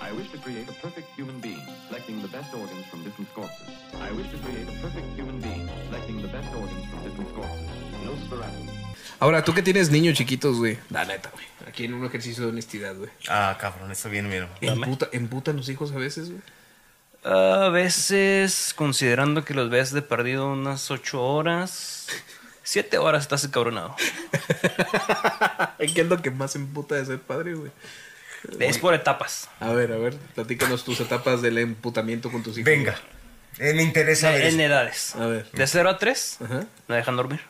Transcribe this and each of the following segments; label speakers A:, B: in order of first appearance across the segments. A: I wish to create a perfect human being, selecting the best organs from different corpses. I wish to create a perfect human being, selecting the best organs from different corpses. Nosferatu.
B: Ahora, tú que tienes niños chiquitos, güey. La neta, güey. Aquí en un ejercicio de honestidad, güey.
C: Ah, cabrón, está bien, mira.
B: Emputa, emputan los hijos a veces, güey.
D: A veces, considerando que los ves de perdido unas ocho horas, siete horas estás encabronado.
B: ¿Qué es lo que más emputa de ser padre, güey?
D: Es por etapas.
B: A ver, a ver, platícanos tus etapas del emputamiento con tus hijos.
C: Venga. Eh, me interesa ver
D: En
C: eso.
D: edades.
B: A ver.
D: De 0 a 3,
B: Ajá.
D: no dejan dormir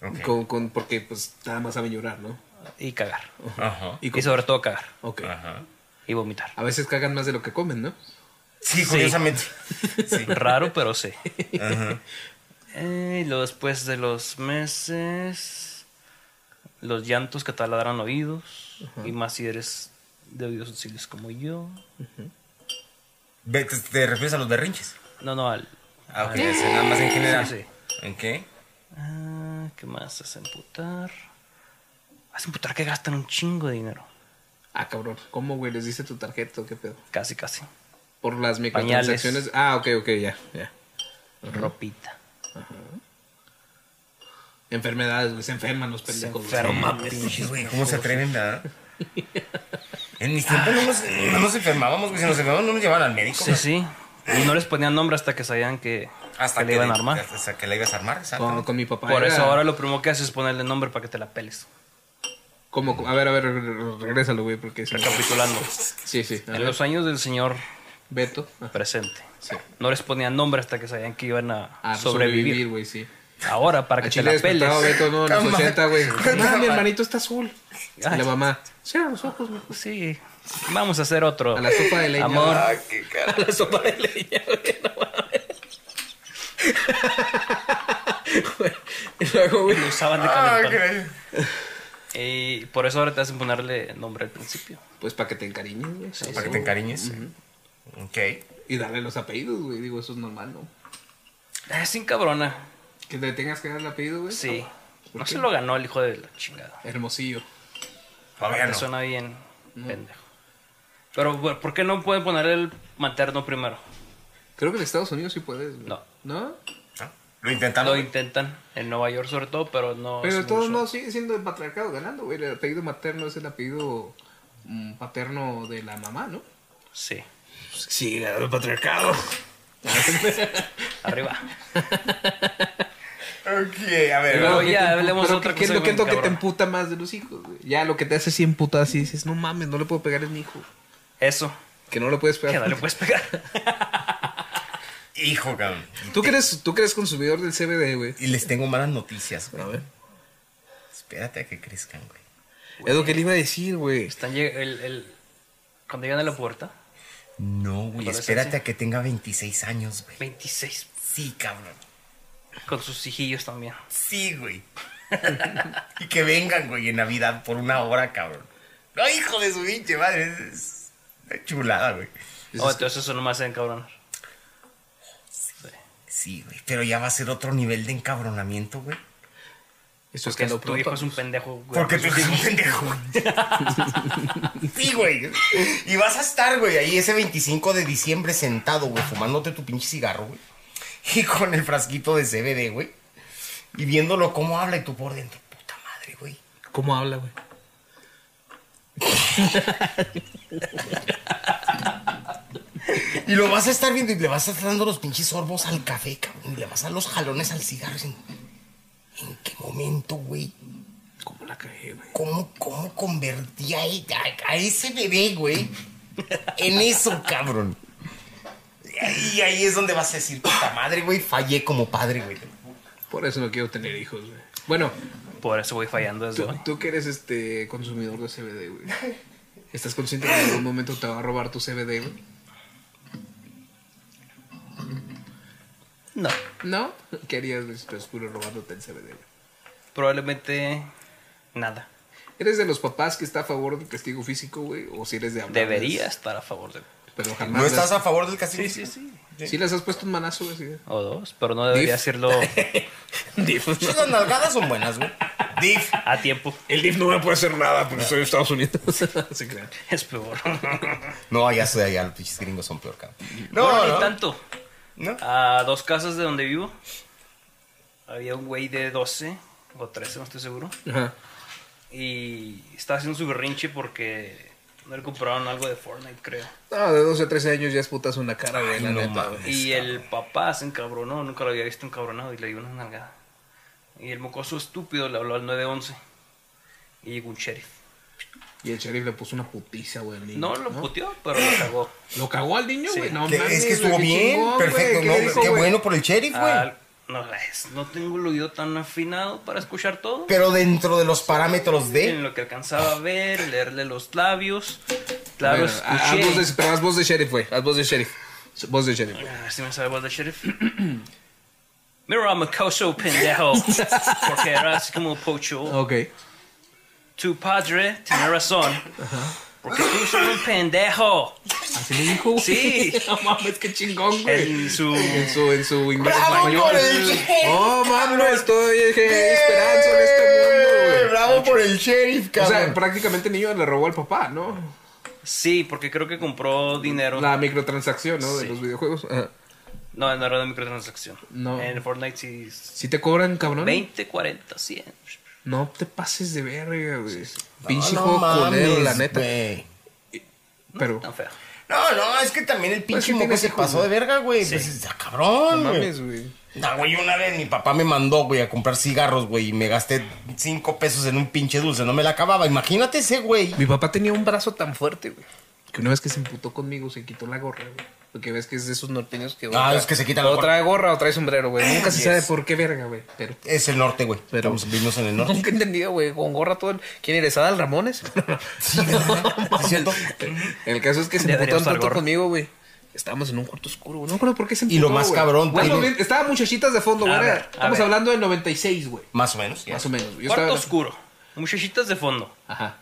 C: Ok.
B: Con, con, porque, pues, nada más saben llorar, ¿no?
D: y cagar.
C: Ajá.
B: Y,
D: Y,
B: con-
D: sobre todo cagar
B: Ok.
C: Ajá.
D: y vomitar.
B: A veces cagan más de lo que comen, ¿no?
C: Sí,
D: Sí.
C: curiosamente. Sí.
D: Raro, pero sí.
C: Ajá.
D: Eh, y luego después de los meses, los llantos que taladran oídos. Y más si eres de oídos sensibles como yo.
C: Ve, ¿Te, te refieres a los berrinches?
D: No, no, al.
C: Ah, ok,
D: al-
C: sí, nada más en general.
D: Sí, sí.
C: Ok.
D: Ah, ¿Qué más? Hacen putar. Hacen putar que gastan un chingo de dinero.
B: Ah, cabrón. ¿Cómo, güey? ¿Les dice tu tarjeta o qué pedo?
D: Casi, casi.
B: Por las microtransacciones. Ah, ok, ok, ya, ya.
D: Ropita.
B: Enfermedades, güey. Se enferman los pendejos. güey.
D: enferman.
B: No mames.
C: Pinches, güey, ¿cómo se atreven, verdad? En mis tiempos no nos, no nos enfermábamos, güey. Si nos enfermábamos, no nos llevaban al médico.
D: Sí,
C: güey.
D: sí. Y no les ponían nombre hasta que sabían que,
C: Hasta
D: que
C: que,
D: le iban a armar.
C: Hasta que la ibas a armar, exacto.
B: Con, con mi papá.
D: Por
B: era
D: eso ahora lo primero que haces es ponerle nombre para que te la peles.
B: Como, a ver, a ver, re- re- regrésalo, güey, porque... si no-
D: Recapitulando.
B: Sí, sí. a
D: En
B: ver.
D: los años del señor
B: Beto. Ah,
D: presente.
B: sí.
D: No les ponían nombre hasta que sabían que iban a,
B: A sobrevivir,
D: sobrevivir.
B: güey, sí.
D: Ahora, para
B: A
D: que te
B: Chile
D: la peles.
B: despertado Beto, ¿no? En los
C: Calma.
B: 80, güey. Ah,
C: Calma.
B: mi hermanito está azul. Y
D: Ay.
B: la mamá, cierra los ojos, güey.
D: Sí. Vamos a hacer otro.
B: A la sopa de leña.
D: Amor.
B: güey.
C: Ah, qué cara.
B: A la sopa de leña, güey. no mames. Güey, Y luego, güey.
D: Lo usaban de
C: Ah,
D: calentón.
C: ok.
D: Y por eso ahora te hacen ponerle nombre al principio.
B: Pues para que te encariñes, güey.
D: Sí,
C: Para que te encariñes. Ok.
B: Y darle los apellidos, güey. Digo, eso es normal, ¿no?
D: Ah, Es sin cabrona.
B: Que te tengas que dar el apellido, güey.
D: Sí.
B: ¿Por
D: No
B: qué?
D: se lo ganó el hijo de la chingada.
B: Hermosillo.
C: Fabiano.
D: Te suena bien, pendejo. Pero, bueno, ¿por qué no pueden poner el materno primero?
B: Creo que en Estados Unidos sí puedes, güey.
D: No.
B: ¿No?
C: ¿No? Lo intentamos.
D: Lo intentan, en Nueva York sobre todo, pero no.
B: Pero
D: es
B: de
D: muy
B: todos
D: usual.
B: modos sigue siendo el patriarcado ganando, güey. El apellido materno es el apellido mm, paterno de la mamá, ¿no?
D: Sí.
B: Sí, el patriarcado.
D: Arriba.
C: Ok, a ver.
D: Pero
C: ¿no?
D: Luego- ya, hablemos
B: pero
D: otra
B: ¿qué- ¿Qué es
D: cosa
B: lo que es
D: bien
B: lo que te
D: cabrona.
B: emputa más de los hijos, güey? Ya, lo que te hace así emputada, así dices, no mames, no le puedo pegar a mi hijo.
D: Eso.
B: Que no lo puedes pegar.
D: Que no le puedes pegar.
C: Hijo, cabrón.
B: ¿Tú, que eres, tú que eres consumidor del CBD, güey.
C: Y les tengo malas noticias, güey.
B: A ver.
C: Espérate a que crezcan, güey.
B: Es lo que le iba a decir, güey.
D: Están lleg- el, el- cuando llegan a la puerta,
C: No, güey.
D: Adolescencia.
C: Espérate a que tenga 26 años, güey.
D: 26.
C: Sí, cabrón.
D: Con sus hijillos también.
C: Sí, güey. y que vengan, güey, en Navidad por una hora, cabrón. No, hijo de su pinche madre. Es una chulada, güey.
D: Oh, entonces eso no me hace encabronar.
C: Sí, güey. Pero ya va a ser otro nivel de encabronamiento, güey.
B: Eso es
D: Porque
B: que no
D: tu hijo es un pendejo. güey.
C: Porque tú eres un pendejo. sí, güey. Y vas a estar, güey, ahí ese 25 de diciembre sentado, güey, fumándote tu pinche cigarro, güey. Y con el frasquito de CBD, güey. Y viéndolo cómo habla y tú por dentro. Puta madre, güey.
B: ¿Cómo habla, güey?
C: Y lo vas a estar viendo y le vas a estar dando los pinches sorbos al café, cabrón. Y le vas a dar los jalones al cigarro. diciendo, ¿En qué momento, güey?
B: ¿Cómo la cagué, güey?
C: ¿Cómo, cómo convertí a, a- a ese bebé, güey? En eso, cabrón. Y ahí es donde vas a decir, puta madre, güey, fallé como padre, güey.
B: Por eso no quiero tener hijos, güey. Bueno,
D: Por eso voy fallando desde
B: Tú,
D: hoy.
B: tú que eres este consumidor de CBD, güey. ¿Estás consciente que en algún momento te va a robar tu CBD, güey?
D: No.
B: ¿No? ¿Qué harías güey, si te oscuro robándote el CBD, güey?
D: Probablemente nada.
B: ¿Eres de los papás que está a favor del castigo físico, güey? ¿O si eres de hablarles?
D: Debería estar a favor de.
B: Pero jamás.
C: ¿No estás
B: las-
C: a favor del castigo?
D: sí.
B: Sí, les has puesto un manazo, güey. así de-
D: O dos, pero no debería
B: Dif.
D: hacerlo.
C: Las nalgadas Pues son buenas, güey. Div.
D: A tiempo.
B: El DIF no me puede hacer nada porque soy de Estados Unidos. Se crean.
D: Es peor.
C: No, allá soy allá, los pinches gringos son peor, cabrón.
D: No,
C: No,
D: ni
C: no,
D: tanto.
C: no.
D: A dos casas de donde vivo, había un güey de 12 o 13, no estoy seguro.
B: Ajá.
D: Y estaba haciendo su berrinche porque no le compraron algo de Fortnite, creo.
B: No, de 12 a 13 años ya es putas una cara, güey. la
C: no
B: neta,
C: mames.
B: güey.
D: Y el papá se encabronó, nunca lo había visto encabronado y le dio una nalgada. Y el mocoso estúpido le habló al 911 y llegó un sheriff.
B: Y el sheriff le puso una putiza, güey. al niño,
D: No lo puteó, pero lo cagó.
B: ¿Lo cagó al niño,
D: Sí.
B: güey? No,
C: Que-
B: mames,
C: es que
B: güey,
C: estuvo
B: qué
C: bien,
B: chingón, güey,
C: perfecto.
B: ¿qué
C: no,
B: le dijo,
C: qué
B: güey?
C: bueno por el sheriff, güey.
D: Ah, no, es- no tengo el oído tan afinado para escuchar todo.
C: Pero dentro de los parámetros de.
D: En lo que alcanzaba a ver, leerle los labios. Claro,
B: Bueno, haz voz
D: escuché.
B: de- pero haz voz de sheriff, güey. Haz voz de sheriff. Voz de sheriff.
D: Ah, sí me sabe voz de sheriff. Mira, mocoso pendejo. Porque era así como pocho.
B: Ok.
D: Tu padre tiene razón. Porque tú soy un pendejo.
B: Así le dijo, güey.
D: Sí.
B: No mames, qué chingón, güey.
D: En su.
B: En su, en su inglés
C: ¡Bravo por el
B: español.
C: sheriff!
B: Oh, mami, estoy eh,
C: ¡Eh!
B: esperanza en este mundo, güey.
C: Bravo por el sheriff,
B: O
C: cabrón.
B: sea, prácticamente el niño le robó al papá, ¿no?
D: Sí, porque creo que compró dinero.
B: La microtransacción, ¿no? De
D: Sí.
B: los videojuegos. Ajá.
D: No, no era de microtransacción.
B: No.
D: En Fortnite sí. es
B: Si te cobran, cabrón.
D: 20, 40, 100.
B: No te pases de verga, güey.
C: No,
B: Pinche
C: no
B: juego
C: mames,
B: culero, la neta.
C: güey.
B: Pero.
D: Tan feo.
C: No, no, es que también el
B: Pues
C: pinche
B: que
C: moco
B: tienes
C: se
B: hijos,
C: pasó de verga, güey. Pues está cabrón,
B: No
C: güey.
B: mames, güey.
C: No, güey, una vez mi papá me mandó, güey, a comprar cigarros, güey, y me gasté cinco pesos en un pinche dulce, no me la acababa. Imagínate ese, güey.
B: Mi papá tenía un brazo tan fuerte, güey. Que una vez que se emputó conmigo, se quitó la gorra, güey. Porque ves que es de esos norteños que.
C: Ah, es que se quita la
B: o
C: gorra.
B: trae gorra o trae sombrero, güey. Nunca se
C: Yes.
B: sabe por qué verga, güey. Pero.
C: Es el norte, güey.
B: Pero-
C: Estamos- vivimos en el norte.
B: Nunca he entendido, güey. Con gorra todo el. ¿Quién eres? ¿Adal Ramones?
C: Sí, ¿verdad? ¿Es cierto?
B: el caso es que se
D: Debería
B: emputó
D: usar
B: tanto
D: gorra.
B: conmigo, güey. Estábamos en un cuarto oscuro, güey. No creo por qué se
C: Y
B: emputó.
C: lo más
B: güey.
C: cabrón,
B: Bueno,
C: tiene-
B: bien, estaba muchachitas de fondo,
D: A
B: güey.
D: ver, a
B: Estamos
D: ver.
B: hablando del 96, güey.
C: Más o menos.
B: Más o menos. güey. Yo
D: Cuarto
B: estaba-
D: oscuro. Muchachitas de fondo.
B: Ajá.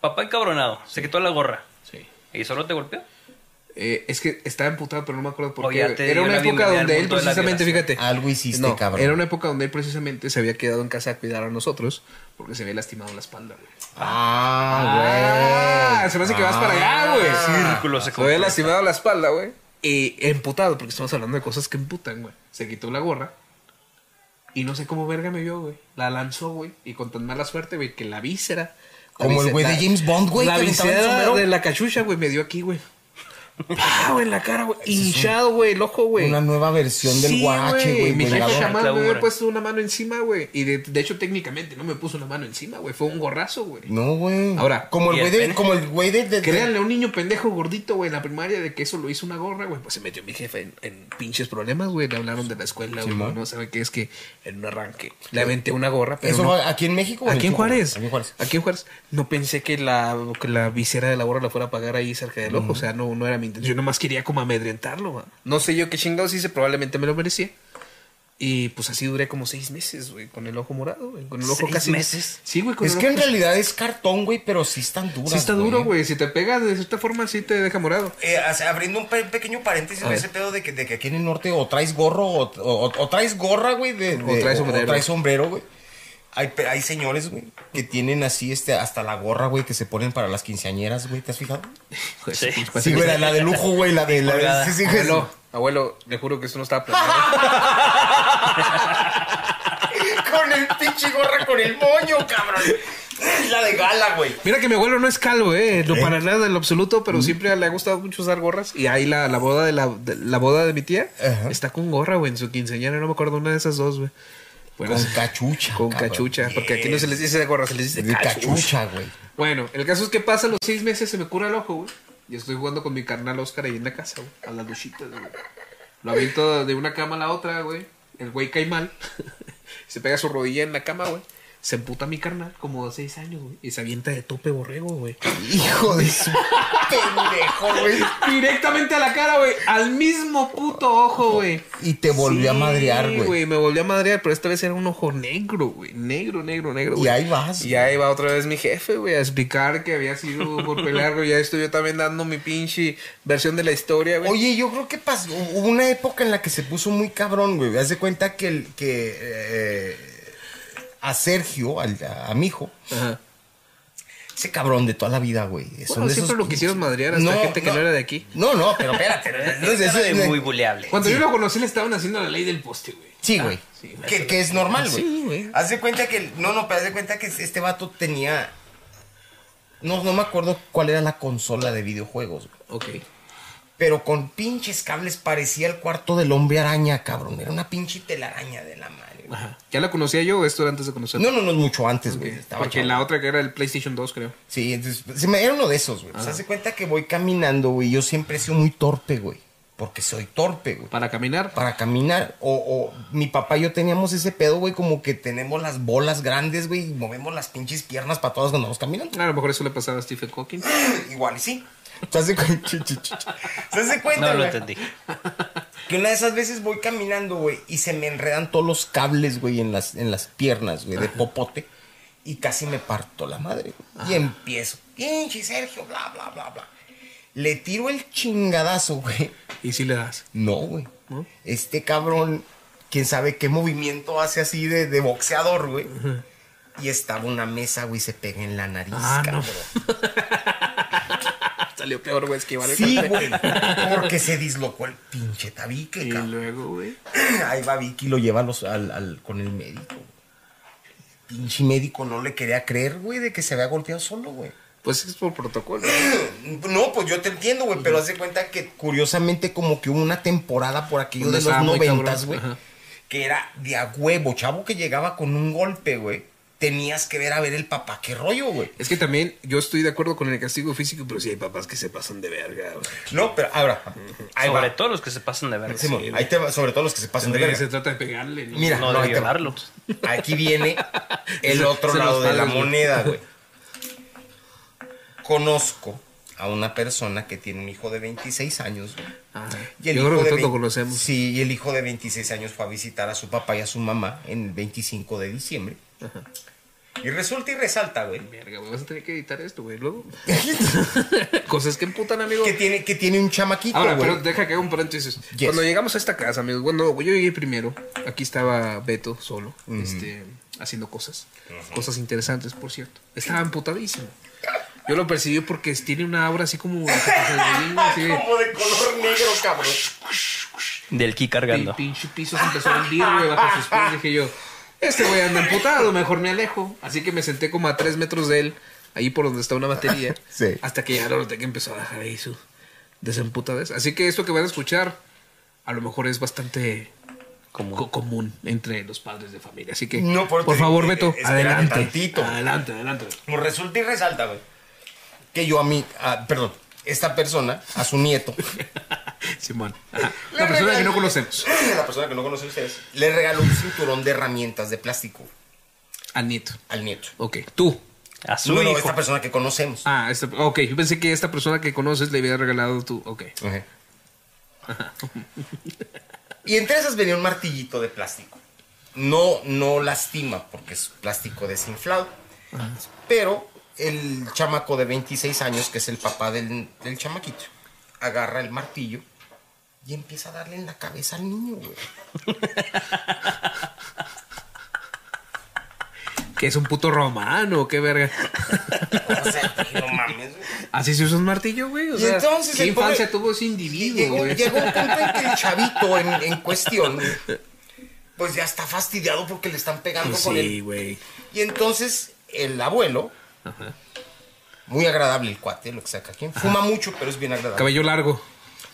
D: Papá encabronado. Se quitó la gorra.
B: Sí.
D: ¿Y solo te golpeó?
B: Eh, es que estaba emputado, pero no me acuerdo por
D: O
B: qué.
D: ya
B: güey.
D: te
B: Era
D: dio
B: una
D: la
B: época
D: bienvenida al
B: donde él
D: mundo de la
B: precisamente,
D: violación.
B: fíjate.
C: Algo hiciste,
B: no,
C: cabrón.
B: Era una época donde él precisamente se había quedado en casa a cuidar a nosotros porque se había lastimado la espalda, güey.
C: Ah, güey. Ah.
B: se me hace que vas para allá, güey.
D: Círculo se
B: Se había
D: completa.
B: lastimado la espalda, güey. Y emputado, porque estamos hablando de cosas que emputan, güey. Se quitó la gorra. Y no sé cómo verga me vio, güey. La lanzó, güey. Y con tan mala suerte, güey, que la víscera. la
C: Como el
B: víscera-
C: güey de James Bond, güey,
B: La
C: que aventaba el
B: víscera
C: sombrero.
B: de la cachucha, güey, me dio aquí, güey. Ah, güey, en la cara, güey. Hinchado, güey, el ojo, güey.
C: Una nueva versión del guarache, güey.
B: Mi jefe
D: vengador.
C: vengadora.
B: chamán me había
D: Clausura.
B: puesto una mano encima, güey. Y de, de hecho, técnicamente no me puso una mano encima, güey. Fue un gorrazo, güey.
C: No, güey.
B: Ahora,
C: como el
D: ¿y
C: güey
D: el
C: de.
D: pene?
C: Como el güey de. de-
B: Créanle a un niño pendejo gordito, güey, en la primaria de que eso lo hizo una gorra, güey. Pues se metió mi jefe en, en pinches problemas, güey. Le hablaron de la escuela, güey.
C: Simón.
B: no sabe qué es que en un arranque le aventé una gorra, pero
C: Eso
B: no-
C: fue aquí en México, güey.
B: Aquí en Juárez.
C: Aquí en Juárez.
B: Aquí en Juárez. No pensé que la, que la visera de la gorra la fuera a pagar ahí cerca del ojo. O sea, no, no era mi intención. Yo nomás quería como amedrentarlo, güey. No sé yo qué chingados hice, probablemente me lo merecía. Y pues así duré como seis meses, güey, con el ojo morado, güey. Con el ojo
D: ¿Seis
B: casi.
D: meses?
B: Sí, güey, con
C: Es
B: el
C: que en
B: ojo-
C: realidad es cartón, güey, pero sí están duras.
B: Sí está duro, güey. Si te pegas de cierta forma, sí te deja morado.
C: Eh, o sea, abriendo un pe- pequeño paréntesis
B: A
C: de
B: ver.
C: ese pedo de que, de que aquí en el norte o traes gorro o, o- o traes gorra, güey, de, de-
B: traes sombrero.
C: traes sombrero, güey. Hay, pe- hay señores, güey, que tienen así este, hasta la gorra, güey, que se ponen para las quinceañeras, güey, ¿te has fijado?
B: Pues,
D: Sí.
B: pues,
C: Sí, güey, la, la de lujo, güey, la
B: eh,
C: de... La de
D: Colgada.
C: sí, sí, güey.
B: Abuelo, abuelo, le juro que esto no estaba planeado.
C: Con el pinche gorra, con el moño, cabrón. La de gala, güey.
B: Mira que mi abuelo no es calvo, eh, no para nada en lo absoluto, pero siempre le ha gustado mucho usar gorras. Y ahí la, la boda de la, de- la boda de mi tía
C: Ajá.
B: está con gorra, güey, en su quinceañera, no me acuerdo una de esas dos, güey. Bueno,
C: Con
B: sí,
C: cachucha.
B: con
C: cabrón.
B: cachucha, porque aquí no se les dice de gorra, se les dice
C: De cachucha, güey.
B: Bueno, el caso es que pasan los seis meses, se me cura el ojo, güey. Y estoy jugando con mi carnal Oscar ahí en la casa, güey. A las duchitas, güey. Lo aviento de una cama a la otra, güey. El güey cae mal. se pega su rodilla en la cama, güey. Se emputa mi carnal, como de seis años, güey. Y se avienta de tope borrego, güey.
C: Hijo de su pendejo, güey.
B: Directamente a la cara, güey. Al mismo puto ojo, güey.
C: Y te volvió a
B: Sí,
C: madrear, güey.
B: Me volvió a madrear, pero esta vez era un ojo negro, güey. Negro, negro, negro.
C: Y
B: güey.
C: ahí vas,
B: Y ahí va otra vez mi jefe, güey, a explicar que había sido por pelear, güey. Ya estoy yo también dando mi pinche versión de la historia, güey.
C: Oye, yo creo que pasó, hubo una época en la que se puso muy cabrón, güey. Haz de cuenta que el que eh, a Sergio, al- a, a mi hijo,
B: Ajá.
C: ese cabrón de toda la vida, güey. Son
B: Bueno,
C: de
B: siempre
C: esos
B: lo quisieron
C: pinches-
B: madrear hasta gente que no era de aquí.
C: No, no, pero espérate. no es-
D: Era
C: Eh, eso
D: de
C: es-
D: muy buleable.
B: Cuando yo lo conocí le estaban haciendo la ley del poste, güey.
C: Sí, güey.
B: Ah, sí,
C: que, que es normal, güey.
B: Sí, güey.
C: Haz de cuenta que. No, no, pero haz de cuenta que este vato tenía. No, no me acuerdo cuál era la consola de videojuegos, güey.
B: Ok.
C: Pero con pinches cables parecía el cuarto del hombre araña, cabrón. Era una pinche telaraña de la madre. güey.
B: Ajá. ¿Ya la conocía yo o esto era antes de conocerla?
C: No, no, no, es mucho antes,
B: Ah, Ok,
C: güey. Estaba
B: Porque
C: chavo.
B: la otra que era el PlayStation 2, creo.
C: Sí, entonces, se me era uno de esos, güey. Pues haz de cuenta que voy caminando, güey. Yo siempre he sido muy torpe, güey. Porque soy torpe, güey.
B: Para caminar.
C: para caminar. O, o mi papá y yo teníamos ese pedo, güey, como que tenemos las bolas grandes, güey, y movemos las pinches piernas para todas cuando vamos caminando.
B: A lo mejor eso le pasaba a Stephen Hawking.
C: Igual y sí. ¿Te das de cuenta? ¿Te das de cuenta,
D: No lo
C: güey?
D: entendí.
C: Que una de esas veces voy caminando, güey, y se me enredan todos los cables, güey, en las, en las piernas, güey, de popote. Y casi me parto la madre. güey. Y empiezo, pinche Sergio, bla, bla, bla, bla. Le tiro el chingadazo, güey.
B: Y sí le das.
C: No, güey. Este cabrón, quién sabe qué movimiento hace así de, de boxeador, güey. Y estaba una mesa, güey, y se pega en la nariz,
B: Ah, no.
C: cabrón.
B: Salió peor, güey, esquivar el
C: Sí,
B: golpe.
C: güey. Porque se dislocó el pinche tabique,
B: Y
C: cabrón.
B: luego, güey.
C: Ahí va Vicky y lo lleva a los- al, al- con el médico. güey. Pinche médico no le quería creer, güey, de que se había golpeado solo, güey.
B: Pues es por protocolo.
C: No, pues yo te entiendo, güey, pero hace cuenta que curiosamente como que hubo una temporada por aquello
B: Donde
C: de
B: estaba
C: los
B: muy
C: noventas,
B: cabrón,
C: güey,
B: ajá.
C: que era de a huevo, chavo que llegaba con un golpe, güey. Tenías que ver a ver el papá, qué rollo, güey.
B: Es que también yo estoy de acuerdo con el castigo físico, pero sí hay papás que se pasan de verga, güey.
C: No, pero ahora, ahí
D: Sobre
C: va.
D: todo los que se pasan de verga.
C: Simón, ahí te va, sobre todo los que se pasan de
B: Tendría que se
C: verga.
B: trata de pegarle. ¿no?
C: Mira,
D: No
C: no,
D: de
C: ahí te va.
D: violarlos.
C: Aquí viene el
B: Se-
C: otro
B: se los
C: lado de la
B: pagas, güey.
C: moneda, güey. Conozco a una persona que tiene un hijo de 26 años, güey.
B: Ah,
C: Y el
B: yo
C: hijo
B: creo que
C: de
B: todos lo
C: vein-
B: conocemos.
C: Sí, y el hijo de 26 años fue a visitar a su papá y a su mamá en el 25 de diciembre. Y resulta y resalta, güey,
B: Verga, güey, vas a tener que editar esto, güey. Luego. Cosas que emputan, amigo.
C: que tiene, que tiene un chamaquito,
B: Ahora,
C: güey.
B: pero deja que haga un paréntesis.
C: Yes.
B: Cuando llegamos a esta casa, amigos, bueno, yo llegué primero. Aquí estaba Beto solo, este, haciendo cosas. Cosas interesantes, por cierto. Estaba amputadísimo. Yo lo percibí porque tiene una aura así como. de Casaldurín, así de-
C: Como de color negro, cabrón.
D: Del ki
B: El
D: cargando.
B: pinche piso se empezó a hundir, güey, bajo sus pies. Dije yo, este güey anda amputado, mejor me alejo. Así que me senté como a tres metros de él, ahí por donde está una batería.
C: Sí.
B: Hasta que ya la que empezó a bajar ahí su desamputadez. Así que esto que van a escuchar, a lo mejor es bastante
D: Común.
B: co- común entre los padres de familia. Así que,
C: No,
B: por,
C: por-
B: favor,
C: eh,
B: Beto,
C: espérate
B: adelante.
C: tantito.
B: Adelante, adelante.
C: Pues resulta y resalta, güey, que yo a mí, ah, perdón, esta persona, a su nieto,
B: Simón. Ajá. La persona que no conocemos.
C: la persona que no conocen ustedes, le regaló un cinturón de herramientas de plástico
B: Al nieto.
C: al nieto.
B: Ok, tú.
D: A su
C: no, no,
D: hijo.
C: esta persona que conocemos.
B: Ah, esta, ok, yo pensé que esta persona que conoces le había regalado tú. Ok.
C: Ajá. y entre esas venía un martillito de plástico. No, no lastima porque es plástico desinflado. Pero el chamaco de 26 años, que es el papá del, del chamaquito, agarra el martillo y empieza a darle en la cabeza al niño, güey.
B: Que es un puto romano, qué verga.
C: O sea, no mames, güey.
B: Así se usa un martillo, güey. O
C: Y
B: sea,
C: entonces
B: ¿qué
C: el pobre-
B: infancia tuvo ese
C: Y
B: individuo,
C: llegó,
B: güey?
C: llegó un punto en que el chavito en, en cuestión, pues ya está fastidiado porque le están pegando
B: Pues
C: con el
B: sí, güey.
C: Y entonces el abuelo,
B: Ajá.
C: muy agradable el cuate, lo que saca aquí, fuma mucho, pero es bien agradable.
B: Cabello largo.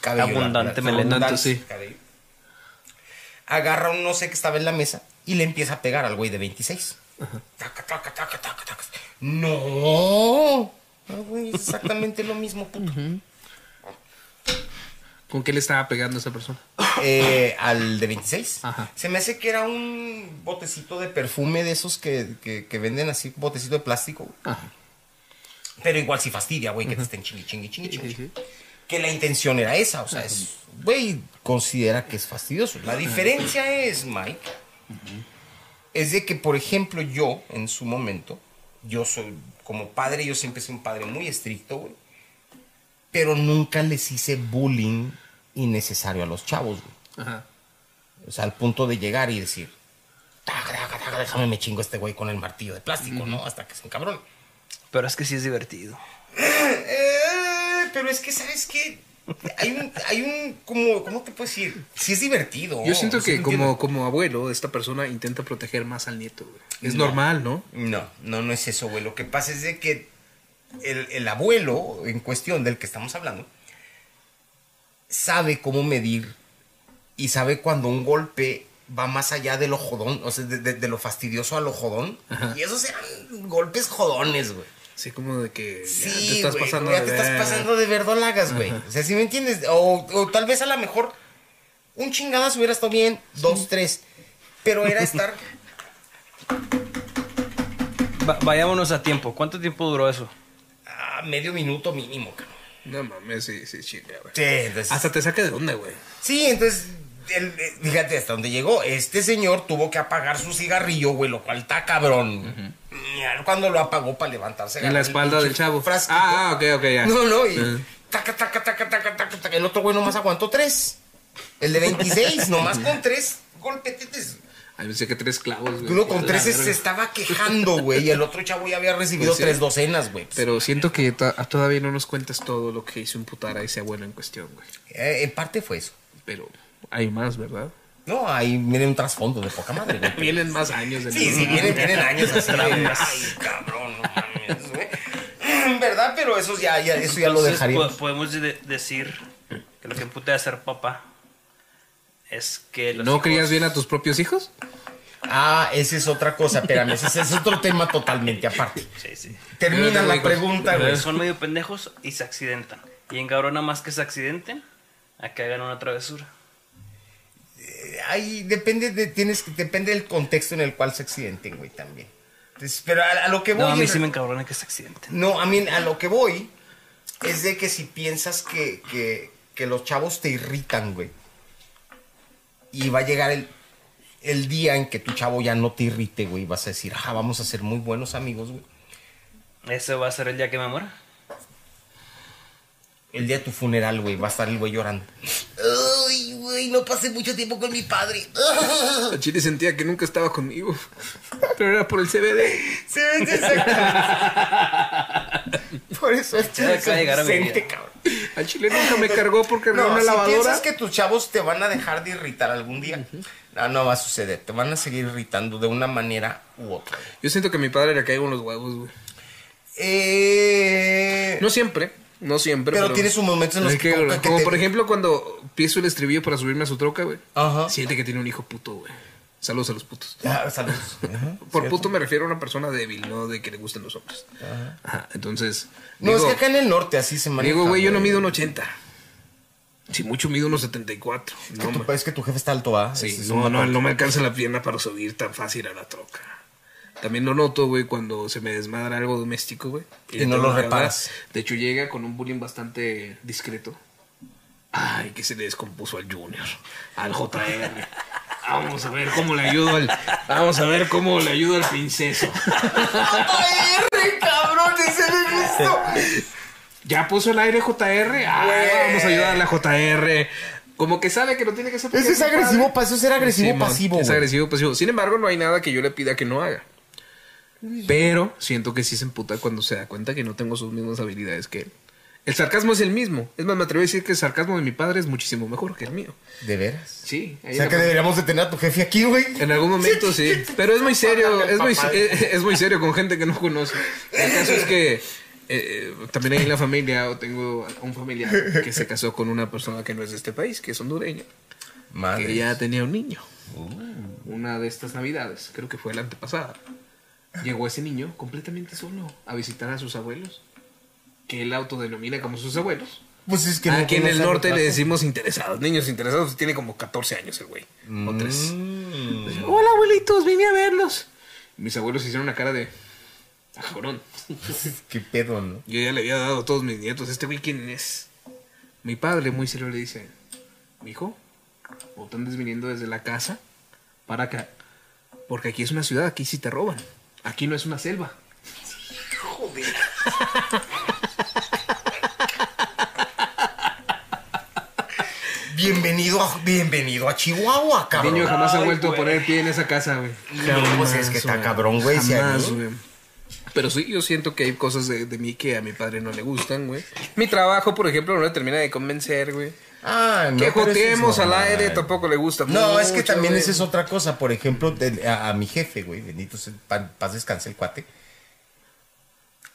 C: Cabello largo,
D: Abundante,
C: largo,
D: melena.
B: Abundante, sí.
C: cabello. Agarra un no sé que estaba en la mesa y le empieza a pegar al güey de 26. Taca, taca, taca, taca, taca. No. No, güey, es exactamente lo mismo, puto.
B: ¿Con qué le estaba pegando a esa persona?
C: Eh, al de 26.
B: Ajá.
C: Se me hace que era un botecito de perfume de esos que, que- que venden así, botecito de plástico.
B: Ajá.
C: Pero igual si fastidia, güey, que te estén chingui, chingui, chingui, chingui.
B: Sí, sí.
C: que la intención era esa. O sea, es, güey, considera que es fastidioso. La diferencia es, Mike, es de que, por ejemplo, yo, en su momento, yo soy, como padre, yo siempre soy un padre muy estricto, güey. Pero nunca les hice bullying innecesario a los chavos, güey.
B: Ajá.
C: O sea, al punto de llegar y decir, "Taca, taca, taca, ah, déjame me chingo a este güey con el martillo de plástico, ¿no? Hasta que es un cabrón.
D: Pero es que sí es divertido.
C: Eh, pero es que, ¿sabes qué? Hay un, hay un, como, ¿cómo te puedo decir? Sí es divertido.
B: Yo siento
C: sí
B: que
C: lo
B: como,
C: entiendo.
B: como abuelo, esta persona intenta proteger más al nieto, güey. Es normal, ¿no?
C: No, no, no es eso, güey. Lo que pasa es de que el, el abuelo en cuestión del que estamos hablando sabe cómo medir y sabe cuando un golpe va más allá de lo jodón, o sea, de, de- de lo fastidioso a lo jodón. Y esos eran golpes jodones, güey.
B: Así como de que ya
C: Sí,
B: te estás
C: güey,
B: pasando
C: ya
B: de
C: te estás
B: ver-
C: pasando de verdolagas, güey. O sea, si me entiendes, o, o tal vez a lo mejor un chingadazo hubiera estado bien, dos, tres, pero era estar
D: Va- vayámonos a tiempo. ¿Cuánto tiempo duró eso?
C: a medio minuto mínimo, cabrón.
B: No mames, sí, sí, chinga, güey.
C: Sí, entonces-
B: Hasta te saca de onda, güey.
C: Sí, entonces, el- eh, fíjate hasta dónde llegó. Este señor tuvo que apagar su cigarrillo, güey, lo cual está cabrón. Mira, Cuando lo apagó para levantarse.
B: En la
C: agarró el
B: espalda
C: pinche
B: del chavo.
C: frasquito.
B: Ah, ah, ok, ok, ya.
C: No, no, y
B: Ajá.
C: taca, taca, taca, taca, taca, taca. El otro güey nomás aguantó tres. El de 26, nomás con tres golpetetes.
B: Ay, pensé que tres clavos, güey.
C: Uno con
B: La
C: tres se,
B: verga.
C: se estaba quejando, güey. Y el otro chavo ya había recibido
B: Pues sí.
C: tres docenas, güey.
B: Pero siento que to- todavía no nos cuentas todo lo que hizo imputar a ese abuelo en cuestión, güey.
C: Eh, en parte fue eso.
B: Pero hay más, ¿verdad?
C: No, ahí miren un trasfondo de poca madre, güey.
B: Vienen más años de
C: Sí, sí, vienen, vienen años así. de, Ay, cabrón, no mames, güey. Mm, ¿Verdad? Pero eso ya, ya, eso ya lo
D: Entonces,
C: dejaría.
D: po- podemos de- decir que lo que emputé a hacer papá es que los
B: ¿No
D: hijos-
B: crías bien a tus propios hijos?
C: Ah, esa es otra cosa, espérame. Ese es otro tema totalmente aparte.
D: Sí, sí. Pues
C: Termina
B: Espérate,
C: la
B: güey,
C: pregunta, güey.
D: Son medio pendejos y se accidentan. Y encabrona más que se accidenten a que hagan una travesura.
C: Ahí depende, de, tienes, que- depende del contexto en el cual se accidenten, güey, también. Entonces, pero a, a lo que voy.
D: No, a mí
C: en
D: sí me encabrona que se accidenten.
C: No, a mí a lo que voy es de que si piensas que, que- que los chavos te irritan, güey. Y va a llegar el, el día en que tu chavo ya no te irrite, güey. Vas a decir, ah, vamos a ser muy buenos amigos, güey.
D: Ese va a ser el día que me muera.
C: El día de tu funeral, güey, va a estar el güey llorando. Ay, güey, no pasé mucho tiempo con mi padre.
B: A Ah, Chile sentía que nunca estaba conmigo. Pero era por el CBD.
C: Se ve exacto. Por eso es
D: Ya acaba de llegar a mi vida.
C: cabrón.
B: Al Chile nunca me cargó porque era
C: No,
B: una
C: si
B: lavadora.
C: piensas que tus chavos te van a dejar de irritar algún día, no, no va a suceder. Te van a seguir irritando de una manera u otra.
B: Yo siento que a mi padre le caigo en los huevos, güey.
C: Eh,
B: No siempre, no siempre.
C: Pero tiene sus momentos en los
B: Es
C: que toca que
B: Como
C: te-
B: por ejemplo cuando pienso el estribillo para subirme a su troca, güey.
C: Ajá.
B: Siente que tiene un hijo puto, güey. Saludos a los putos.
C: Ah, saludos. Ajá.
B: Por puto me refiero a una persona débil, no de que le gusten los hombres. Ajá. Entonces.
C: No,
B: digo,
C: es que acá en el norte así se maneja.
B: Digo, güey, yo no mido un 80. Si mucho mido unos 74.
C: Es que,
B: No,
C: tu,
B: ma-
C: es que tu jefe está alto, ¿ah?
B: sí,
C: Ese es
B: no,
C: un-
B: no, no me alcanza la pierna para subir tan fácil a la troca. También lo noto, güey, cuando se me desmadra algo doméstico, güey.
C: Y
B: le
C: no
B: tengo
C: lo
B: que
C: reparas.
B: hablar. De hecho, llega con un bullying bastante discreto. Ay, que se le descompuso al Junior, al JR. Vamos a ver cómo le ayudo al. Vamos a ver cómo le ayudo al princeso.
C: ¡JR, cabrón! ¡Ese no he visto!
B: Ya puso el aire JR. Ah,
C: Güey.
B: vamos a ayudar a la JR. Como que sabe que no tiene que ser.
C: Ese es agresivo, pa- eso es ser agresivo
B: Simón,
C: pasivo,
B: Es
C: güey.
B: agresivo pasivo. Sin embargo, no hay nada que yo le pida que no haga. Pero siento que sí se emputa cuando se da cuenta que no tengo sus mismas habilidades que él. El sarcasmo es el mismo. Es más, me atrevo a decir que el sarcasmo de mi padre es muchísimo mejor que el mío.
C: ¿De veras?
B: Sí. ahí
C: O sea
B: la-
C: que deberíamos de tener a tu jefe aquí, güey.
B: En algún momento sí. Pero es muy serio,
C: Págale,
B: es muy,
C: papá.
B: es, es muy serio con gente que no conoce. El caso es que eh, eh, también hay en la familia, o tengo un familiar que se casó con una persona que no es de este país, que es hondureña,
C: Madre.
B: que ya tenía un niño.
C: Oh.
B: Una de estas navidades, creo que fue la antepasada. Llegó ese niño completamente solo a visitar a sus abuelos, que él autodenomina como sus abuelos.
C: Pues es que no
B: Ah, Aquí en el
C: conoce
B: norte
C: al
B: le
C: otro.
B: decimos interesados, niños interesados, pues, tiene como 14 años el güey, o 3.
C: Mm.
B: Hola abuelitos, vine a verlos. Mis abuelos hicieron una cara de. "Ah, cabrón.
C: Qué pedo, ¿no?
B: Yo ya le había dado a todos mis nietos. ¿Este güey quién es? Mi padre, muy serio, le dice: Mi hijo, o están desviniendo desde la casa para acá. Porque aquí es una ciudad, aquí sí te roban. Aquí no es una selva. Joder.
C: Bienvenido a, bienvenido a Chihuahua, cabrón.
B: Niño jamás ha
D: Ay,
B: vuelto a
D: güey.
B: poner pie en esa casa, güey.
C: No, pues es que está cabrón, güey, si a
B: Jamás,
C: mí-
B: güey. Pero sí, yo siento que hay cosas de, de mí que a mi padre no le gustan, güey. Mi trabajo, por ejemplo, no le termina de convencer, güey.
C: Ah, no,
B: que
C: pero eso es
B: joteemos al
C: normal.
B: aire tampoco le gusta.
C: No,
B: mucho,
C: es que también
B: güey.
C: esa es otra cosa. Por ejemplo, de- a, a mi jefe, güey, bendito sea, pa- paz descanse el cuate.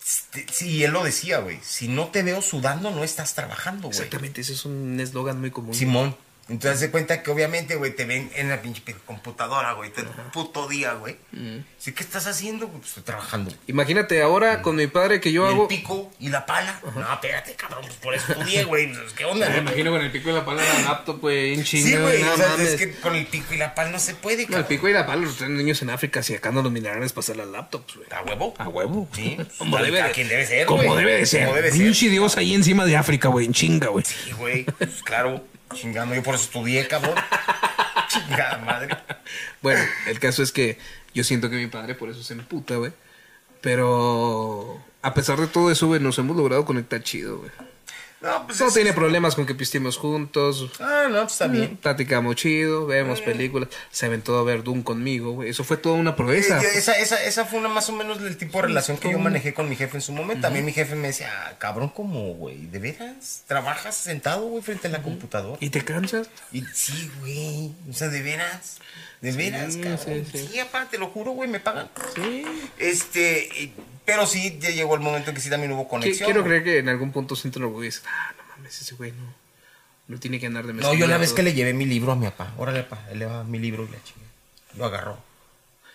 C: Este, Sí, él lo decía, güey. Si no te veo sudando, no estás trabajando, güey.
B: Exactamente, ese es un eslogan muy común.
C: Simón. Entonces se cuenta que obviamente, güey, te ven en la pinche computadora, güey, todo el puto día, güey.
B: Mm.
C: Sí, ¿qué estás haciendo? güey? Pues estoy trabajando.
B: Imagínate ahora con mi padre que yo
C: Mm. Y el
B: hago.
C: pico y la pala. No, espérate, cabrón, pues por eso estudié, güey. pues, ¿Qué onda?
B: Me
C: güey?
B: imagino con el pico y la pala en la laptop, güey, en chinga.
C: Sí, güey,
B: no
C: o sea,
B: mames.
C: es que con el pico y la pala no se puede,
B: No, el
C: cabrón.
B: pico y la pala los traen niños en África si acá no los minerales pasar las laptops, Ah, güey.
C: ¿A huevo?
B: A huevo.
C: Sí.
B: Como
C: A
B: debe, de,
C: quien debe ser,
B: Como
C: güey.
B: debe de ser.
C: Como debe ser.
B: Pinche Dios ahí encima de África, güey. En chinga, güey.
C: Y, güey, pues, claro, chingando, yo por eso estudié, cabrón. Chingada madre.
B: Bueno, el caso es que yo siento que mi padre por eso se emputa, güey. Pero a pesar de todo eso, güey, nos hemos logrado conectar chido, güey.
C: No, pues
B: No
C: es-
B: tiene Mm. problemas con que pisteemos juntos.
C: Ah, no, pues está bien.
B: Platicamos chido,
C: Ah.
B: vemos películas. Se aventó a ver Doom conmigo, güey. Eso fue toda una
C: Esa.
B: proeza.
C: Eh, Esa, esa, fue una, más o menos el tipo de relación que yo manejé con mi jefe en su momento. También mi jefe me decía, ah, cabrón, ¿cómo, güey? ¿De veras? ¿Trabajas sentado, güey, frente a la computadora?
B: ¿Y te cansas?
C: Y sí, güey. O sea, ¿de veras? ¿De veras,
B: sí,
C: cabrón? Sí,
B: sí.
C: aparte, te lo juro, güey, me pagan.
B: Sí.
C: Este, eh, pero sí, ya llegó el momento en que sí también hubo conexión.
B: Quiero
C: güey.
B: creer que en algún punto siento el orgullo y dices, ah, no mames, ese güey no, no tiene que andar de
C: No, yo la vez que
B: le
C: le llevé mi libro a mi papá. Órale, papá, le va mi libro y la chinga. Lo agarró.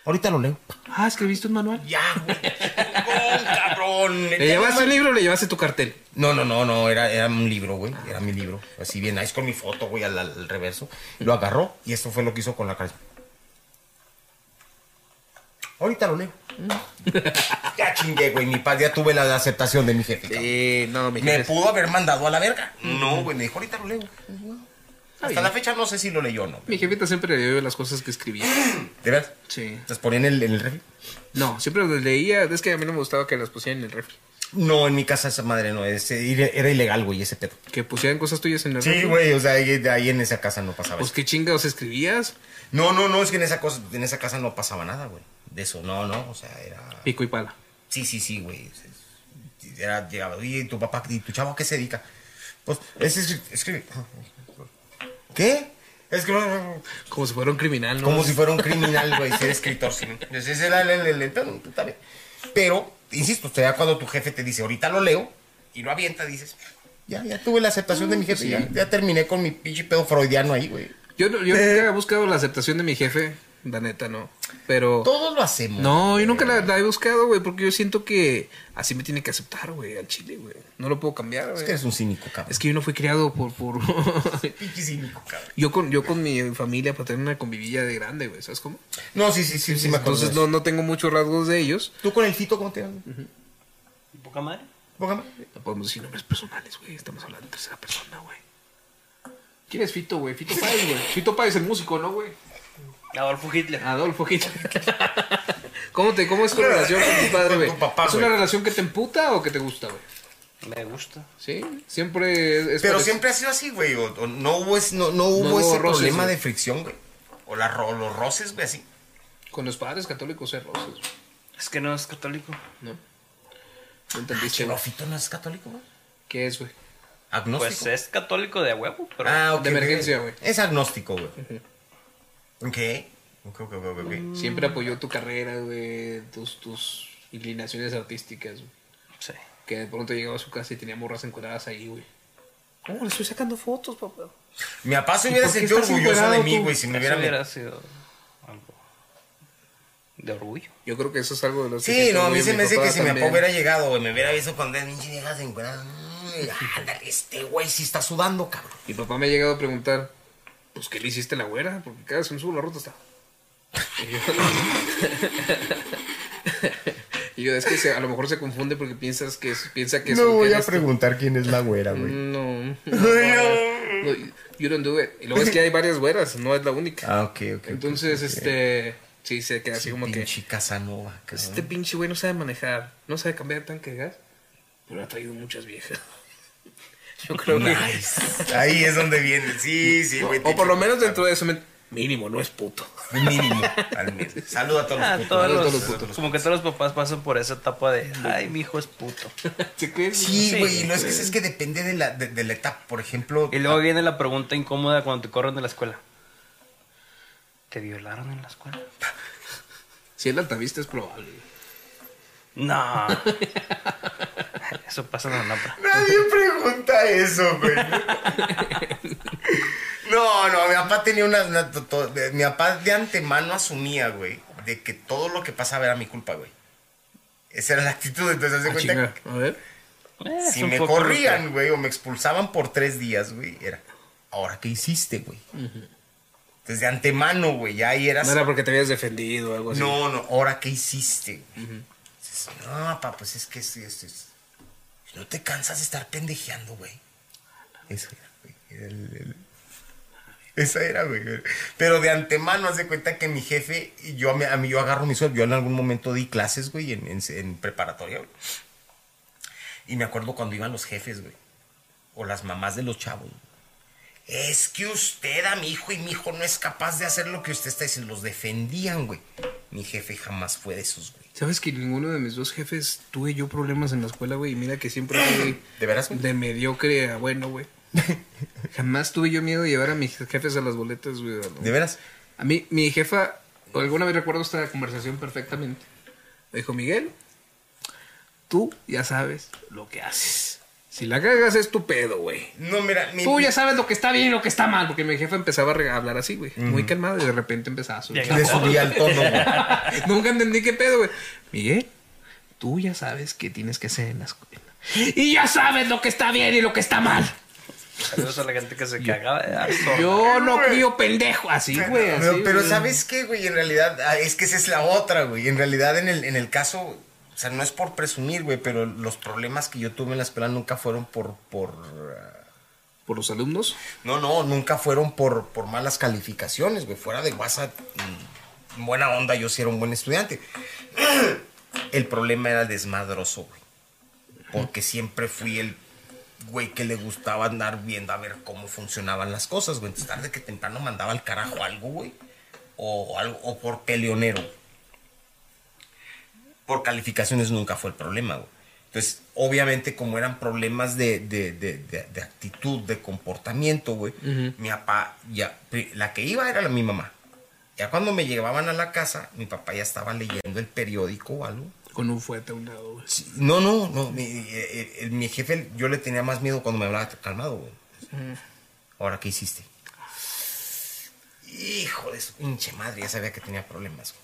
C: Ahorita lo leo.
B: Ah, escribiste un manual.
C: Ya, güey. chingón, cabrón.
B: ¿Le llevaste el libro o le llevaste tu cartel?
C: No, no, no, no, era, era un libro, güey. Era mi libro. Así bien nice con mi foto, güey, al, al reverso. Lo agarró y esto fue lo que hizo con la cara. Ahorita lo leo. Mm. ya chingué, güey. Mi padre ya tuve la, la aceptación de mi jefe. cabrón.
B: Sí, no, mi
C: Me
B: jefe-
C: pudo haber mandado a la verga. No, güey, me dijo, ahorita lo leo. Hasta la fecha no sé si lo leyó o no.
B: Mi jefita siempre le dio las cosas que escribía.
C: ¿De verdad?
B: Sí.
C: ¿Las ponía en el, en el refri?
B: No, siempre las leía. Es que a mí no me gustaba que las pusieran en el refri.
C: No, en mi casa esa madre no. es- era era ilegal, güey, ese pedo.
B: Que pusieran cosas tuyas en el refri.
C: Sí, güey, o sea, ahí, de ahí en esa casa no pasaba
B: Pues
C: eso.
B: qué chingados escribías.
C: No, no, no, es que en esa, cosa, en esa casa no pasaba nada, güey. De eso, no, no, o sea, era...
B: Pico y pala.
C: Sí, sí, sí, güey. o sea, Era, llegaba, oye, ¿y tu papá, y tu chavo, ¿a qué se dedica? Pues, es, es, escribe. ¿Qué? Es que...
B: Como si fuera un criminal, ¿no?
C: Como si fuera un criminal, güey, ser escritor. Sí. Ese es el, el, el- el pedo, está bien. Pero, insisto, usted ya cuando tu jefe te dice, ahorita lo leo, y lo avienta, dices, ya, ya tuve la aceptación de mi
B: pues
C: jefe, ya, ya terminé con mi pinche pedo freudiano ahí, güey.
B: Yo, no- yo
C: Eh.
B: nunca he buscado la aceptación de mi jefe. La neta, no. Pero...
C: Todos lo hacemos.
B: No, yo nunca la, la he buscado, güey, porque yo siento que así me tiene que aceptar, güey, al chile, güey. No lo puedo cambiar,
C: Es
B: güey.
C: que eres un cínico, cabrón.
B: Es que yo no fui criado por... por...
C: pinche cínico, cabrón.
B: yo, con, yo con mi familia, para tener una convivilla de grande, güey, ¿sabes cómo?
C: No, sí, sí, sí, sí, me acuerdo.
B: Entonces
C: de eso.
B: no, no tengo muchos rasgos de ellos.
C: ¿Tú con el fito cómo te llamas?
D: ¿Poca madre?
C: Póngame.
B: No podemos decir nombres personales, güey. Estamos hablando en tercera persona, güey. ¿Quién es Fito, güey? Fito Páez, güey. Fito Páez, el músico, ¿no, güey?
D: Adolfo Hitler.
C: Ah.
B: Adolfo Hitler. ¿Cómo, te, ¿Cómo es tu relación con tu padre,
C: Con tu
B: güey?
C: papá,
B: ¿Es una
C: güey.
B: relación que te emputa o que te gusta, güey?
D: Me gusta.
B: ¿Sí? Siempre es... es
C: Pero
B: parec-
C: siempre ha sido así, güey. o- o No hubo, es- no, no hubo
B: hubo
C: ese
B: roces,
C: problema
B: güey.
C: de fricción, güey. O la, ro- los roces, güey, así.
B: Con los padres católicos es roces, güey,
D: Es que no es católico.
B: ¿no? No entendiste,
C: Pero
B: güey.
C: fito no es católico, güey.
B: ¿Qué es, güey?
C: Agnóstico.
D: Pues es católico de huevo, pero
C: Ah, ok,
B: De emergencia,
C: güey.
B: güey.
C: Es agnóstico, güey. Ok. Ok, ok, ok, ok.
B: Siempre apoyó tu carrera, güey. Tus, tus inclinaciones artísticas, güey.
D: sí.
B: Que de pronto llegaba a su casa y tenía morras encuadradas ahí, güey. ¿Cómo le estoy sacando fotos, papá?
C: Mi papá se hubiera
B: por qué
C: sentido
B: estás
C: orgulloso de
B: encuerado
C: mí,
B: tú?
C: güey, si me
D: Eso
C: hubiera...
D: hubiera sido algo de orgullo.
B: Yo creo que eso es algo de los
C: Sí, no, a mí se me hace que si mi papá hubiera
B: era
C: llegado, güey, me hubiera visto con Denny y dejas encuadrado. mm, Ándale, este güey sí está sudando, cabrón.
B: Mi papá me ha llegado a preguntar, pues, ¿qué le hiciste a la güera? Porque cada vez que me subo la ruta está. Y yo, Y yo, es que se- a lo mejor se confunde porque piensas que es- piensa que es un- que eres tú".
C: preguntar quién es la güera,
B: No, no, no, you don't do it. Y luego es que hay varias güeras, no es la única.
C: Ah, ok, ok.
B: Entonces, este, sí, se queda así como que,
C: Pinche Ah. Casanova, cabrón.
B: este pinche güey no sabe manejar, no sabe cambiar tanque de gas, pero ha traído muchas viejas.
E: Yo creo que.
C: Ahí es donde viene. Sí, sí, güey.
B: O por lo menos dentro de su mente. Mínimo, no es puto.
C: Mínimo, al menos. Saluda a todos
D: Ah,
C: los putos.
D: todos
B: todos
D: los,
B: los putos.
D: como que todos los papás pasan por esa etapa de, ay, mi hijo es puto.
B: ¿Se creen?
C: Sí,
D: Sí,
C: güey. no es que es que depende de la, de, de la etapa. Por ejemplo,
D: Y luego viene la pregunta incómoda cuando te corren de la escuela. ¿Te violaron en la escuela?
B: Si el altavista es probable.
D: No. Eso pasa en la napa.
C: Nadie pregunta eso, güey. No, no, mi papá tenía una, una- to- to- de- Mi papá de antemano asumía, güey, de que todo lo que pasaba era mi culpa, güey. Esa era la actitud, entonces haz de
B: Ah,
C: cuenta
B: chinga, a ver.
D: Eh, es
C: si
D: un
C: me
D: poco
C: corrían, güey, o me expulsaban por tres días, güey, era, ¿ahora qué hiciste, güey? Entonces de antemano, güey, ya ahí eras...
B: No era porque te habías defendido o algo así.
C: No, no, ahora qué hiciste. güey? Dices, no, papá, pues es que esto y esto. y esto". No te cansas de estar pendejeando, güey. Eso era, güey. Era el- el- Esa era, güey. Pero de antemano, haz de cuenta que mi jefe, y yo, a mí, a mí- yo agarro mi sueldo. Yo en algún momento di clases, güey, en, en- en preparatoria, güey. Y me acuerdo cuando iban los jefes, güey. O las mamás de los chavos. güey. Es que usted a mi hijo y mi hijo no es capaz de hacer lo que usted está diciendo. Los defendían, güey. Mi jefe jamás fue de esos, güey.
B: ¿Sabes que ninguno de mis dos jefes tuve yo problemas en la escuela, güey? Y mira que siempre fui
C: ¿De veras, güey?
B: de mediocre a bueno, güey. Jamás tuve yo miedo de llevar a mis jefes a las boletas, güey. a lo-
C: ¿De veras?
B: A mí, mi jefa, alguna vez recuerdo esta conversación perfectamente. Me dijo, Miguel, tú ya sabes lo que haces. Si la cagas es tu pedo, güey.
C: No, mira, mi,
B: Tú ya sabes lo que está bien y lo que está mal. Porque mi jefa empezaba a reg- a hablar así, güey. Muy calmada y de repente empezaba a subir.
D: Llega.
C: le subí al tono, güey.
B: Nunca entendí qué pedo, güey. Miguel, tú ya sabes qué tienes que hacer en la escuela. Y ya sabes lo que está bien y lo que está mal.
D: Saludos a la gente que se cagaba de dar zorra.
B: Yo no crío pendejo. Así, güey.
C: Pero-
B: así,
C: Pero,
B: güey.
C: ¿sabes qué, güey? En realidad, ah, es que esa es la otra, güey. En realidad, en el, en el caso, o sea, no es por presumir, güey, pero los problemas que yo tuve en la escuela nunca fueron por, por, ah,
B: Por los alumnos.
C: no, no, nunca fueron por, por malas calificaciones, güey. Fuera de WhatsApp, mm, buena onda, yo sí era un buen estudiante. El problema era el desmadroso, güey. Porque siempre fui el güey que le gustaba andar viendo a ver cómo funcionaban las cosas, güey. Entonces, tarde que temprano mandaba al carajo algo, güey. O, algo, o por peleonero. Por calificaciones nunca fue el problema, güey. Entonces, obviamente, como eran problemas de, de- de- de- de actitud, de comportamiento, güey, mi papá, ya, pri- la que iba era la, mi mamá. Ya cuando me llevaban a la casa, mi papá ya estaba leyendo el periódico o algo.
B: Con un fuete a un lado, güey.
C: Sí, No, no, no. Mi, eh, eh, mi jefe, yo le tenía más miedo cuando me hablaba calmado, güey.
B: Mm.
C: Ahora, ¿qué hiciste? Hijo de su pinche madre, ya sabía que tenía problemas.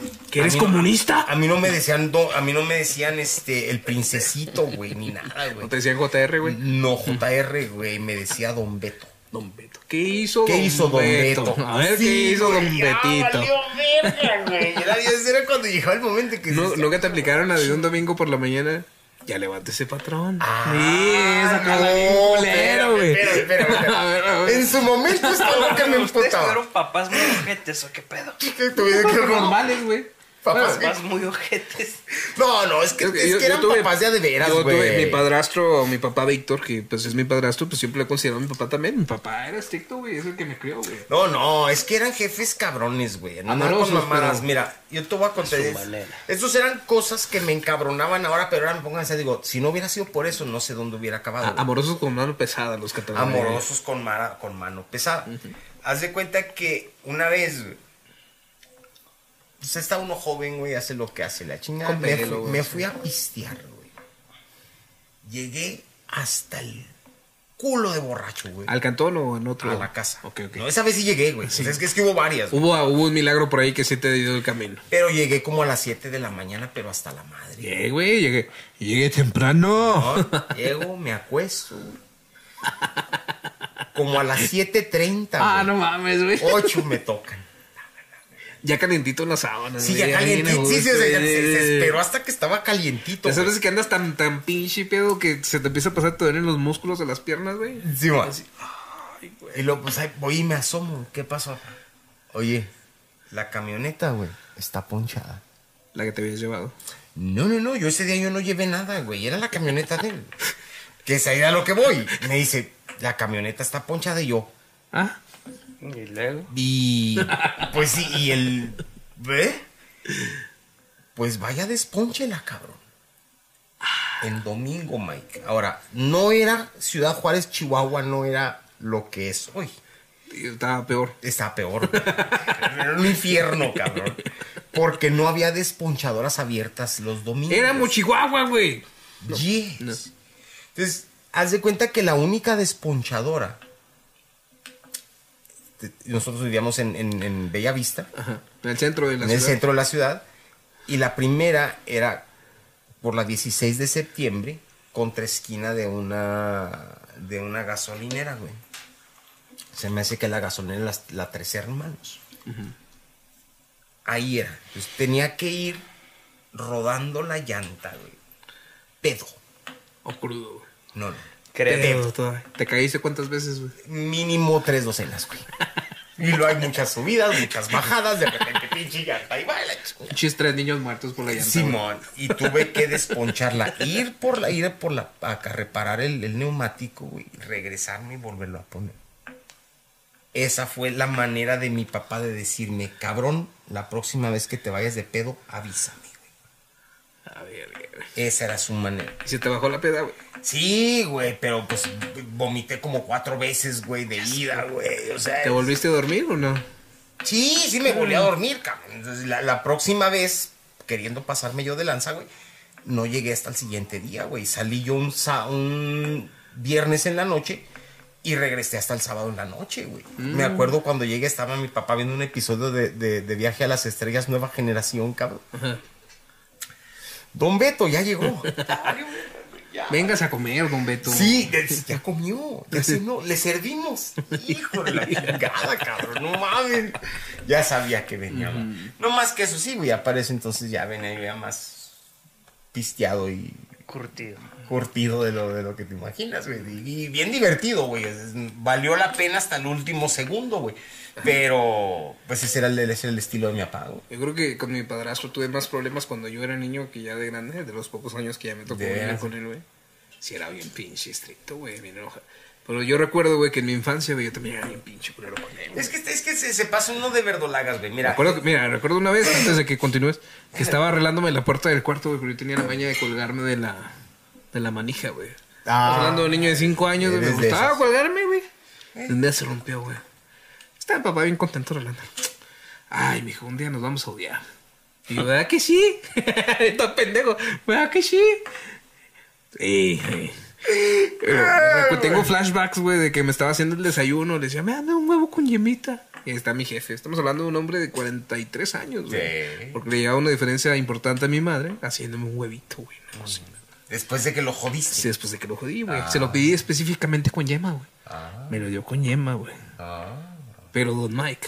C: güey.
B: ¿Que
C: A
B: eres
C: mí no-
B: comunista?
C: A mí no me decían, do- a mí no me decían este, el princesito, güey, ni nada,
B: No
C: güey.
B: te decían JR, güey.
C: No, JR, güey, me decía Don Beto.
B: Don Beto. ¿Qué hizo
C: ¿Qué
B: Don
C: hizo Don
B: Beto?
C: Beto?
B: A ver, ¿qué
C: Sí,
B: hizo
C: güey,
B: Don
C: ya
B: Betito?
C: valió verga, güey. Era, era cuando llegaba el momento que...
B: ¿No,
C: dices,
B: ¿Nunca te aplicaron la de un domingo por la mañana? Ya levántese, patrón.
C: Ah,
B: sí, esa cosa bien
C: no,
B: culero, güey.
C: espérate, espérate, espérate.
B: A ver, a ver.
C: En su momento esto nunca me
D: Ustedes
C: emputaba.
D: fueron papás muy ojetes, ¿o qué pedo?
C: Que tuviera que-
B: Pero normales, güey.
C: Papás
D: Papás muy ojetes.
C: No, no, es que, es que eran papás ya de veras,
B: yo tuve
C: güey.
B: mi padrastro, mi papá Víctor, que pues es mi padrastro, pues siempre lo he considerado mi papá también. Mi papá era estricto, güey, es el que me crió, güey.
C: No, no, es que eran jefes cabrones, güey. No no
B: Amorosos,
C: con mamadas.
B: pero-
C: Mira, yo te voy a contar.
D: su manera.
C: Estos eran cosas que me encabronaban ahora, pero ahora me pongan a decir, digo, si no hubiera sido por eso, no sé dónde hubiera acabado.
B: A-
C: güey.
B: Amorosos con mano pesada los catalanes.
C: amorosos con, mara- con mano pesada. Haz de cuenta que una vez, güey, pues está uno joven, güey, hace lo que hace la chingada.
B: Con
C: me,
B: pelo,
C: fui,
B: güey,
C: me
B: sí.
C: fui a pistear, güey. Llegué hasta el culo de borracho, güey.
B: ¿Al cantón o en otro?
C: A la casa.
B: Ok, ok.
C: No, esa vez sí llegué, güey. O sea, es que es que hubo varias. güey.
B: Hubo, hubo un milagro por ahí que se te dio el camino.
C: Pero llegué como a las 7 de la mañana, pero hasta la madre.
B: Llegué, güey, llegué. Llegué temprano.
C: ¿no? Llego, me acuesto. güey. Como a las 7.30,
B: Ah,
C: güey.
B: no mames, güey.
C: 8 me tocan.
B: Ya calientito en la sábana.
C: Sí,
B: güey,
C: ya
B: ahí en
C: calientito. Sí, sí, o
B: Augusto,
C: sea, ya se,
B: güey.
C: se esperó hasta que estaba calientito.
B: Ya sabes
C: güey.
B: que andas tan, tan pinche pedo que se te empieza a pasar todo en los músculos de las piernas, güey.
C: Sí, ma. Y luego, pues ahí voy y me asomo. ¿Qué pasó? Oye, la camioneta, güey, está ponchada.
B: La que te habías llevado.
C: No, no, no, yo ese día yo no llevé nada, güey. Era la camioneta de él. Que es ahí a lo que voy. Me dice, la camioneta está ponchada y yo.
B: Ah,
D: Y luego.
C: Y. Pues sí, y el. ¿Ve? Pues vaya despónchela, cabrón. El domingo, Mike. Ahora, no era Ciudad Juárez, Chihuahua, no era lo que es hoy.
B: y estaba peor.
C: Está peor. güey. Era un infierno, cabrón. Porque no había desponchadoras abiertas los domingos.
B: Era Chihuahua, güey.
C: Yes. Entonces, haz de cuenta que la única desponchadora. te- Nosotros vivíamos en, en, en Bella Vista,
B: Ajá. En el centro de la
C: en el
B: ciudad.
C: centro de la ciudad. Y la primera era por la 16 de septiembre, contra esquina de una, de una gasolinera, güey. Se me hace que la gasolinera las- la, Tres Hermanos. Ahí era. Entonces, tenía que ir rodando la llanta, güey. Pedo.
B: O crudo, güey.
C: No, no.
D: Creo.
B: Te caíste cuántas veces, güey.
C: Mínimo tres docenas, güey. Y luego hay muchas subidas, muchas bajadas, de repente pinche llanta y baila. chingada.
B: Pinches tres niños muertos por la llanta. güey.
C: Simón, y tuve que desponcharla, ir por la, ir por la, acá, reparar el, el neumático, güey, regresarme y volverlo a poner. Esa fue la manera de mi papá de decirme, cabrón, la próxima vez que te vayas de pedo, avísame.
B: A ver, a ver.
C: Esa era su manera.
B: Y se te bajó la peda, güey.
C: Sí, güey, pero pues vomité como cuatro veces, güey, de ida, güey. O sea,
B: ¿Te volviste a dormir o no?
C: Sí, sí me volví a dormir, cabrón. Entonces, la, la próxima vez, queriendo pasarme yo de lanza, güey, no llegué hasta el siguiente día, güey. Salí yo un, sa- un viernes en la noche y regresé hasta el sábado en la noche, güey. Me acuerdo cuando llegué, estaba mi papá viendo un episodio de, de- de Viaje a las Estrellas, Nueva Generación, cabrón. Don Beto ya llegó.
B: Vengas a comer, don Beto.
C: Sí, es- ya comió, ya cenó, le servimos. Hijo de la chingada, cabrón, no mames. Ya sabía que venía. va. No más que eso, sí, güey, aparece entonces ya venía yo ya más pisteado y
D: Curtido.
C: curtido de lo, de lo que te imaginas, güey. Y, y bien divertido, güey. es- es- Valió la pena hasta el último segundo, güey. Pero, pues ese era el, ese era el estilo de mi papá, güey.
B: Yo creo que con mi padrastro tuve más problemas cuando yo era niño que ya de grande, de los pocos años que ya me tocó
C: De
B: vivir
C: veras.
B: con él, güey. Sí, era bien pinche estricto, güey, bien enoja. Pero yo recuerdo, güey, que en mi infancia, güey, yo también era bien pinche culero con él. güey.
C: Es que, es que se, se pasa uno de verdolagas, güey.
B: Me
C: Mira,
B: acuerdo que- mira, recuerdo una vez, antes de que continúes, que estaba arreglándome la puerta del cuarto, güey, porque yo tenía la maña de colgarme de la, de la manija, güey.
C: Ah.
B: Estamos hablando de un niño de 5 años, güey, me
C: Eres de
B: gustaba
C: esos.
B: colgarme, güey. Un día se rompió, güey. Estaba papá bien contento, Rolando. Ay, mijo, un día nos vamos a odiar. Y yo, ¿verdad que sí? Todo pendejo, ¿verdad que sí? Sí, sí. Pero,
C: Ah,
B: recu- tengo flashbacks, güey, de que me estaba haciendo el desayuno. Le decía, me dame un huevo con yemita. Y ahí está mi jefe. Estamos hablando de un hombre de 43 años, güey.
C: Sí.
B: Porque le llevaba una diferencia importante a mi madre haciéndome un huevito, güey. en la cocina.
C: después de que lo jodiste.
B: Sí, después de que lo jodí, güey. Se lo pedí específicamente con yema, güey.
C: Ah,
B: Me lo dio con yema, güey.
C: ah.
B: Pero Don Mike.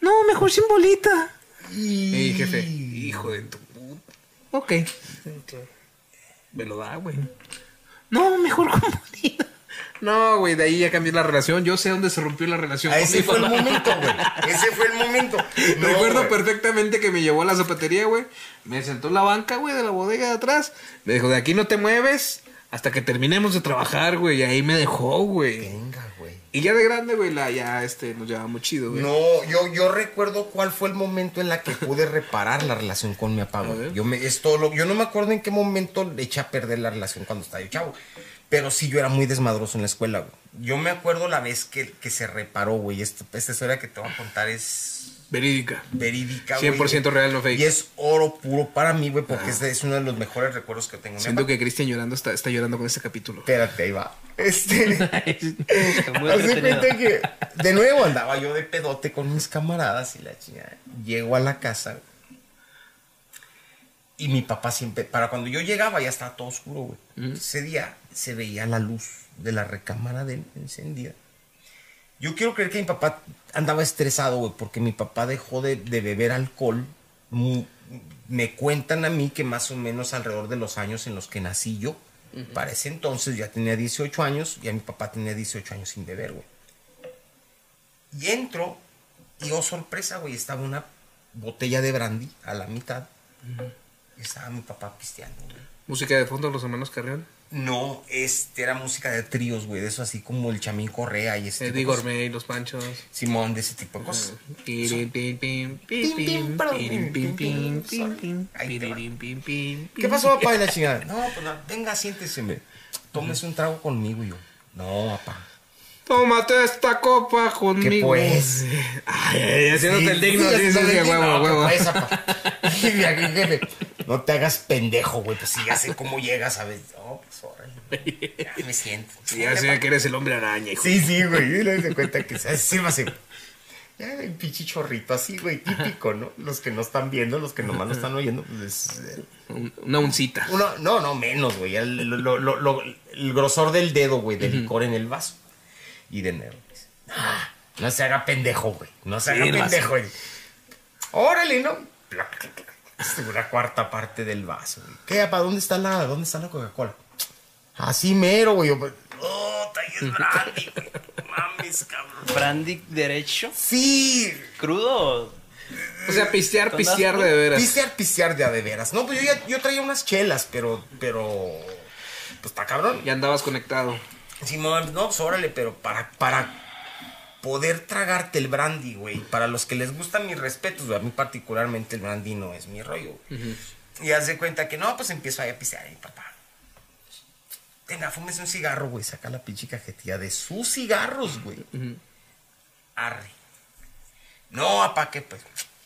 B: no, mejor sin bolita. Ey, jefe. Hijo de tu puta. Ok. Me lo da, güey. No, mejor con bolita. No, güey, de ahí ya cambió la relación. Yo sé dónde se rompió la relación.
C: Ah,
B: con mi
C: ese fue el
B: papá.
C: momento, güey. Ese fue el momento. No,
B: Recuerdo
C: güey.
B: perfectamente que me llevó a la zapatería, güey. Me sentó en la banca, güey, de la bodega de atrás. Me dijo, de aquí no te mueves hasta que terminemos de trabajar, güey. Y ahí me dejó, güey.
C: Venga, güey.
B: Y ya de grande, güey, la, ya este, nos llevamos chido, güey.
C: No, yo, yo recuerdo cuál fue el momento en la que pude reparar la relación con mi papá. güey.
B: ver.
C: Yo, me, es todo lo- yo no me acuerdo en qué momento le eché a perder la relación cuando estaba yo chavo. Pero sí, yo era muy desmadroso en la escuela, güey. Yo me acuerdo la vez que, que se reparó, güey. Esto- Esta historia que te voy a contar es
B: Verídica.
C: verídica, güey.
B: 100% real, no fake. Ah.
C: Y es oro puro para mí, güey, porque este es uno de los mejores recuerdos que tengo. Mi
B: Siento
C: papá-
B: que Cristian llorando está, está llorando con este capítulo.
C: Espérate, ahí va. Este...
D: Muy
C: Haz de
D: entretenido.
C: cuenta que de nuevo andaba yo de pedote con mis camaradas y la chingada. Llego a la casa y mi papá siempre, para cuando yo llegaba ya estaba todo oscuro, güey. Ese día se veía la luz de la recámara de él encendida. Yo quiero creer que mi papá andaba estresado, güey, porque mi papá dejó de, de beber alcohol. Mu- me cuentan a mí que más o menos alrededor de los años en los que nací yo. Para ese entonces ya tenía 18 años, ya mi papá tenía 18 años sin beber, güey. Y entro y oh sorpresa, güey, estaba una botella de brandy a la mitad. Y estaba mi papá pisteando, güey.
B: Música de fondo de los hermanos Carrión.
C: No, este era música de tríos, güey. De eso así como el Chamín Correa y este.
B: Eddie Gourmet y Eh, los Panchos.
C: Simón, de ese tipo de cosas.
B: Pirin, pin, pin, pin, pin, pirin, pin, pin, pin, pin,
C: Ahí te va.
B: piririn, pin, pin, pin.
C: ¿Qué pasó, papá? Y la chingada. No, pues nada. Venga, siéntese, hombre. Tómese un trago conmigo, y yo. No, papá.
B: Tómate esta copa conmigo.
C: pues?
B: Ay, ay, haciéndote el digno. Sí, sí, sí,
C: haciéndote el digno. Pues,
B: huevo,
C: No,
B: huevo.
C: papá, esa, papá. Y mi aquí, jefe, No te hagas pendejo, güey. Pues sí, ya sé cómo llegas, ¿sabes? No, pues órale. Ya me siento.
B: Sí, Ya sé que eres el hombre araña, hijo.
C: Sí, sí, güey. Y le se cuenta que se sírvase. Ya, el pinche chorrito así, güey, típico, ¿no? Los que no están viendo, los que nomás no están oyendo, pues es, eh,
B: Un- Una uncita.
C: uno- no, no, menos, güey. El, lo- lo- lo- lo- el grosor del dedo, güey, del licor en el vaso. Y de nuevo, dice, "Ah, no se haga pendejo, güey. No se
D: Sí,
C: haga
D: el vaso.
C: pendejo. güey. Órale, ¿no? Plac, plac, plac. Es Una cuarta parte del vaso, güey. ¿Qué, papá? ¿Dónde está la, dónde está la Coca-Cola? Así mero, güey. Yo, pues, "Oh, está ahí es brandy, güey. Mames, cabrón.
D: Brandy derecho.
C: Sí,
D: Crudo.
B: O sea, pistear, pistear de veras.
C: pistear, pistear de a de veras. No, pues yo ya yo traía unas chelas, pero, pero, pues está cabrón.
B: Ya andabas conectado.
C: Simón, no, pues órale, pero para, para poder tragarte el brandy, güey, para los que les gustan mis respetos, güey, a mí particularmente el brandy no es mi rollo, güey. Y haz de cuenta que no, pues empiezo ahí a pistear, y papá. Venga, fúmese un cigarro, güey, saca la pinche cajetilla de sus cigarros, güey. Arre. No, apa, que pues,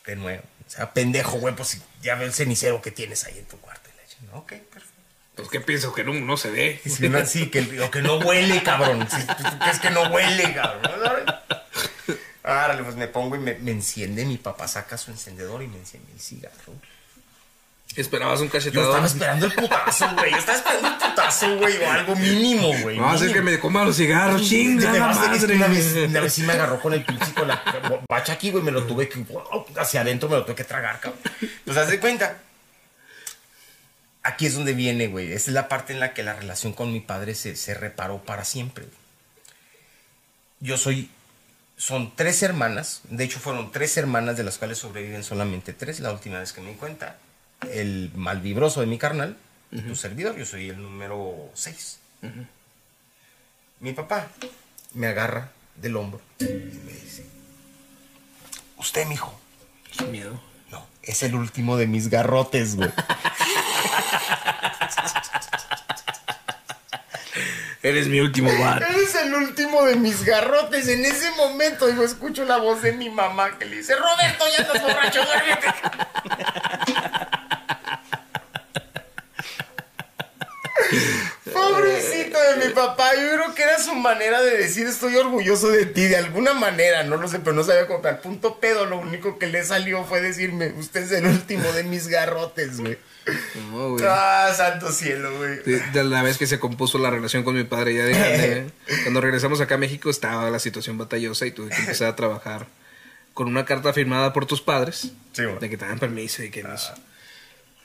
C: de nuevo. O sea, pendejo, güey, pues si ya veo el cenicero que tienes ahí en tu cuarto. Y la chingada. ok, perfecto.
B: Pues que pienso que no, no se ve.
C: Y si no, sí, que, o que no huele, cabrón. Si tú tú crees que no huele, cabrón. Árale, pues me pongo y me, me enciende. Mi papá saca su encendedor y me enciende el cigarro.
B: Esperabas un
C: Yo estaba
B: cachetadón.
C: esperando el putazo, güey. Yo estaba esperando el putazo, güey, o algo mínimo, güey.
B: No, hacer
C: mínimo.
B: que me coma los cigarros,
C: De
B: chinga la
C: veras, es que
B: madre.
C: Una vez, una vez sí me agarró con el pinche con la bacha aquí, güey, me lo tuve que. Hacia adentro me lo tuve que tragar, cabrón. Pues haz de cuenta. Aquí es donde viene, güey. Esa es la parte en la que la relación con mi padre se, se reparó para siempre. güey. Yo soy. Son tres hermanas. De hecho, fueron tres hermanas de las cuales sobreviven solamente tres. La última vez que me di cuenta. El malvibroso de mi carnal. y Tu servidor. Yo soy el número seis. Mi papá me agarra del hombro y me dice: Usted, mijo,
B: Qué miedo.
C: no, es el último de mis garrotes, güey.
B: Eres mi último bar.
C: es el último de mis garrotes. En ese momento, digo, escucho la voz de mi mamá que le dice: Roberto, ya estás borracho, duérmete. Pobrecito de mi papá, yo creo que era su manera de decir estoy orgulloso de ti, de alguna manera, no lo sé, pero no sabía comprar. Punto pedo, lo único que le salió fue decirme, usted es el último de mis garrotes, güey.
B: No, güey.
C: Ah, santo cielo, güey.
B: De, de la vez que se compuso la relación con mi padre, ya de grande, ¿eh? Cuando regresamos acá a México estaba la situación batallosa y tuve que empezar a trabajar con una carta firmada por tus padres.
C: Sí, güey. Ah.
B: De que te dan permiso y que no sé.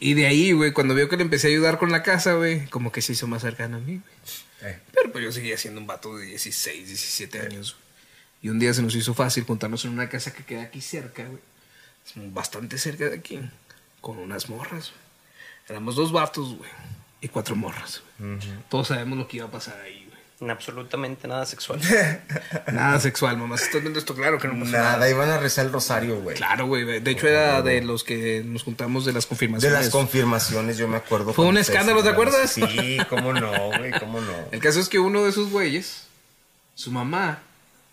B: Y de ahí, güey, cuando vio que le empecé a ayudar con la casa, güey, como que se hizo más cercano a mí, güey.
C: Eh.
B: Pero pues yo seguía siendo un vato de 16, 17 años. güey. Y un día se nos hizo fácil juntarnos en una casa que queda aquí cerca, güey. Es Bastante cerca de aquí. Con unas morras, güey. Éramos dos vatos, güey. Y cuatro morras, güey. Todos sabemos lo que iba a pasar ahí, güey.
D: Absolutamente nada sexual.
B: Nada sexual, mamá. Si estás viendo esto, claro que no pasó nada.
C: Nada, iban a rezar el rosario, güey.
B: Claro, güey. De hecho, era de los que nos juntamos de las
C: De
B: confirmaciones.
C: las confirmaciones, yo me acuerdo.
B: Fue un
C: cuando ustedes
B: escándalo, ¿te
C: hablaron.
B: acuerdas?
C: Sí, cómo no, güey, cómo no.
B: El caso es que uno de esos güeyes, su mamá,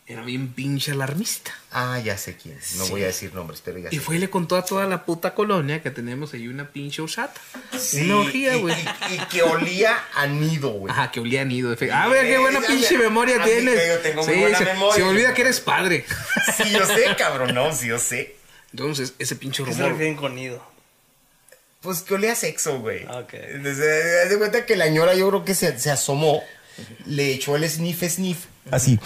B: era bien pinche alarmista.
C: Ah, ya sé quién. No
B: Sí.
C: voy a decir nombres, pero ya
B: Y
C: sé.
B: fue y le contó a toda la puta colonia que tenemos ahí una pinche osata.
C: Sí,
B: una orgía,
C: y-
B: güey.
C: Y, y que olía a nido, güey.
B: Ajá, que olía a nido. efe- Ah, mira qué buena
C: Eh,
B: pinche
C: ya,
B: memoria
C: a mí
B: tienes.
C: que yo tengo muy buena
B: se,
C: memoria.
B: se olvida que eres padre.
C: Sí, yo sé, cabrón, no, sí, yo sé.
B: Entonces, ese pinche
D: ¿Qué se
B: rumor.
D: refieren con nido?
C: Pues que olía a sexo, güey.
B: Ah,
D: Ok.
C: Entonces, eh, haz de cuenta que la ñora yo creo que se, se asomó, le echó el sniff, sniff, así.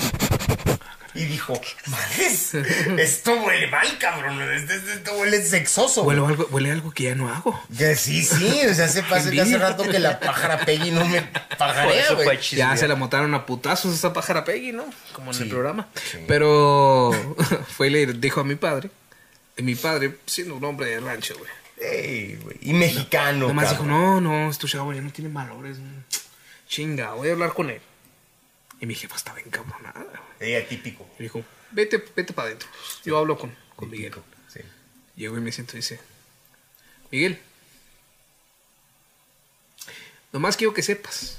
C: Y dijo, madres, esto huele mal, cabrón. Esto, esto huele sexoso. güey".
B: Huele algo, huele algo que ya no hago.
C: Que sí, sí, o sea, se pasa que hace
B: Envidia.
C: rato que la pájara Peggy no me
D: Por
C: pajarea,
D: eso fue
C: güey.
B: Ya
D: a chismear.
B: se la montaron a putazos esa pájara Peggy, ¿no? Como en el programa.
C: sí.
B: Pero fue y le dijo a mi padre. Y mi padre, siendo un hombre de rancho, güey.
C: Ey, güey, Y mexicano.
B: Nomás dijo,
C: cabrón.
B: no, no, este chavo ya no tiene valores. no. Chinga, voy a hablar con él. Y mi jefa estaba encabronada. güey.
C: Ey, atípico.
B: Me dijo, vete, vete para adentro. Yo hablo con, con Miguel.
C: Atípico, sí.
B: Llego y me siento y dice, Miguel, nomás quiero que sepas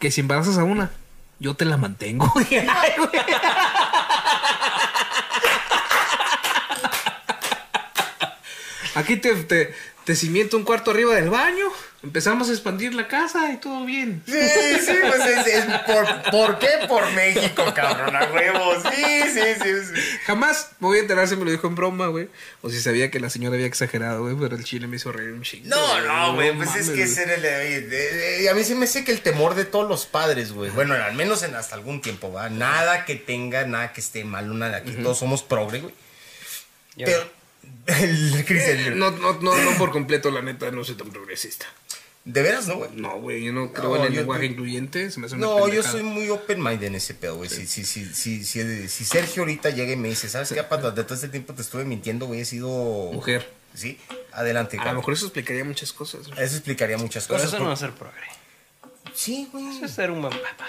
B: que si embarazas a una, yo te la mantengo. Ay, güey. Aquí te, te, te cimiento un cuarto arriba del baño, empezamos a expandir la casa y todo bien.
C: Sí, sí, pues es, es por, ¿por qué? Por México, cabrón, a huevos. Sí, sí, sí, sí.
B: Jamás me voy a enterar si me lo dijo en broma, güey. O si sabía que la señora había exagerado, güey, pero el chile me hizo reír un chingo.
C: No, no, güey, pues es
B: mames,
C: que
B: güey.
C: ese era el... eh, eh, eh, a mí se me hace que el temor de todos los padres, güey. Bueno, al menos en hasta algún tiempo, ¿va? Nada que tenga, nada que esté mal, una de aquí. Todos somos progre, güey.
D: Ya.
C: Pero... El Chris, el-
B: No, no, no, no por completo, la neta, no soy tan progresista.
C: De veras, ¿no, güey?
B: No, güey, yo no creo
C: No,
B: en el
C: yo-
B: lenguaje incluyente. Se me hace una
C: No, yo
B: pendejada.
C: soy muy open mind en ese pedo, güey. Si, si, si, si, si, si Sergio ahorita llega y me dice, ¿sabes qué, Pato? De todo este tiempo te estuve mintiendo, güey, he sido.
B: Mujer.
C: Sí, adelante,
B: A lo
C: cabrón.
B: mejor eso explicaría muchas cosas. güey.
C: Eso explicaría muchas
D: Pero
C: cosas.
D: eso
C: porque-
D: no es ser progre.
C: Sí, güey.
D: Eso es ser un buen papá.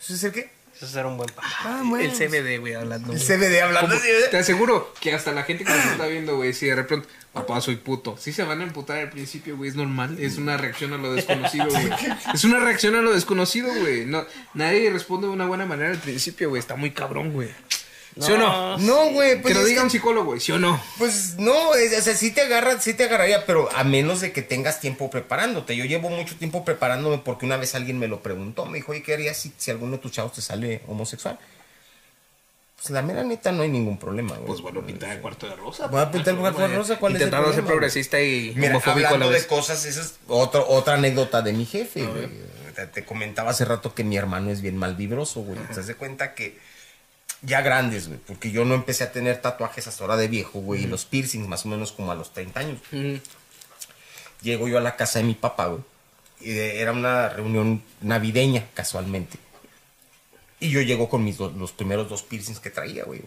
C: ¿Eso es el qué?
D: Eso es ser un buen papá.
C: Ah, bueno.
B: El CBD, güey, hablando.
C: El
B: güey.
C: CBD hablando.
B: Como-
C: así, ¿eh?
B: Te aseguro que hasta la gente que nos está viendo, güey, si de repente, papá, soy puto. Sí se van a emputar al principio, güey, es normal. Es una reacción a lo desconocido, güey. Es una reacción a lo desconocido, güey. No, nadie responde de una buena manera al principio, güey. Está muy cabrón, güey. ¿Sí o no?
C: No, güey.
B: que
C: Pues
B: lo
C: es
B: diga
C: que-
B: un psicólogo, güey, ¿sí o no?
C: Pues no, es- o sea, sí te agarra, sí te agarraría, pero a menos de que tengas tiempo preparándote. Yo llevo mucho tiempo preparándome porque una vez alguien me lo preguntó. Me dijo, oye, ¿qué harías si, si alguno de tus chavos te sale homosexual? Pues la mera neta no hay ningún problema, güey.
B: Pues bueno, pintar el cuarto de rosa. pues,
C: Voy a pintar el cuarto de rosa, ¿cuál es el
B: Intentando ser
C: problema,
B: progresista y
C: Mira,
B: homofóbico a la
C: hablando de
B: vez.
C: cosas, esa es otro- otra anécdota de mi jefe, güey. Te, te comentaba hace rato que mi hermano es bien malvibroso, güey. Te das de cuenta que ya grandes, güey, porque yo no empecé a tener tatuajes hasta ahora de viejo, güey, y los piercings más o menos como a los 30 años.
B: Ujú.
C: Llego yo a la casa de mi papá, güey. y de- Era una reunión navideña, casualmente. Y yo llego con mis dos- los primeros dos piercings que traía, güey.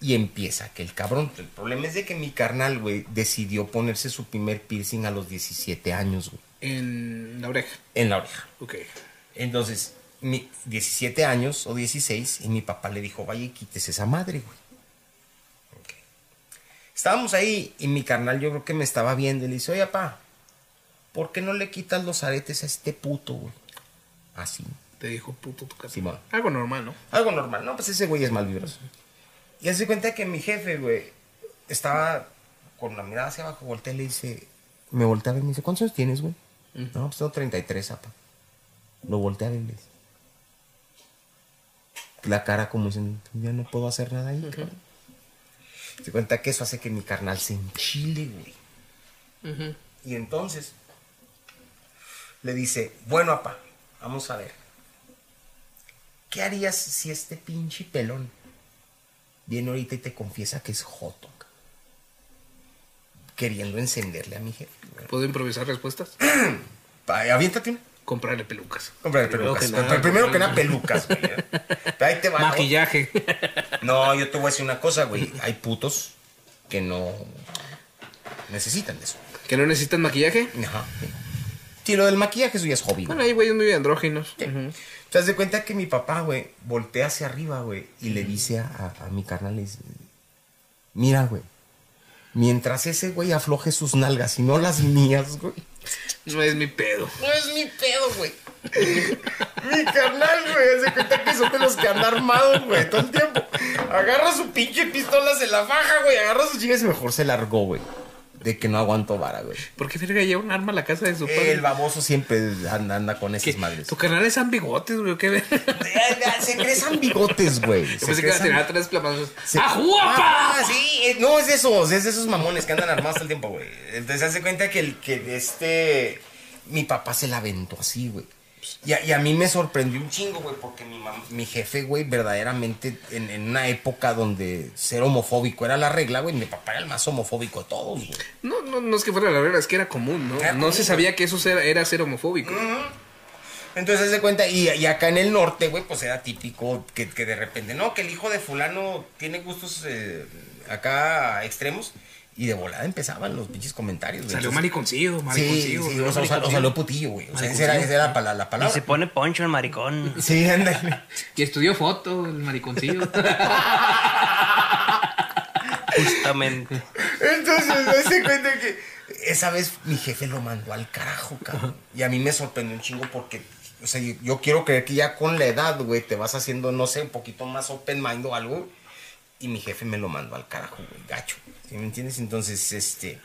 C: Y empieza que el cabrón. El problema es de que mi carnal, güey, decidió ponerse su primer piercing a los 17 años, güey,
B: En la oreja.
C: en la oreja.
B: Ok.
C: Entonces, mi 17 años o 16, y mi papá le dijo, vaya y quítese esa madre, güey. Ok. Estábamos ahí y mi carnal yo creo que me estaba viendo y le dice, oye, papá, ¿por qué no le quitas los aretes a este puto, güey? Así.
B: Te dijo puto tu casa.
C: Simón.
B: Algo normal, ¿no?
C: Algo normal, ¿no? Pues ese güey es mal vibroso. Y hace cuenta que mi jefe, güey, estaba con la mirada hacia abajo, voltea y le dice, me voltea a ver y me dice, ¿cuántos años tienes, güey? No, pues tengo 33, apa. Lo voltea a ver y le dice. La cara como diciendo, ya no puedo hacer nada ahí, cabrón. Se cuenta que eso hace que mi carnal se enchile, güey. Y entonces le dice, bueno, apa, vamos a ver. ¿Qué harías si este pinche pelón viene ahorita y te confiesa que es Joto? cabrón? Queriendo encenderle a mi jefe. güey.
B: ¿Puedo improvisar respuestas?
C: Pa- Aviéntate una.
B: Comprarle pelucas.
C: Comprarle pelucas.
B: Primero que nada,
C: primero que nada,
B: comprarle-
C: pelucas, güey. Ahí te va. ¿no?
B: Maquillaje.
C: No, yo te voy a decir una cosa, güey. Hay putos que no necesitan de eso.
B: ¿Que no necesitan maquillaje?
C: Ajá. Sí, lo del maquillaje, eso ya es hobby. güey.
B: Bueno, ahí, güey, es muy andrógenos.
C: Sí. Te das de cuenta que mi papá, güey, voltea hacia arriba, güey, y le dice a, a- a mi carnal, le dice, mira, güey, mientras ese güey afloje sus nalgas y no las mías, güey.
B: No es mi pedo.
C: No es mi pedo, güey. mi carnal, güey, se cuenta que son de los que anda armado, güey, todo el tiempo. Agarra su pinche pistola, se la baja, güey, agarra sus chingas y mejor se largó, güey. De que no aguanto vara, güey.
B: ¿Por qué verga lleva un arma a la casa de su padre?
C: El baboso siempre anda, anda con esas
B: ¿Qué?
C: madres. Eh,
B: Tu canal es ambigotes, güey, ¿qué ver?
C: Se crezan bigotes, güey.
B: Yo pensé que iba a tener tres plamados.
C: Se-
B: ¡Ah, guapa!
C: Ah, sí, eh, no, es de esos, es de esos mamones que andan armados todo el tiempo, güey. Entonces, hace cuenta que el que este. Mi papá se la aventó así, güey. Y a, y a mí me sorprendió un chingo, güey, porque mi, mam- mi jefe, güey, verdaderamente en, en una época donde ser homofóbico era la regla, güey, mi papá era el más homofóbico de todos, güey.
B: No, no, no es que fuera la regla, es que era común, ¿no?
C: Era
B: no
C: común. Mm.
B: se sabía que eso era, era ser homofóbico.
C: Entonces, haz de cuenta, y, y acá en el norte, güey, pues era típico que, que de repente, no, que el hijo de fulano tiene gustos eh, acá extremos Y de volada empezaban los pinches comentarios, güey.
B: Salió
C: Entonces-
B: mariconcillo,
C: Sí,
B: mariconcillo.
C: sí,
B: salió
C: o sea, o sea, o
B: mariconcillo.
C: salió putillo, güey. O sea, esa era, esa era la, pala- la
D: Y
C: palabra.
D: se pone poncho el maricón.
C: Sí, ándale.
B: Que estudió foto, el mariconcillo.
D: Justamente.
C: Entonces, hace cuenta que esa vez mi jefe lo mandó al carajo, cabrón. Y a mí me sorprendió un chingo porque, o sea, yo, yo quiero creer que ya con la edad, güey, te vas haciendo, no sé, un poquito más open mind o algo. Y mi jefe me lo mandó al carajo, güey, gacho. ¿Sí me entiendes? Entonces, este.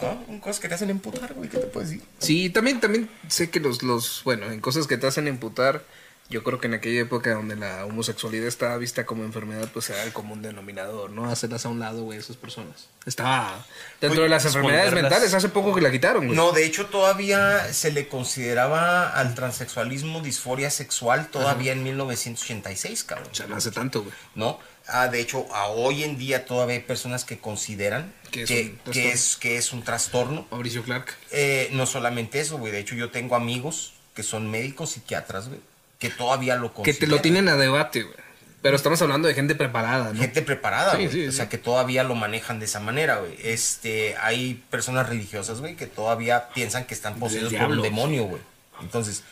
C: Ah, cosas que te hacen emputar, güey, ¿qué te puedo decir?
B: Sí, también, también sé que los, los, bueno, en cosas que te hacen imputar, yo creo que en aquella época donde la homosexualidad estaba vista como enfermedad, pues era el común denominador, ¿no? Hacerlas a un lado, güey, esas personas. Estaba dentro
C: Oye,
B: de las
D: es
B: enfermedades
D: volverlas-
B: mentales, hace poco que la quitaron, güey.
C: No, de hecho todavía se le consideraba al transexualismo disforia sexual todavía en 1986, cabrón.
B: O sea, no hace tanto, güey.
C: ¿no? Ah, de hecho, a hoy en día todavía hay personas que consideran
B: Que
C: que,
B: es un
C: que
B: trastorno.
C: es, que es un trastorno.
B: Mauricio Clark.
C: Eh, no solamente eso, güey. De hecho, yo tengo amigos que son médicos psiquiatras, güey, que todavía lo
B: Que
C: consideran.
B: te lo tienen a debate, güey. Pero estamos hablando de gente preparada, ¿no?
C: Gente preparada,
B: Sí,
C: güey.
B: sí,
C: o
B: sí.
C: sea, que todavía lo manejan de esa manera, güey. Este, hay personas religiosas, güey, que todavía piensan que están poseídos por
B: diablo,
C: un demonio, güey. Entonces,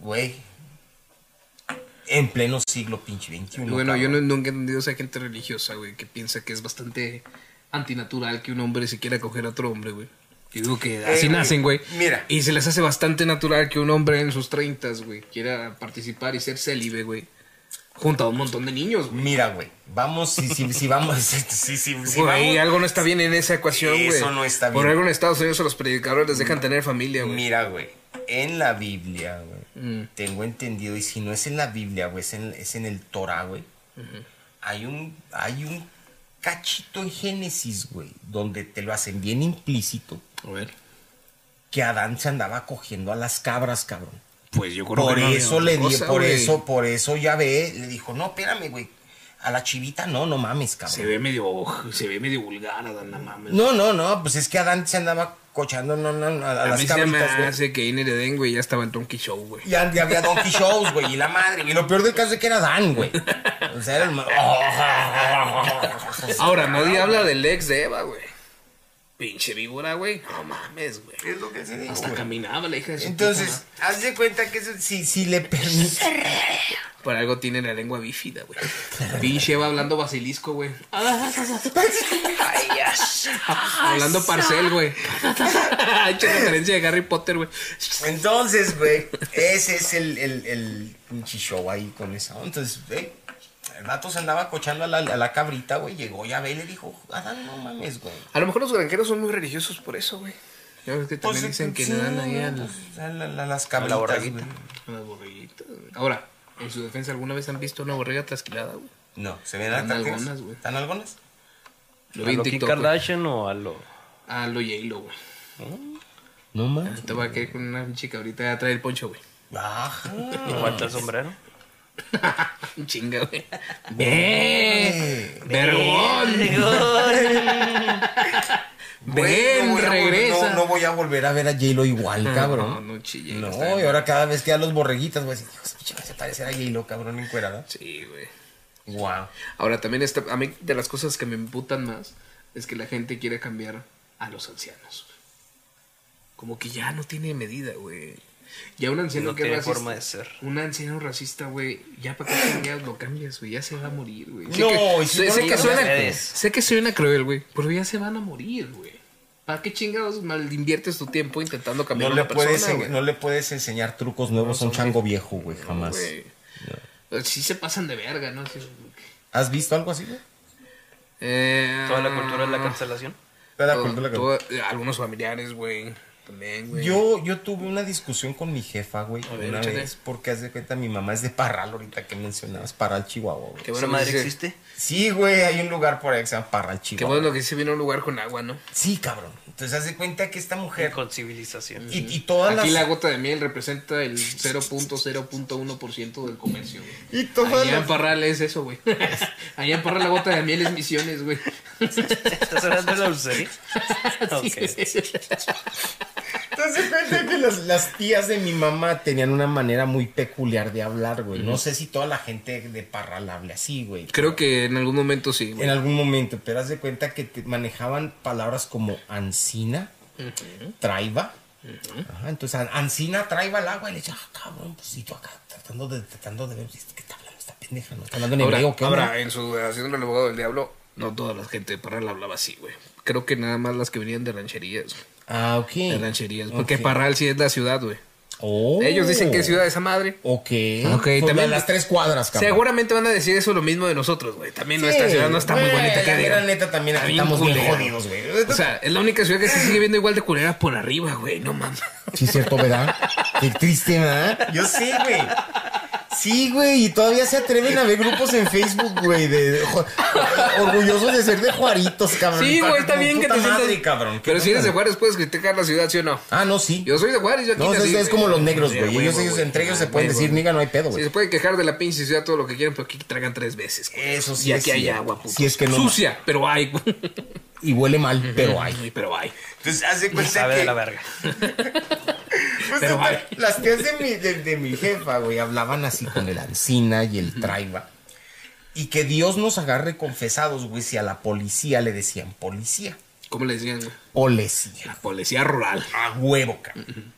C: güey, en pleno siglo pinche XXI.
B: bueno, yo
C: cabrón.
B: no- nunca he entendido esa gente religiosa, güey, que piensa que es bastante antinatural que un hombre se quiera coger a otro hombre, güey. Yo digo que así
C: güey,
B: nacen, Eh, güey.
C: mira.
B: Y se les hace bastante natural que un hombre en sus treintas, güey, quiera participar y ser célibe, güey. Junto a un montón de niños, güey.
C: Mira, güey, vamos, si, si, si vamos, si, si, si, si
B: Por ahí
C: vamos-
B: algo no está bien en esa ecuación, güey.
C: Eso no está
B: Por
C: bien.
B: algo en Estados Unidos a los predicadores les dejan tener familia, güey.
C: Mira, güey, en la Biblia, güey,
B: Mm.
C: tengo entendido, y si no es en la Biblia, güey, es en, es en el Torah, güey, hay, un, hay un cachito en Génesis, güey, donde te lo hacen bien implícito,
B: A ver.
C: que Adán se andaba cogiendo a las cabras, cabrón.
B: Pues yo creo
C: Por
B: que no
C: eso
B: había
C: le
B: otra
C: di,
B: cosa,
C: por
B: güey.
C: eso, por eso ya ve, le dijo, no, espérame, güey, a la chivita no, no mames, cabrón.
B: Se ve medio, se ve medio vulgar, Adán, no mames.
C: No, no, no, pues es que Adán se andaba cochando no, no, no, a, a
B: A
C: las
B: mí se me
C: cabritas, güey.
B: hace que Iner Eden, güey, ya estaba en Donkey Show, güey.
C: Y an- y había Donkey Shows, güey, y la madre. Y lo peor del caso es que era Dan, güey. O sea, era el... ma-
B: Ahora, nadie habla del ex de Eva, güey. Pinche víbora, güey. No mames, güey.
C: Es lo que se dijo,
B: Hasta
C: güey.
B: caminaba la hija de su
C: Entonces,
B: puta
C: haz de cuenta que eso, si, si le permite...
B: madre. Por algo tiene la lengua bífida, güey. Pinche Eva hablando basilisco, güey. hablando parcel, güey. Hecho referencia de Harry Potter, güey.
C: Entonces, güey, ese es el, el, el pinche show ahí con esa. onda. Entonces, güey, el vato se andaba cochando a la, a la cabrita, güey. Llegó ya ve y le dijo, Adán, no mames, güey.
B: A lo mejor los granjeros son muy religiosos por eso, güey. Ya ves que
C: Pues
B: también dicen que
C: sí,
B: le dan ahí
C: güey,
B: al...
C: pues, a la- la- las cabritas,
D: borreguita.
C: güey.
B: A las borreguitas. güey. Ahora, en su defensa, ¿alguna vez han visto una borrega trasquilada, güey?
C: No, se ven
B: Están
C: atractivas.
B: algonas, güey.
C: ¿Están algunas?
B: Lo
D: ¿A
B: vi en
D: lo Kim
B: TikTok. pues. güey.
D: Kardashian o a lo.?
B: Ah, lo J-Lo, güey.
C: No mames.
B: Te voy a quedar con una pinche cabrita de atrás del poncho, güey.
C: Ajá.
B: Ah.
D: ¿Le falta el sombrero?
B: Chinga, güey. ¡Ven! ¡Vergón!
C: Güey, no
B: ¡Ven!
C: voy a volver-
B: ¡Regresa! Ah,
C: no, no voy a volver a ver a J-Lo igual, cabrón.
B: No, no chille,
C: No,
B: está bien.
C: y ahora cada vez que a los borreguitas, güey, dices, Dios, pinche, me hace parecer a J-Lo, cabrón, encuerada.
B: Sí, güey.
C: Wow.
B: Ahora, también está, a mí de las cosas que me emputan más es que la gente quiere cambiar a los ancianos. güey. Como que ya no tiene medida, güey. Ya un anciano
D: No
B: que es
D: tiene
B: racista-
D: forma de ser.
B: Un anciano racista, güey. Ya para qué chingados lo cambias, güey. Ya se va a morir, güey. Sé
C: No,
B: que-
C: y si
B: sé-
C: no
B: sé
C: lo
B: que suena-
D: cambias.
B: sé que soy una cruel, güey. Pero ya se van a morir, güey. ¿Para qué chingados mal inviertes tu tiempo intentando cambiar
C: No
B: a
C: le,
B: una
C: puedes,
B: persona,
C: en-
B: güey?
C: no le puedes enseñar trucos nuevos a un chango viejo, güey, jamás.
B: Güey. Sí se pasan de verga, ¿no? Sí.
C: ¿Has visto algo así, güey?
B: Eh,
D: Toda la cultura de la cancelación.
C: Espera,
B: Todo-
C: cultura que-
B: todo- eh, algunos familiares, güey. También, güey.
C: Yo, yo tuve una discusión con mi jefa, güey,
B: ver,
C: una
B: échale.
C: vez, porque haz de cuenta, mi mamá es de Parral, ahorita que mencionabas, Parral, Chihuahua, güey.
B: Qué
D: ¿Esa
B: bueno,
D: madre
B: que sí-
D: existe?
C: Sí, güey, hay un lugar por ahí que se llama Parral,
B: Qué
C: Chihuahua.
B: bueno que se vino a un lugar con agua, ¿no?
C: Sí, cabrón. Entonces, haz de cuenta que esta mujer
D: Con civilización.
C: y, y todas
B: Aquí
C: las...
B: la gota de miel representa el 0.0.1% del comercio, güey.
C: Y todas
B: Allá en
C: las...
B: Parral es eso, güey. Allá en Parral la gota de miel es misiones, güey.
D: ¿Estás hablando de la dulcería? Ok.
B: Sí.
C: ¿Te das cuenta que las, las tías de mi mamá tenían una manera muy peculiar de hablar, güey? No sé si toda la gente de Parral habla así, güey.
B: Creo que en algún momento sí. güey.
C: En algún momento, pero haz de cuenta que te manejaban palabras como ancina, traiba. Ajá, entonces an- ancina, traiba el agua y le decía, ah, cabrón, pues y tú acá tratando de, tratando de ver, pues, ¿qué está hablando esta pendeja? ¿No está hablando en
B: Ahora,
C: hebreo? ¿Qué onda?
B: ahora, en su haciendo el abogado del diablo, no toda la gente de Parral hablaba así, güey. Creo que nada más las que venían de rancherías, güey.
C: Ah, ok.
B: de rancherías, porque
C: Ok.
B: Parral sí es la ciudad, güey.
C: Oh.
B: Ellos dicen que es ciudad esa madre.
C: Ok.
B: Ok,
C: Pues,
B: también-
C: de las tres cuadras, cabrón.
B: Seguramente van a decir eso lo mismo de nosotros, güey. También nuestra
C: Sí,
B: ciudad no está muy
C: güey,
B: bonita
C: la
B: que digan.
C: mera neta también
B: Está
C: aquí
B: bien
C: estamos bien
B: culera. Pues
C: jodidos, güey.
B: O sea, es la única ciudad que se sigue viendo igual de culera por arriba, güey. No mames.
C: Sí, es cierto, ¿verdad? Qué triste, ¿verdad? Yo sí, güey. Sí, güey, y todavía se atreven a ver grupos en Facebook, güey, de, de- jo- orgullosos de ser de Juaritos, cabrón.
B: Sí, güey, está
C: Como
B: bien que
C: puta
B: te
C: madre,
B: sientas...
C: cabrón.
B: Pero
C: ¿Qué
B: si eres de
C: onda?
B: Juárez, puedes criticar la ciudad, ¿sí o no?
C: Ah, no, sí.
B: Yo soy de Juárez, yo aquí
C: no, es,
B: nací,
C: es como los negros, güey.
B: Sí, a
C: Ellos,
B: huevo,
C: ellos
B: güey.
C: entre ellos
B: A
C: se pueden
B: huevo,
C: decir,
B: güey.
C: niga, no hay pedo,
B: Sí,
C: güey.
B: se pueden quejar de la pinche ciudad todo lo que quieran, pero aquí tragan tres veces. güey.
C: Eso sí
B: Y
C: es
B: aquí hay
C: cierto.
B: agua, puto.
C: Sí, es que no-
B: Sucia, pero hay, güey.
C: Y huele mal, pero hay.
B: Ay, pero hay.
C: Entonces, hace
D: Y sabe de la verga.
C: Pues,
B: Pero
C: total,
B: vale.
C: las tías de mi, de, de mi jefa, güey, hablaban así con el ancina y el traiba. Y que Dios nos agarre confesados, güey, si a la policía le decían policía.
B: ¿Cómo le decían? güey?
C: Policía.
B: La policía rural.
C: A huevo, cabrón.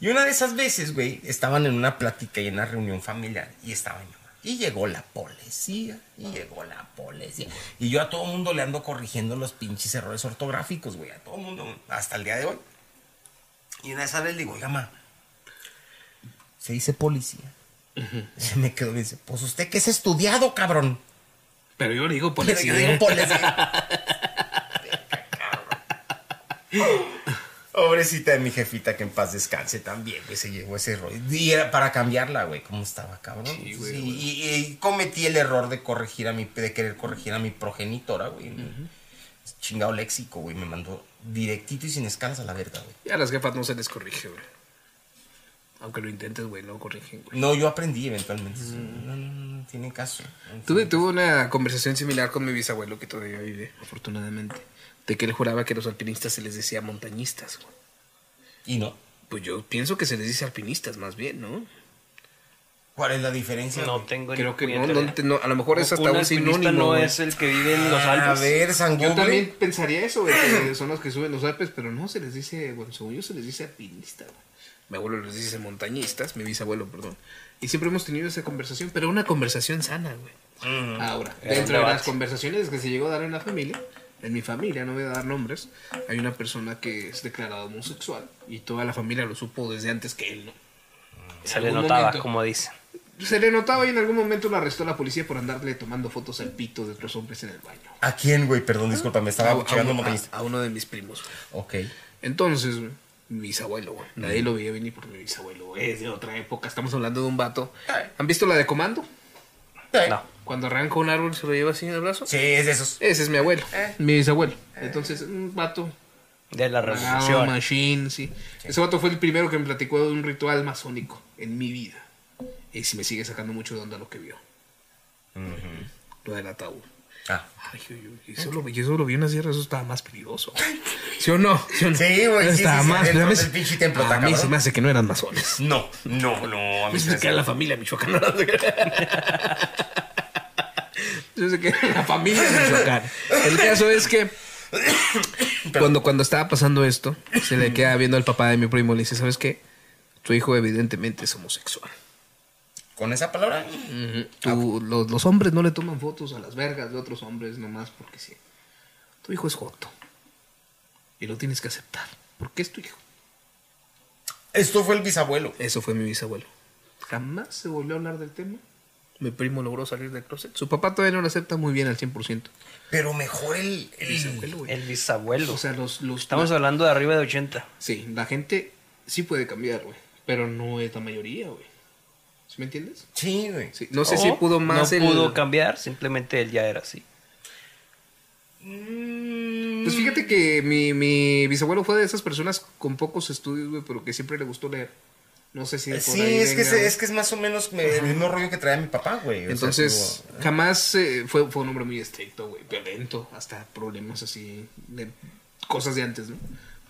C: Y una de esas veces, güey, estaban en una plática y en una reunión familiar y estaba mi mamá. Y llegó la policía, y llegó la policía. Y yo a todo mundo le ando corrigiendo los pinches errores ortográficos, güey, a todo mundo, hasta el día de hoy. Y una de esas veces le digo, oiga, ma, se dice policía. Se me quedó y me dice, pues usted que es estudiado, cabrón.
B: Pero yo le digo
C: Pero
B: policía.
C: yo digo policía. Pobrecita de mi jefita, que en paz descanse también, güey, se llevó ese error. Y era para cambiarla, güey, ¿cómo estaba, cabrón?
B: güey,
C: Sí, y, y cometí el error de corregir a mi, de querer corregir a mi progenitora, güey. Chingado léxico, güey, me mandó directito y sin escalas a la verga, güey.
B: Y a las jefas no se les corrige, güey. Aunque lo intentes, güey, no corrigen, güey.
C: No, yo aprendí eventualmente. sí. No, no, no, no tiene caso.
B: Tuve, tuve una conversación similar con mi bisabuelo que todavía vive, afortunadamente. De que él juraba que los alpinistas se les decía montañistas, güey.
C: Y no.
B: Pues yo pienso que se les dice alpinistas más bien, ¿no?
C: ¿Cuál es la diferencia?
D: No
C: güey?
D: tengo
B: Creo que
D: puñetera
B: no,
D: idea.
B: no, te- no, a lo mejor es hasta un,
D: alpinista
B: sinónimo.
D: no
B: güey. Ah,
D: es el que vive en los
C: A
D: Alpes.
C: ver, San
B: Yo
C: Google.
B: también pensaría eso, güey, que son los que suben los Alpes, pero no se les dice, bueno, según yo se les dice alpinista, güey. Mi abuelo les dice montañistas, mi bisabuelo, perdón. Y siempre hemos tenido esa conversación, pero una conversación sana, güey. Ahora,
D: Mm.
B: dentro
D: Era un
B: de las
D: debate.
B: conversaciones que se llegó a dar en la familia, en mi familia, no voy a dar nombres, hay una persona que es declarada homosexual y toda la familia lo supo desde antes que él, ¿no?
D: Se le
B: algún
D: notaba,
B: momento.
D: como dicen.
B: Se le notaba y en algún momento lo arrestó la policía por andarle tomando fotos al pito de otros hombres en el baño.
C: ¿A quién, güey? Perdón, disculpa, me estaba
B: Ah, a, Ah,
C: chingando
B: uno,
C: montañista.
B: a- a uno de mis primos. güey.
C: Ok.
B: Entonces, güey, mi bisabuelo, güey, nadie lo veía venir porque mi bisabuelo güey, es de otra época. Estamos hablando de un vato.
C: Ay.
B: ¿Han visto la de comando?
D: No.
B: Cuando arranca un árbol se lo lleva así en el brazo.
C: Sí, es de esos.
B: Ese es mi abuelo, mi bisabuelo. Entonces, un vato.
D: De la
B: Ah,
D: revolución.
B: machine, sí. Ese vato fue el primero que me platicó de un ritual masónico en mi vida. Y si me sigue sacando mucho de onda lo que vio. Lo del ataúd.
C: Ah.
B: Ay, yo, yo- yo solo, yo solo vi una sierra, eso estaba más peligroso. ¿Sí o no? ¿Sí, o no?
C: Sí, güey, sí,
B: Estaba
C: sí, sí,
B: más.
C: dentro
B: a mí
C: del
B: se-
C: pinche templo,
B: a
C: está
B: mí
C: cabrón.
B: se me hace que no eran masones.
C: No, no, no. A mí
B: Yo
C: se
B: sé
C: me
B: que
C: hace-
B: era la familia michoacana. no sé qué. Yo sé que era la familia michoacana. El caso es que cuando, cuando estaba pasando esto, se le queda viendo al papá de mi primo y le dice, ¿sabes qué? Tu hijo evidentemente es homosexual.
C: Con esa palabra.
B: Tú- los, los hombres no le toman fotos a las vergas de otros hombres nomás porque sí. Tu hijo es joto. Y lo tienes que aceptar. Porque es tu hijo.
C: Esto fue el bisabuelo.
B: Eso fue mi bisabuelo. Jamás se volvió a hablar del tema. Mi primo logró salir del closet. Su papá todavía no lo acepta muy bien al 100%.
C: Pero mejor el. el-
B: Bisabuelo, güey.
D: El bisabuelo.
B: O sea, los... los
D: Estamos hablando de arriba de 80.
B: Sí, la gente sí puede cambiar, güey. Pero no es la mayoría, güey. ¿Sí me entiendes?
C: Sí, güey.
B: Sí, no sé si pudo más
D: No
B: el...
D: pudo cambiar, simplemente él ya era así.
C: Mm,
B: Pues fíjate que mi, mi bisabuelo fue de esas personas con pocos estudios, güey, pero que siempre le gustó leer. No sé si de por
C: Sí,
B: ahí
C: es que,
B: venga,
C: se-
B: güey.
C: es que es más o menos me- el mismo rollo que traía mi papá, güey. O sea,
B: Entonces,
C: como-
B: jamás eh, fue, fue un hombre muy estricto, güey, violento, hasta problemas así, de cosas de antes, ¿no?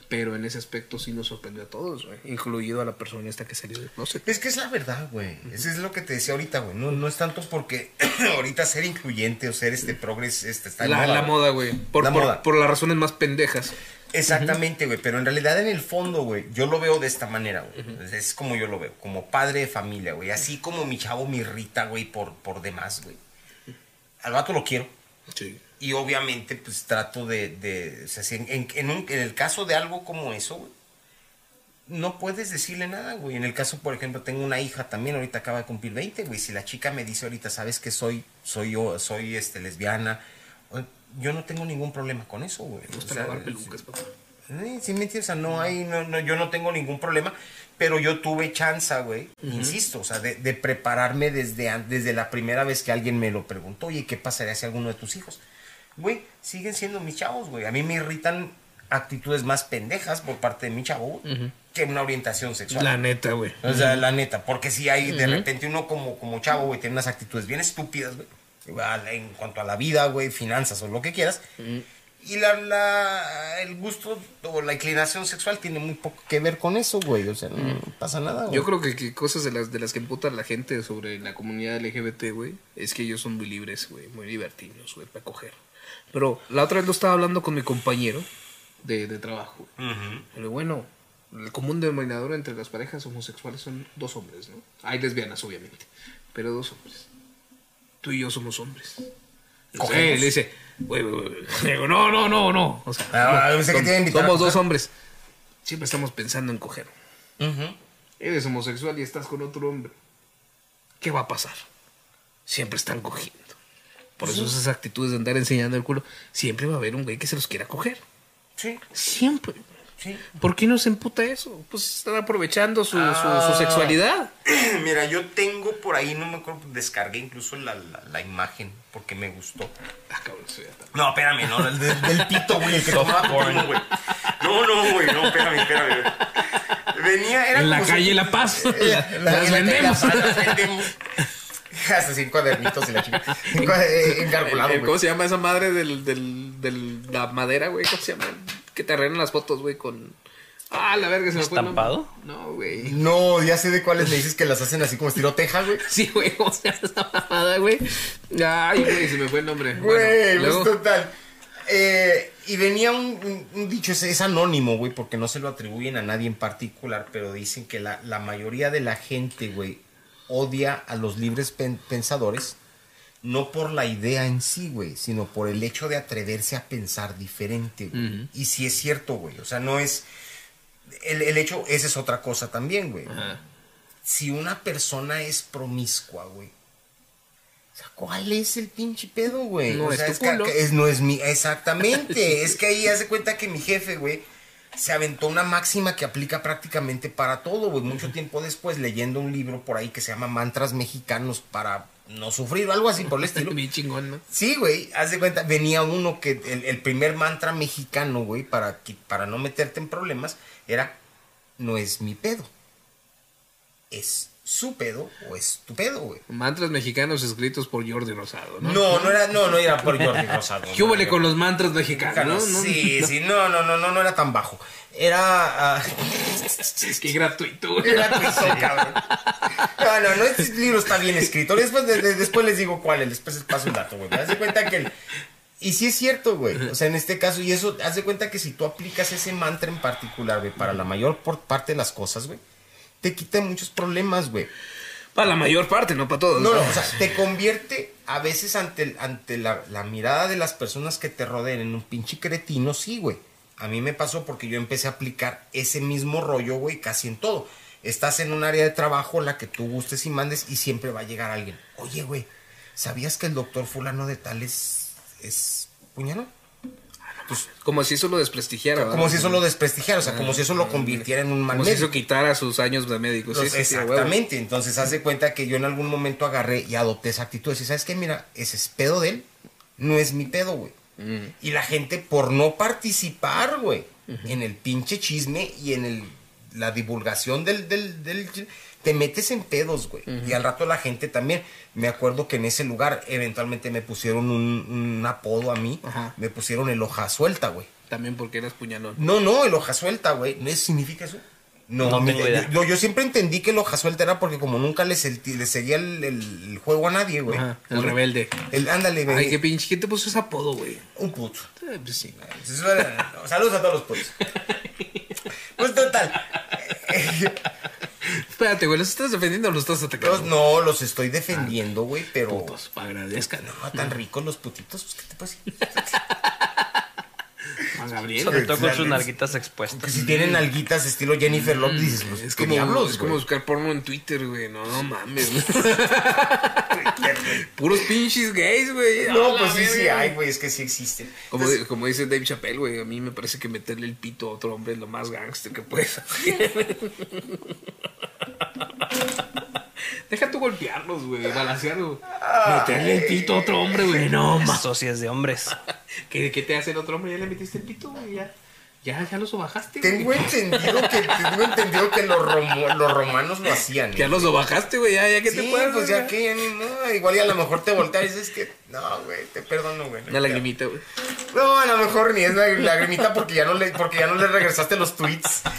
B: Pero en ese aspecto sí nos sorprendió a todos, güey. Incluido a la persona esta que salió del closet.
C: Es que es la verdad, güey. Eso es lo que te decía ahorita, güey. No, no es tanto porque ahorita ser incluyente o ser este progres este, está en
B: La,
C: moda,
B: la
C: güey.
B: moda, güey. Por,
C: La
B: por-
C: moda.
B: por las razones más pendejas.
C: Exactamente, güey. Pero en realidad, en el fondo, güey, yo lo veo de esta manera, güey. Es- Es como yo lo veo, como padre de familia, güey. Así como mi chavo me irrita, güey, por, por demás, güey. Al vato lo quiero.
B: Sí.
C: Y obviamente, pues trato de. de- o sea, si en, en- en un- en el caso de algo como eso, güey, no puedes decirle nada, güey. En el caso, por ejemplo, tengo una hija también, ahorita acaba de cumplir 20, güey. Si la chica me dice ahorita, sabes que soy, soy yo, soy este, lesbiana, o- yo no tengo ningún problema con eso, güey.
B: Me gusta
C: O sea,
B: lavar pelucas, papá.
C: Sí, sí me entiendes, o sea, no hay, no, no, yo no tengo ningún problema, pero yo tuve chance, güey, insisto, o sea, de, de prepararme desde, an- desde la primera vez que alguien me lo preguntó, oye, ¿qué pasaría si alguno de tus hijos? Güey, siguen siendo mis chavos, güey, a mí me irritan actitudes más pendejas por parte de mi chavo güey, que una orientación sexual.
B: La neta, güey.
C: O sea, la neta, porque si hay de repente uno como, como chavo, güey, tiene unas actitudes bien estúpidas, güey, a- en cuanto a la vida, güey, finanzas o lo que quieras. Y la, la- el gusto o la inclinación sexual tiene muy poco que ver con eso, güey. O sea, no pasa nada, güey.
B: Yo creo que, que cosas de las, de las que emputa la gente sobre la comunidad LGBT, güey, es que ellos son muy libres, güey, muy libertinos, güey, para coger. Pero la otra vez lo estaba hablando con mi compañero de, de trabajo. güey. Pero bueno, el común denominador entre las parejas homosexuales son dos hombres, ¿no? Hay lesbianas, obviamente, pero dos hombres. Tú y yo somos hombres. Eh,
C: Cogemos.
B: le dice, güey, güey, güey. Le digo, no, no, no, no. O sea,
C: Ah,
B: no,
C: pensé que te iba a
B: somos,
C: invitar a
B: somos dos
C: coger.
B: hombres. Siempre estamos pensando en coger.
C: Ujú.
B: Eres homosexual y estás con otro hombre. ¿Qué va a pasar? Siempre están cogiendo. Por eso esas actitudes de andar enseñando el culo, siempre va a haber un güey que se los quiera coger.
C: Sí,
B: Siempre.
C: sí.
B: ¿Por qué no se emputa eso? Pues están aprovechando su, su-
C: Ah.
B: su sexualidad.
C: Mira, yo tengo por ahí, no me acuerdo, descargué incluso la, la, la imagen porque me gustó.
B: Ah, cabrón, eso ya está.
C: No, espérame, no, el del, del pito, güey, el que tomaba porno, güey. No, no, güey, no, espérame, espérame. güey. Venía, era
B: En la
C: como si-
B: calle La Paz.
C: La- la-
B: las
C: la-
B: vendemos.
C: la- las vendemos. Hasta sin cuadernitos y la chica. Cinco, eh, engargolado,
B: Eh, ¿Cómo
C: güey.
B: se llama esa madre del, del, del- la madera, güey? ¿Cómo se llama? Que te arreglan las fotos, güey, con... Ah, la verga, se me fue el nombre.
D: ¿Estampado?
B: No, güey.
C: No, ya sé de cuáles me dices que las hacen así como estilo teja, güey.
B: Sí, güey, ¿cómo se llama esa mamada, güey? Ay, güey, se me fue el nombre.
C: Güey,
B: Bueno,
C: pues,
B: luego,
C: total. Eh, y venía un, un- un dicho, es, es anónimo, güey, porque no se lo atribuyen a nadie en particular, pero dicen que la, la mayoría de la gente, güey, odia a los libres pen- pensadores, no por la idea en sí, güey, sino por el hecho de atreverse a pensar diferente, güey. Y si es cierto, güey, o sea, no es... El, el hecho, esa es otra cosa también, güey.
B: Ajá.
C: Si una persona es promiscua, güey, o sea, ¿cuál es el pinche pedo, güey?
B: No
C: O
B: es
C: sea,
B: tu
C: que-
B: culo.
C: que es- no es mi... Exactamente. es que ahí hace cuenta que mi jefe, güey, se aventó una máxima que aplica prácticamente para todo, güey. Mucho tiempo después, leyendo un libro por ahí que se llama Mantras Mexicanos para no sufrir o algo así por el estilo.
B: este Bien chingón, ¿no?
C: Sí, güey, haz de cuenta, venía uno que el, el primer mantra mexicano, güey, para, qui- para no meterte en problemas, era, no es mi pedo, es su pedo o es tu pedo, güey.
B: Mantras mexicanos escritos por Jordi Rosado, ¿no?
C: No, no era, no, no era por Jordi Rosado.
B: ¿Qué
C: no,
B: huele
C: no.
B: con los mantras mexicanos? no? No,
C: sí,
B: no.
C: sí, no, no, no, no, no era tan bajo. Era... ah,
B: Es que gratuito, güey.
C: era tristón, cabrón. No, no, no, este libro está bien escrito. Después, de- de- después les digo cuál es, después les paso un dato, güey. Haz de cuenta que el- Y sí es cierto, güey. O sea, en este caso, y eso, haz de cuenta que si tú aplicas ese mantra en particular, güey, para la mayor por parte de las cosas, güey, te quita muchos problemas, güey.
B: Para la mayor parte, no para todos.
C: No, no, o sea, te convierte a veces ante, el- ante la, la mirada de las personas que te rodean en un pinche cretino, sí, güey. A mí me pasó porque yo empecé a aplicar ese mismo rollo, güey, casi en todo. Estás en un área de trabajo, la que tú gustes y mandes, y siempre va a llegar alguien. Oye, güey, ¿sabías que el doctor fulano de tal es, es puñalón? Pues,
B: Como si eso lo desprestigiara. ¿verdad? Ah.
C: como si eso lo desprestigiara, o sea, como si eso lo convirtiera en un mal
B: Como si
C: médico.
B: eso quitara sus años de médico. Sí,
C: Entonces,
B: sí, sí, a huevo.
C: exactamente. Entonces, hace cuenta que yo en algún momento agarré y adopté esa actitud. Y sabes qué, mira, ese es pedo de él, no es mi pedo, güey. Y la gente por no participar, güey, en el pinche chisme y en el, la divulgación del, del, del chi- Te metes en pedos, güey. Y al rato la gente también. Me acuerdo que en ese lugar eventualmente me pusieron un, un apodo a mí.
B: Ajá.
C: Me pusieron el hoja suelta, güey.
B: También porque eras puñalón.
C: No, no, el hoja suelta, güey. ¿No es- significa eso? No,
D: No
C: me-
D: tengo idea.
C: yo, yo siempre entendí que el hoja suelta era porque como nunca le, sel- le seguía el, el- el juego a nadie, güey.
B: Ajá, el rebelde.
C: El, ándale, güey.
B: Ay, qué pinche. ¿Quién te puso ese apodo, güey?
C: Un puto.
B: Eh, pues sí.
C: Eso era- Saludos a todos los putos. Pues total.
B: Espérate, güey, ¿los estás defendiendo o los estás
C: Los-
B: atacando?
C: no, los estoy defendiendo, güey, pero...
B: Putos, agradezcan.
C: No, tan ricos los putitos, pues, ¿qué te pasa?
B: Juan Gabriel.
D: Sobre todo con sus
C: Exacto.
D: narguitas expuestas.
C: Que si tienen alguitas estilo Jennifer Lopez, dices, pues,
B: Es
C: ¿qué
B: como,
C: diablos,
B: es como
C: güey?
B: buscar porno en Twitter, güey. No, no mames. güey. Puros pinches gays, güey. A
C: No,
B: la
C: pues sí, Pues- sí,
B: verga.
C: ay, güey, es que sí existen.
B: Como, di- como dice Dave Chappelle, güey, a mí me parece que meterle el pito a otro hombre es lo más gangster que puedes hacer. Deja tú golpearlos, güey, balancearlo. Meterle el pito a otro hombre, güey, no mames.
D: Socias de hombres.
B: ¿Qué, qué te hace el otro hombre? Ya le metiste el pito, güey, ya. Ya, ya lo sobajaste,
C: Tengo
B: güey.
C: entendido que, tengo entendido que los, romo- los romanos lo hacían. ¿eh?
B: Ya lo sobajaste, güey, ya, ya que
C: Sí,
B: te puedes.
C: pues ya que ya ni- no, igual y a lo mejor te volteas y dices que no, güey, te perdono, güey.
B: Una lagrimita, güey.
C: No, a lo mejor ni es la lagrimita porque ya no le, porque ya no le regresaste los tweets. No,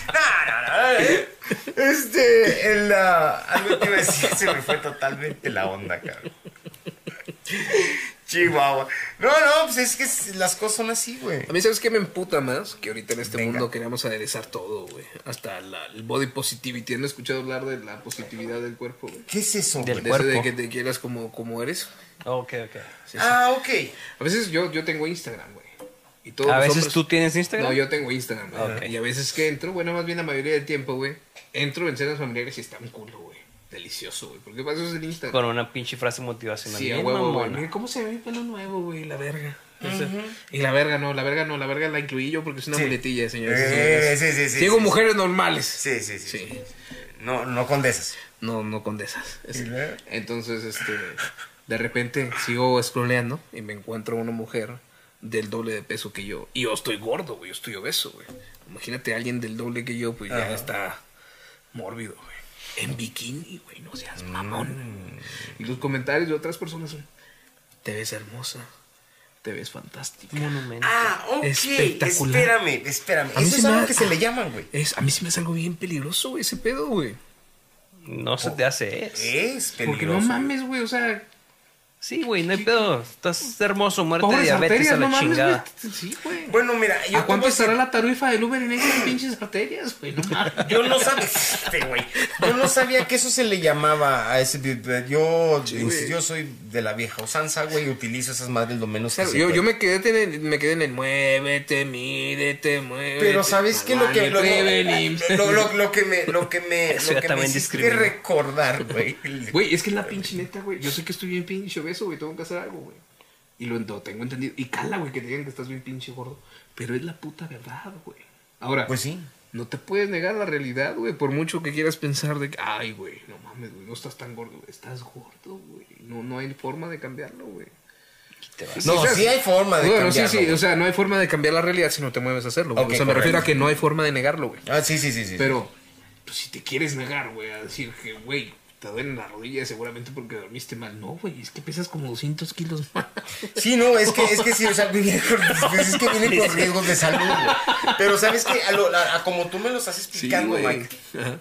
C: no, no. Este, en la. Algo te iba a decir, se me fue totalmente la onda, cabrón. Chihuahua. No, no, pues es que s- las cosas son así, güey.
B: A mí, ¿sabes qué me emputa más? Que ahorita en este
C: Venga.
B: mundo queremos aderezar todo, güey. Hasta la- el body positivity. ¿Han escuchado hablar de la positividad del cuerpo, güey?
C: ¿Qué es eso?
D: Del-
C: güey?
B: De eso de
D: Cuerpo.
B: que te quieras como, como eres.
D: Ok, ok.
B: Sí, sí.
C: Ah, ok.
B: A veces yo, yo tengo Instagram, güey. Y todos
D: ¿A
B: los
D: veces
B: hombres-
D: tú tienes Instagram?
B: No, yo tengo Instagram, güey.
D: Ok.
B: Y a veces que entro, bueno, más bien la mayoría del tiempo, güey. Entro en cenas familiares y está un culo, güey. Delicioso, güey. Porque para eso es el Instagram.
D: Con una pinche frase motivacional.
B: Sí, a
D: bien
B: huevo, güey.
D: mamona.
B: Mira ¿Cómo se ve mi pelo nuevo, güey? La verga. O sea, Y la verga no, la verga no, la verga la incluí yo porque es una
C: Sí.
B: muletilla, señores. y
C: Eh,
B: señores.
C: sí, sí, sí,
B: Digo
C: sí,
B: mujeres normales.
C: Sí, sí, sí.
B: Sí.
C: No, no condesas.
B: No, no condesas. Es-
C: ¿Y luego?
B: Entonces, este, de repente sigo scrolleando y me encuentro una mujer del doble de peso que yo. Y yo estoy gordo, güey, yo estoy obeso, güey. Imagínate a alguien del doble que yo, pues ya está mórbido, güey. En bikini, güey, no seas
C: Mm.
B: mamón. Y los comentarios de otras personas son, te ves hermosa, te ves fantástica.
D: Monumento.
C: Ah, ok.
B: Espectacular.
C: Espérame, espérame.
B: A mí
C: Eso
B: se
C: es
B: me
C: algo
B: ha-
C: que se le llaman, güey.
B: Es, a mí sí me es algo bien peligroso, güey, ese pedo, güey.
D: No se te hace ¿eh? eso.
C: Es peligroso.
B: Porque no mames, güey, o sea,
D: Sí, güey, no hay pedo. Estás hermoso, muerte de
B: pobres
D: diabetes a
B: arterias,
D: la
B: no mames,
D: chingada.
B: güey. Sí, güey.
C: Bueno, mira, yo
B: ¿A cuánto
C: te voy decir-
B: estará la tarifa del Uber en esas pinches arterias, güey? No mames.
C: Yo no sabía, este, güey. Yo no sabía que eso se le llamaba a ese. Yo,
B: güey.
C: yo soy de la vieja usanza, güey. Utilizo esas madres lo menos. que
B: Claro,
C: se
B: yo,
C: puede.
B: yo me quedé en el, me quedé en el muévete, mídete, muévete.
C: Pero sabes que lo que
B: Malvane,
C: lo,
B: prevenim.
C: lo, lo- lo que me lo que me
D: Eso
C: lo
D: ya
C: que me
D: también
C: hiciste
D: discrimina.
C: recordar, güey.
B: Güey, es que es la pinche neta, güey. Yo sé que estoy bien pinche obeso, güey. Tengo que hacer algo, güey. Y lo ent- lo tengo entendido. Y cala, güey, que te digan que estás bien pinche gordo. Pero es la puta verdad, güey. Ahora,
C: Pues sí.
B: no te puedes negar la realidad, güey. Por mucho que quieras pensar de que, ay, güey, no mames, güey, no estás tan gordo. güey. Estás gordo, güey. No, no hay forma de cambiarlo, güey.
D: Te vas.
C: No,
B: o sea,
C: sí hay forma de
B: Bueno, sí,
C: cambiarlo,
B: sí,
C: güey.
B: o sea, no hay forma de cambiar la realidad si no te mueves a hacerlo. güey.
C: Ok,
B: o sea, me
C: correcto.
B: refiero a que no hay forma de negarlo, güey.
C: Ah, sí, sí, sí, sí.
B: Pero, pues, si te quieres negar, güey, a decir que, güey, te duelen las rodillas seguramente porque dormiste mal. No, güey, es que pesas como 200 kilos más.
C: Sí, no, es que, es que sí, o sea, viene con- pues es que viene con riesgos de salud, güey. Pero sabes que a, lo- a- a como tú me los estás explicando, Mike,
B: Ajá.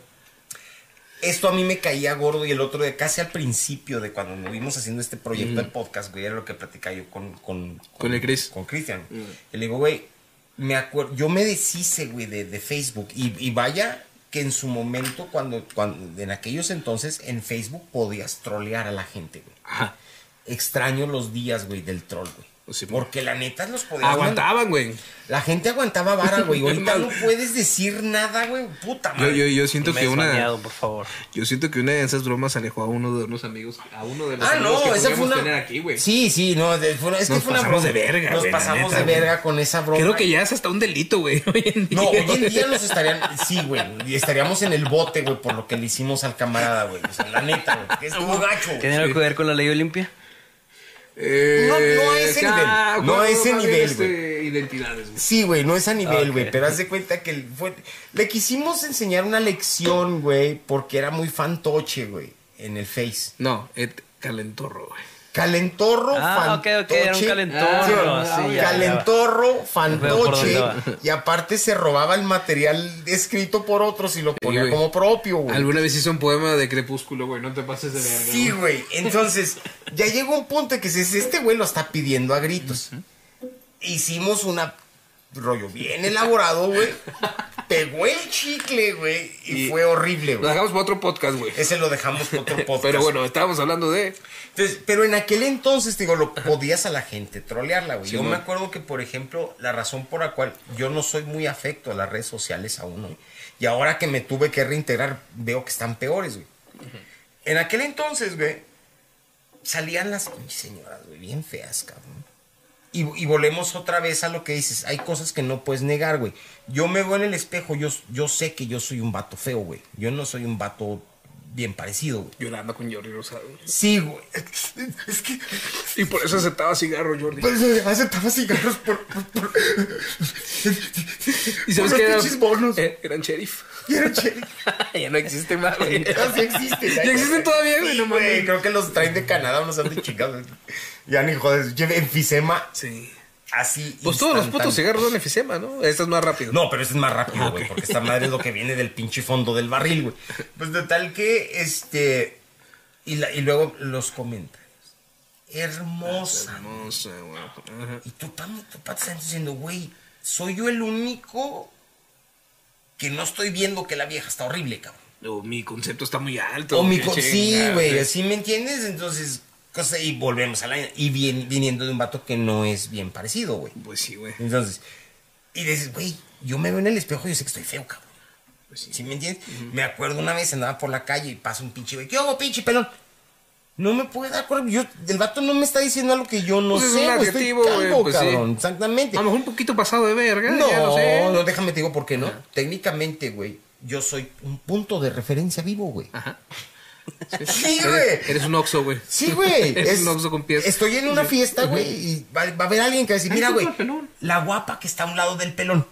C: esto a mí me caía gordo y el otro de casi al principio de cuando nos vimos haciendo este proyecto del podcast, güey, era lo que platicaba yo con... Con,
B: Con el Chris.
C: Con Cristian. Y le digo, güey, me acuerdo, yo me deshice, güey, de, de Facebook y, y vaya que en su momento, cuando, cuando, en aquellos entonces, en Facebook podías trolear a la gente, güey.
B: Ajá.
C: Extraño los días, güey, del troll, güey.
B: Pues sí,
C: Porque la neta los podías mandar.
B: Aguantaban, güey.
C: La gente aguantaba vara, güey. Ahorita
B: Mal.
C: no puedes decir nada, güey. Puta
B: Yo,
C: madre.
B: yo, yo siento
D: Me
B: que
D: has
B: una.
D: baneado, por favor.
B: Yo siento que una de esas bromas alejó a uno de unos amigos. A uno de los
C: Ah,
B: amigos
C: no,
B: que
C: esa fue
B: podíamos
C: una.
B: tener aquí, güey.
C: Sí, sí, no. de- fue una- es
B: Nos
C: que fue una
B: pasamos
C: broma.
B: de verga,
C: Nos
B: güey, la
C: pasamos
B: neta,
C: de
B: güey.
C: verga con esa broma.
B: Creo que ya es hasta un delito, güey. hoy en
C: No,
B: día,
C: hoy en día nos estarían. Sí, güey. y Estaríamos en el bote, güey, por lo que le hicimos al camarada, güey. O sea, la neta, güey. que Estuvo gacho. güey.
D: ¿Tiene algo que ver con la ley Olimpia?
B: Eh,
C: No, no a ese nivel. No a
B: bueno,
C: ese
B: más bien,
C: nivel,
B: este, Identidades, güey.
C: Sí, güey, no es a nivel,
D: Ok.
C: güey, pero haz de cuenta que el- fue- le quisimos enseñar una lección, güey, porque era muy fantoche, güey, en el Face.
B: No, Ed Calentorro, güey.
C: Calentorro,
D: Ah, ok, ok, era un
C: fantoche.
D: calentorro,
B: Ah,
D: sí, ya,
C: calentorro,
D: Veo por dónde
C: fantoche.
D: va.
C: Y aparte se robaba el material escrito por otros y lo ponía
B: güey.
C: como propio, güey.
B: Alguna vez hizo un poema de Crepúsculo, güey. No te pases de verga.
C: Sí, güey. Entonces, ya llegó un punto en que dices, este güey lo está pidiendo a gritos. Hicimos una rollo bien elaborado, güey. Pegó el chicle, güey. Y,
B: Y-
C: fue horrible,
B: Lo
C: güey. Eh, pues-
B: dejamos para otro podcast, güey.
C: Ese lo dejamos para otro podcast.
B: Pero bueno, estábamos hablando de.
C: Entonces, pero en aquel entonces, te digo, lo podías a la gente trolearla, güey. yo
B: güey.
C: me acuerdo que, por ejemplo, la razón por la cual yo no soy muy afecto a las redes sociales aún, güey, y ahora que me tuve que reintegrar, veo que están peores, güey. En aquel entonces, güey, salían las pinches señoras, güey, bien feas, cabrón. Y, y volvemos otra vez a lo que dices. Hay cosas que no puedes negar, güey. Yo me veo en el espejo, yo, yo sé que yo soy un vato feo, güey. Yo no soy un vato bien parecido, güey.
B: Llorando con Jordi Rosado. güey.
C: Sí, güey. Es que
B: Y por eso aceptaba cigarro, Jordi.
C: pues, eh, aceptaba cigarros por. por, por-
B: ¿Y
C: por
B: sabes
C: los
B: qué era?
C: pinches bonos.
B: Eh, eran sheriff.
C: Y era chévere.
B: ya no existe más, güey.
C: Ya sí existen.
B: Ya existen todavía, güey,
C: Sí,
B: no mames.
C: Creo que los traen de Canadá, unos han de chingados. Ya ni joder. Yo enfisema
B: Sí.
C: así.
B: Pues todos los putos
C: instantáneo.
B: cigarros son efisema, ¿no? Esta es más rápido.
C: No, pero ese es más rápido, güey, porque esta madre es lo que viene del pinche fondo del barril, güey. Pues de tal que, este. Y, la- y luego los comentarios.
B: Ah,
C: Hermosa.
B: Hermosa, güey. Ajá.
C: Y tu papá, tu papá te están diciendo, güey, soy yo el único que no estoy viendo que la vieja está horrible, cabrón.
B: O mi concepto está muy alto.
C: O mi
B: qué
C: co- sí,
B: chingada,
C: güey, ¿sí me entiendes? Entonces, cosa, y volvemos a la... Y bien, viniendo de un vato que no es bien parecido, güey.
B: Pues sí, güey.
C: Entonces, y dices, güey, yo me veo en el espejo y yo sé que estoy feo, cabrón.
B: Pues
C: ¿Sí me entiendes? Me acuerdo una vez andaba por la calle y pasa un pinche güey. ¿Qué hago, pinche pelón? No me puede dar cuerda. Yo, el vato no me está diciendo algo que yo no
B: Pues es
C: sé.
B: un
C: güey, estoy
B: adjetivo, güey,
C: calvo,
B: pues sí.
C: cabrón. Exactamente.
B: A lo mejor un poquito pasado de verga.
C: No,
B: ya lo sé.
C: no, déjame te digo por qué no. Técnicamente, güey, yo soy un punto de referencia vivo, güey.
B: Ajá.
C: Sí, güey.
B: Eres, eres un oxo, güey.
C: Sí, güey.
B: Eres un oxo con pies.
C: Estoy en una fiesta, güey, y va, va a haber alguien que va a decir,
B: Ahí
C: mira,
B: está
C: güey,
B: el pelón".
C: la guapa que está a un lado del pelón.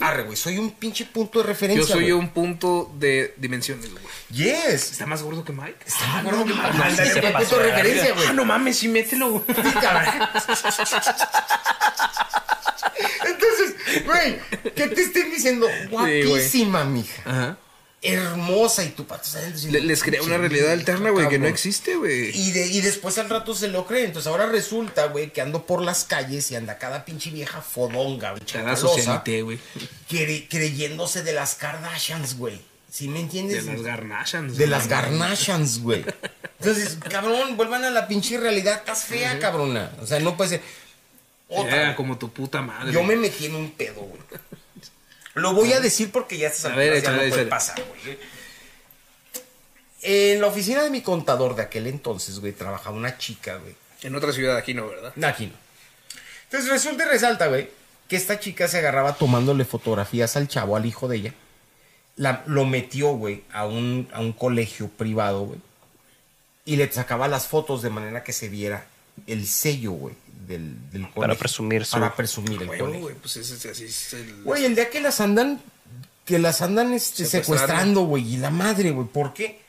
C: Arre, güey, soy un pinche punto de referencia.
B: Yo soy
C: güey.
B: un punto de dimensiones, güey.
C: Yes. Ah,
B: Está más gordo que Mike.
C: Está me acuerdo que me
D: no,
C: mandaste
D: sí se
C: un punto
D: pasó
C: de
D: de
C: referencia, güey.
B: Ah, no mames, sí, mételo, güey.
C: Sí, cabrón. Entonces, güey, que te estén diciendo
B: güey.
C: guapísima, mija.
B: Ajá.
C: hermosa y tu pato está diciendo,
B: Le- les crea una
C: "Pinche
B: realidad
C: vieja,
B: alterna, güey, que no
C: cabrón".
B: existe, güey.
C: Y, de- y después al rato se lo creen. Entonces ahora resulta, güey, que ando por las calles y anda cada pinche vieja fodonga, güey,
B: Cada
C: chacalosa,
B: socialité, güey.
C: cre- creyéndose de las Kardashians, güey. ¿Sí me
B: De
C: entiendes?
B: las garnachas.
C: De las Garnashans, güey. Entonces, cabrón, vuelvan a la pinche realidad. Estás fea, cabrona. O sea, no puede ser. Otra.
B: Era como tu puta madre.
C: Yo me metí en un pedo, güey. Lo voy a decir porque ya se
B: A ver,
C: alturas
B: échale,
C: ya no puede
B: échale.
C: pasar, güey. ¿eh? En la oficina de mi contador de aquel entonces, güey, trabajaba una chica, güey.
B: En otra ciudad aquí no, ¿verdad?
C: Aquí no. Entonces resulta y resalta, güey, que esta chica se agarraba tomándole fotografías al chavo, al hijo de ella. La- lo metió, güey, a un, a un colegio privado, güey. Y le sacaba las fotos de manera que se viera el sello, güey, del, del colegio.
D: presumir su-
C: Para presumir el
B: Bueno,
C: colegio.
B: güey, pues ese, ese- así es el...
C: Güey, el día que las andan, que las andan este,
B: Secuestrando.
C: secuestrando, güey, y la madre, güey, ¿por qué?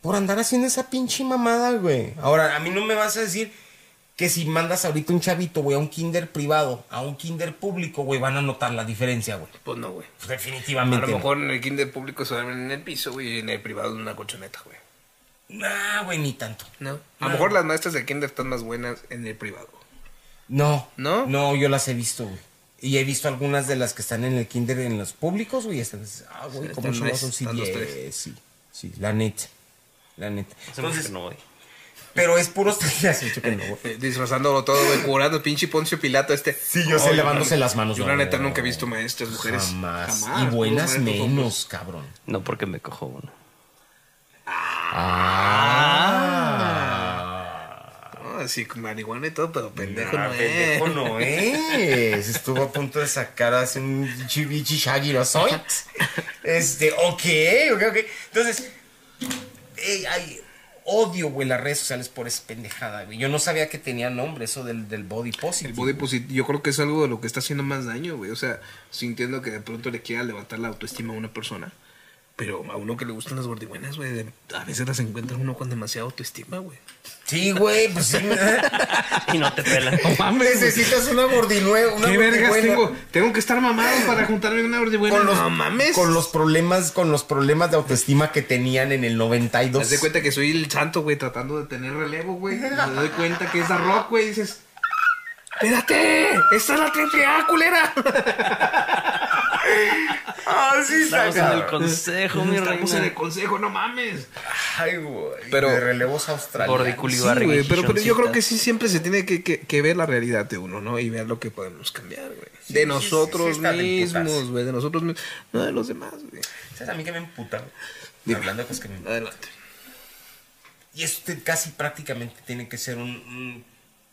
C: Por andar haciendo esa pinche mamada, güey. Ahora, a mí no me vas a decir que si mandas ahorita un chavito, güey, a un kinder privado, a un kinder público, güey, van a notar la diferencia, güey.
B: Pues no, güey.
C: Pues
B: A
C: Definitivamente.
B: lo
C: no.
B: mejor en el kinder público se duermen en el piso, güey, y en el privado en una colchoneta, güey.
C: Nah, güey, ni tanto.
B: ¿No? A lo mejor las maestras del kinder están más buenas en el privado.
C: No.
B: ¿No?
C: No, yo las he visto, güey. Y he visto algunas de las que están en el kinder en los públicos, güey. y Están, ah, güey,
B: Están
C: como no
B: tres,
C: son
B: están los
C: CDs.
B: tres.
C: Sí, sí, la neta. La neta.
D: Hace mucho que no voy.
C: Pero es puro ya has dicho que no, güey.
B: Eh, disfrazándolo todo, güey, curando pinche Poncio Pilato este.
C: Sí, yo sé,
B: Ay,
C: lavándose
B: no,
C: las manos,
B: Yo
C: no,
B: la neta
C: no,
B: nunca he
C: no.
B: visto maestras mujeres.
C: Jamás.
B: Jamás.
C: Y buenas
B: Puros maestros hombres.
C: menos, cabrón.
D: No porque me cojo uno.
C: Ah.
B: Ah. No, así con marihuana y todo, pero pendejo
C: Ah,
B: no es.
C: pendejo no es. Estuvo a punto de sacar hace un chibichi shaggy lo soy. Este, ok, ok, ok. Entonces, eh, ay, odio, güey, las redes sociales por esa pendejada, güey. Yo no sabía que tenía nombre eso del, del body positive.
B: El body posit- yo creo que es algo de lo que está haciendo más daño, güey. O sea, sintiendo que de pronto le quiera levantar la autoestima a una persona. Pero a uno que le gustan las gordibuenas, güey, de- a veces las encuentra uno con demasiada autoestima, güey.
C: Sí, güey, pues sí.
D: y no te pelan.
B: No mames, güey.
C: Necesitas una gordinue, una
B: ¿Qué vergas
C: gordibuena.
B: tengo? Tengo que estar mamado para juntarme una gordibuena.
C: Con los,
B: no mames.
C: con los problemas, con los problemas de autoestima que tenían en el 92.
B: Haz de cuenta que soy el santo, güey, tratando de tener relevo, güey. Y Me doy cuenta que es a rock, güey. y Dices, espérate, esta es la triple A, culera.
C: Ah, sí, está
D: Estamos en el
C: cabrón.
D: consejo, mi
B: Estamos en el
D: reina.
B: consejo, no mames.
C: Ay, güey.
B: Pero-
C: de relevos australianos.
D: Gordiculi
B: Sí,
D: barriga
B: güey,
D: y
B: pero, pero yo creo que
D: chichoncitas.
B: sí siempre se tiene que, que- que ver la realidad de uno, ¿no? Y ver lo que podemos cambiar, güey. de
C: sí, sí,
B: nosotros
C: sí, está del
B: mismos,
C: putazo.
B: güey. De nosotros mismos. No de los demás, güey.
C: ¿Sabes a mí que me emputa? güey?
B: Dime.
C: Hablando de cosas que me emputan.
B: Adelante.
C: Y esto casi prácticamente tiene que ser un, un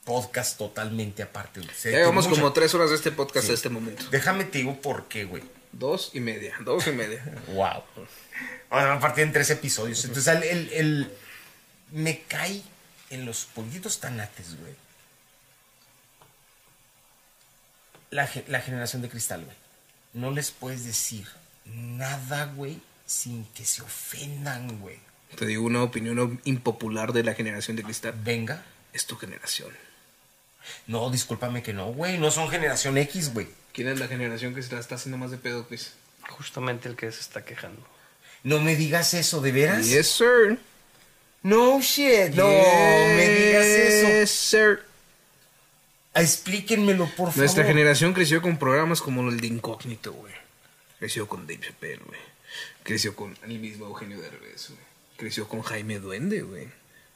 C: podcast totalmente aparte. güey. Se
B: Ya llevamos
C: mucha-
B: como tres horas de este podcast a este momento.
C: Déjame te digo por qué, güey.
B: Dos y media, dos y media.
C: Wow. Ahora van a partir en tres episodios. Entonces, el, el- el- me cae en los pollitos tanates, güey. La, ge- la generación de cristal, güey. No les puedes decir nada, güey, sin que se ofendan, güey.
B: Te digo una opinión impopular de la generación de cristal.
C: Venga.
B: Es tu generación.
C: No, discúlpame que no, güey. No son generación X, güey.
B: ¿Quién es la generación que se la está haciendo más de pedo, pues. Chris?
D: Justamente el que se está quejando.
C: No me digas eso, ¿de veras?
B: Yes, sir.
C: No shit. No me digas eso.
B: Yes, sir.
C: Explíquenmelo, por favor.
B: Nuestra generación creció con programas como el de Incógnito, güey. Creció con Dave Chappelle, güey. Creció con el mismo Eugenio Derbez, güey. Creció con Jaime Duende, güey.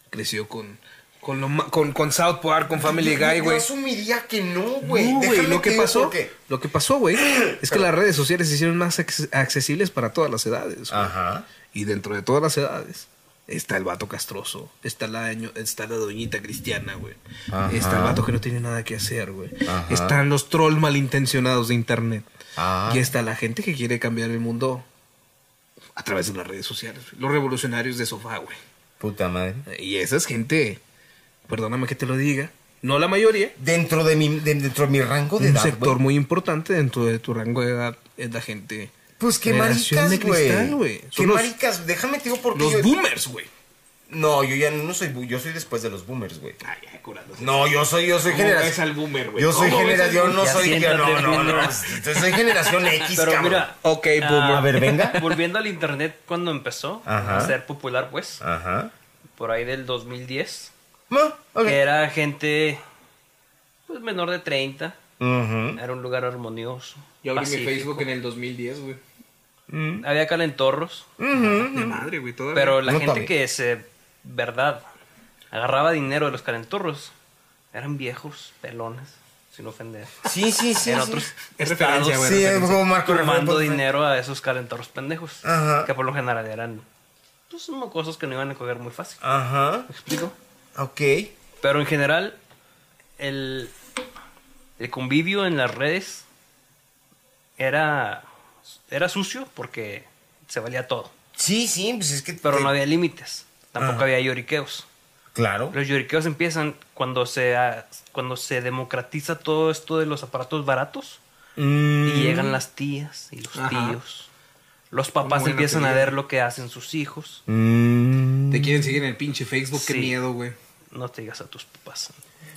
B: Creció con con, lo ma- con con South Park, con Family
C: Yo-
B: Guy,
C: yo
B: güey.
C: asumiría que no,
B: No,
C: güey.
B: güey,
C: Déjame
B: lo
C: te
B: que
C: digo
B: pasó,
C: por qué.
B: lo que pasó, güey, es que las redes sociales se hicieron más acces- accesibles para todas las edades. güey.
C: Ajá.
B: Y dentro de todas las edades está el vato castroso, está la, ño- está la doñita cristiana, güey.
C: Ajá.
B: Está el vato que no tiene nada que hacer, güey.
C: Ajá.
B: Están los trolls malintencionados de internet.
C: Ah.
B: Y está la gente que quiere cambiar el mundo a través de las redes sociales. güey. Los revolucionarios de sofá, güey.
C: Puta madre.
B: Y esa es gente, perdóname que te lo diga, no la mayoría,
C: Dentro de mi, de- dentro de mi rango de
B: un
C: edad,
B: sector
C: güey.
B: muy importante dentro de tu rango de edad es la gente.
C: Pues qué
B: generación
C: maricas,
B: de cristal,
C: güey.
B: Son
C: Qué
B: los,
C: maricas. Déjame te digo por qué.
B: los
C: yo-
B: boomers, güey.
C: No, yo ya no soy bu- yo soy después de los boomers, güey.
B: Ay, ay, curándose.
C: No, yo soy yo soy
B: ¿Cómo
C: generación.
B: ves al boomer, güey?
C: Yo soy
B: ¿Cómo ves
C: generación,
B: al
C: yo
B: boomer?
C: no
D: Ya
C: soy yo no,
D: siéntate,
C: no, no.
D: boomer.
C: Yo soy generación X,
D: Pero
C: cabrón. Ah,
D: mira,
B: Ok, boomer.
C: Eh, pues, a ver, venga.
D: Ah, Volviendo al internet cuando empezó
C: Ajá. Ah.
D: a ser popular, pues,
C: Ajá.
D: por ahí del 2010,
C: No, ok.
D: que era gente pues menor de 30,
C: Ujú.
D: era un lugar armonioso.
B: Yo abrí mi
D: pacífico.
B: Facebook en el 2010, güey.
D: Había calentorros,
B: De madre, güey, todavía.
D: pero la
C: No,
D: gente
C: todavía.
D: que se verdad agarraba dinero de los calentorros eran viejos, pelones, sin ofender.
C: Sí, sí, sí.
D: en
C: sí.
D: otros
B: Es referencia,
D: estados,
B: güey.
C: Sí,
B: referencia.
C: como Marco
D: turbando
C: Rafael.
D: dinero a esos calentorros pendejos.
C: Ajá.
D: Que por lo general eran pues, cosas que no iban a coger muy fácil.
C: Ajá.
D: ¿Me explico?
C: Ok.
D: Pero en general, el, el convivio en las redes era, era sucio porque se valía todo.
C: Sí, sí, pues es que.
D: Pero
C: te-
D: no había límites. Tampoco
C: Ajá.
D: había lloriqueos.
C: Claro.
D: Los lloriqueos empiezan cuando se, ah, cuando se democratiza todo esto de los aparatos baratos.
C: Mm,
D: Y llegan las tías y los
B: Ajá.
D: tíos. Los
B: Una
D: papás
B: buena
D: empiezan a
B: teoría.
D: ver lo que hacen sus hijos.
C: mm.
B: Te quieren seguir en el pinche Facebook, qué
D: Sí.
B: miedo, güey.
D: No te digas a tus papás.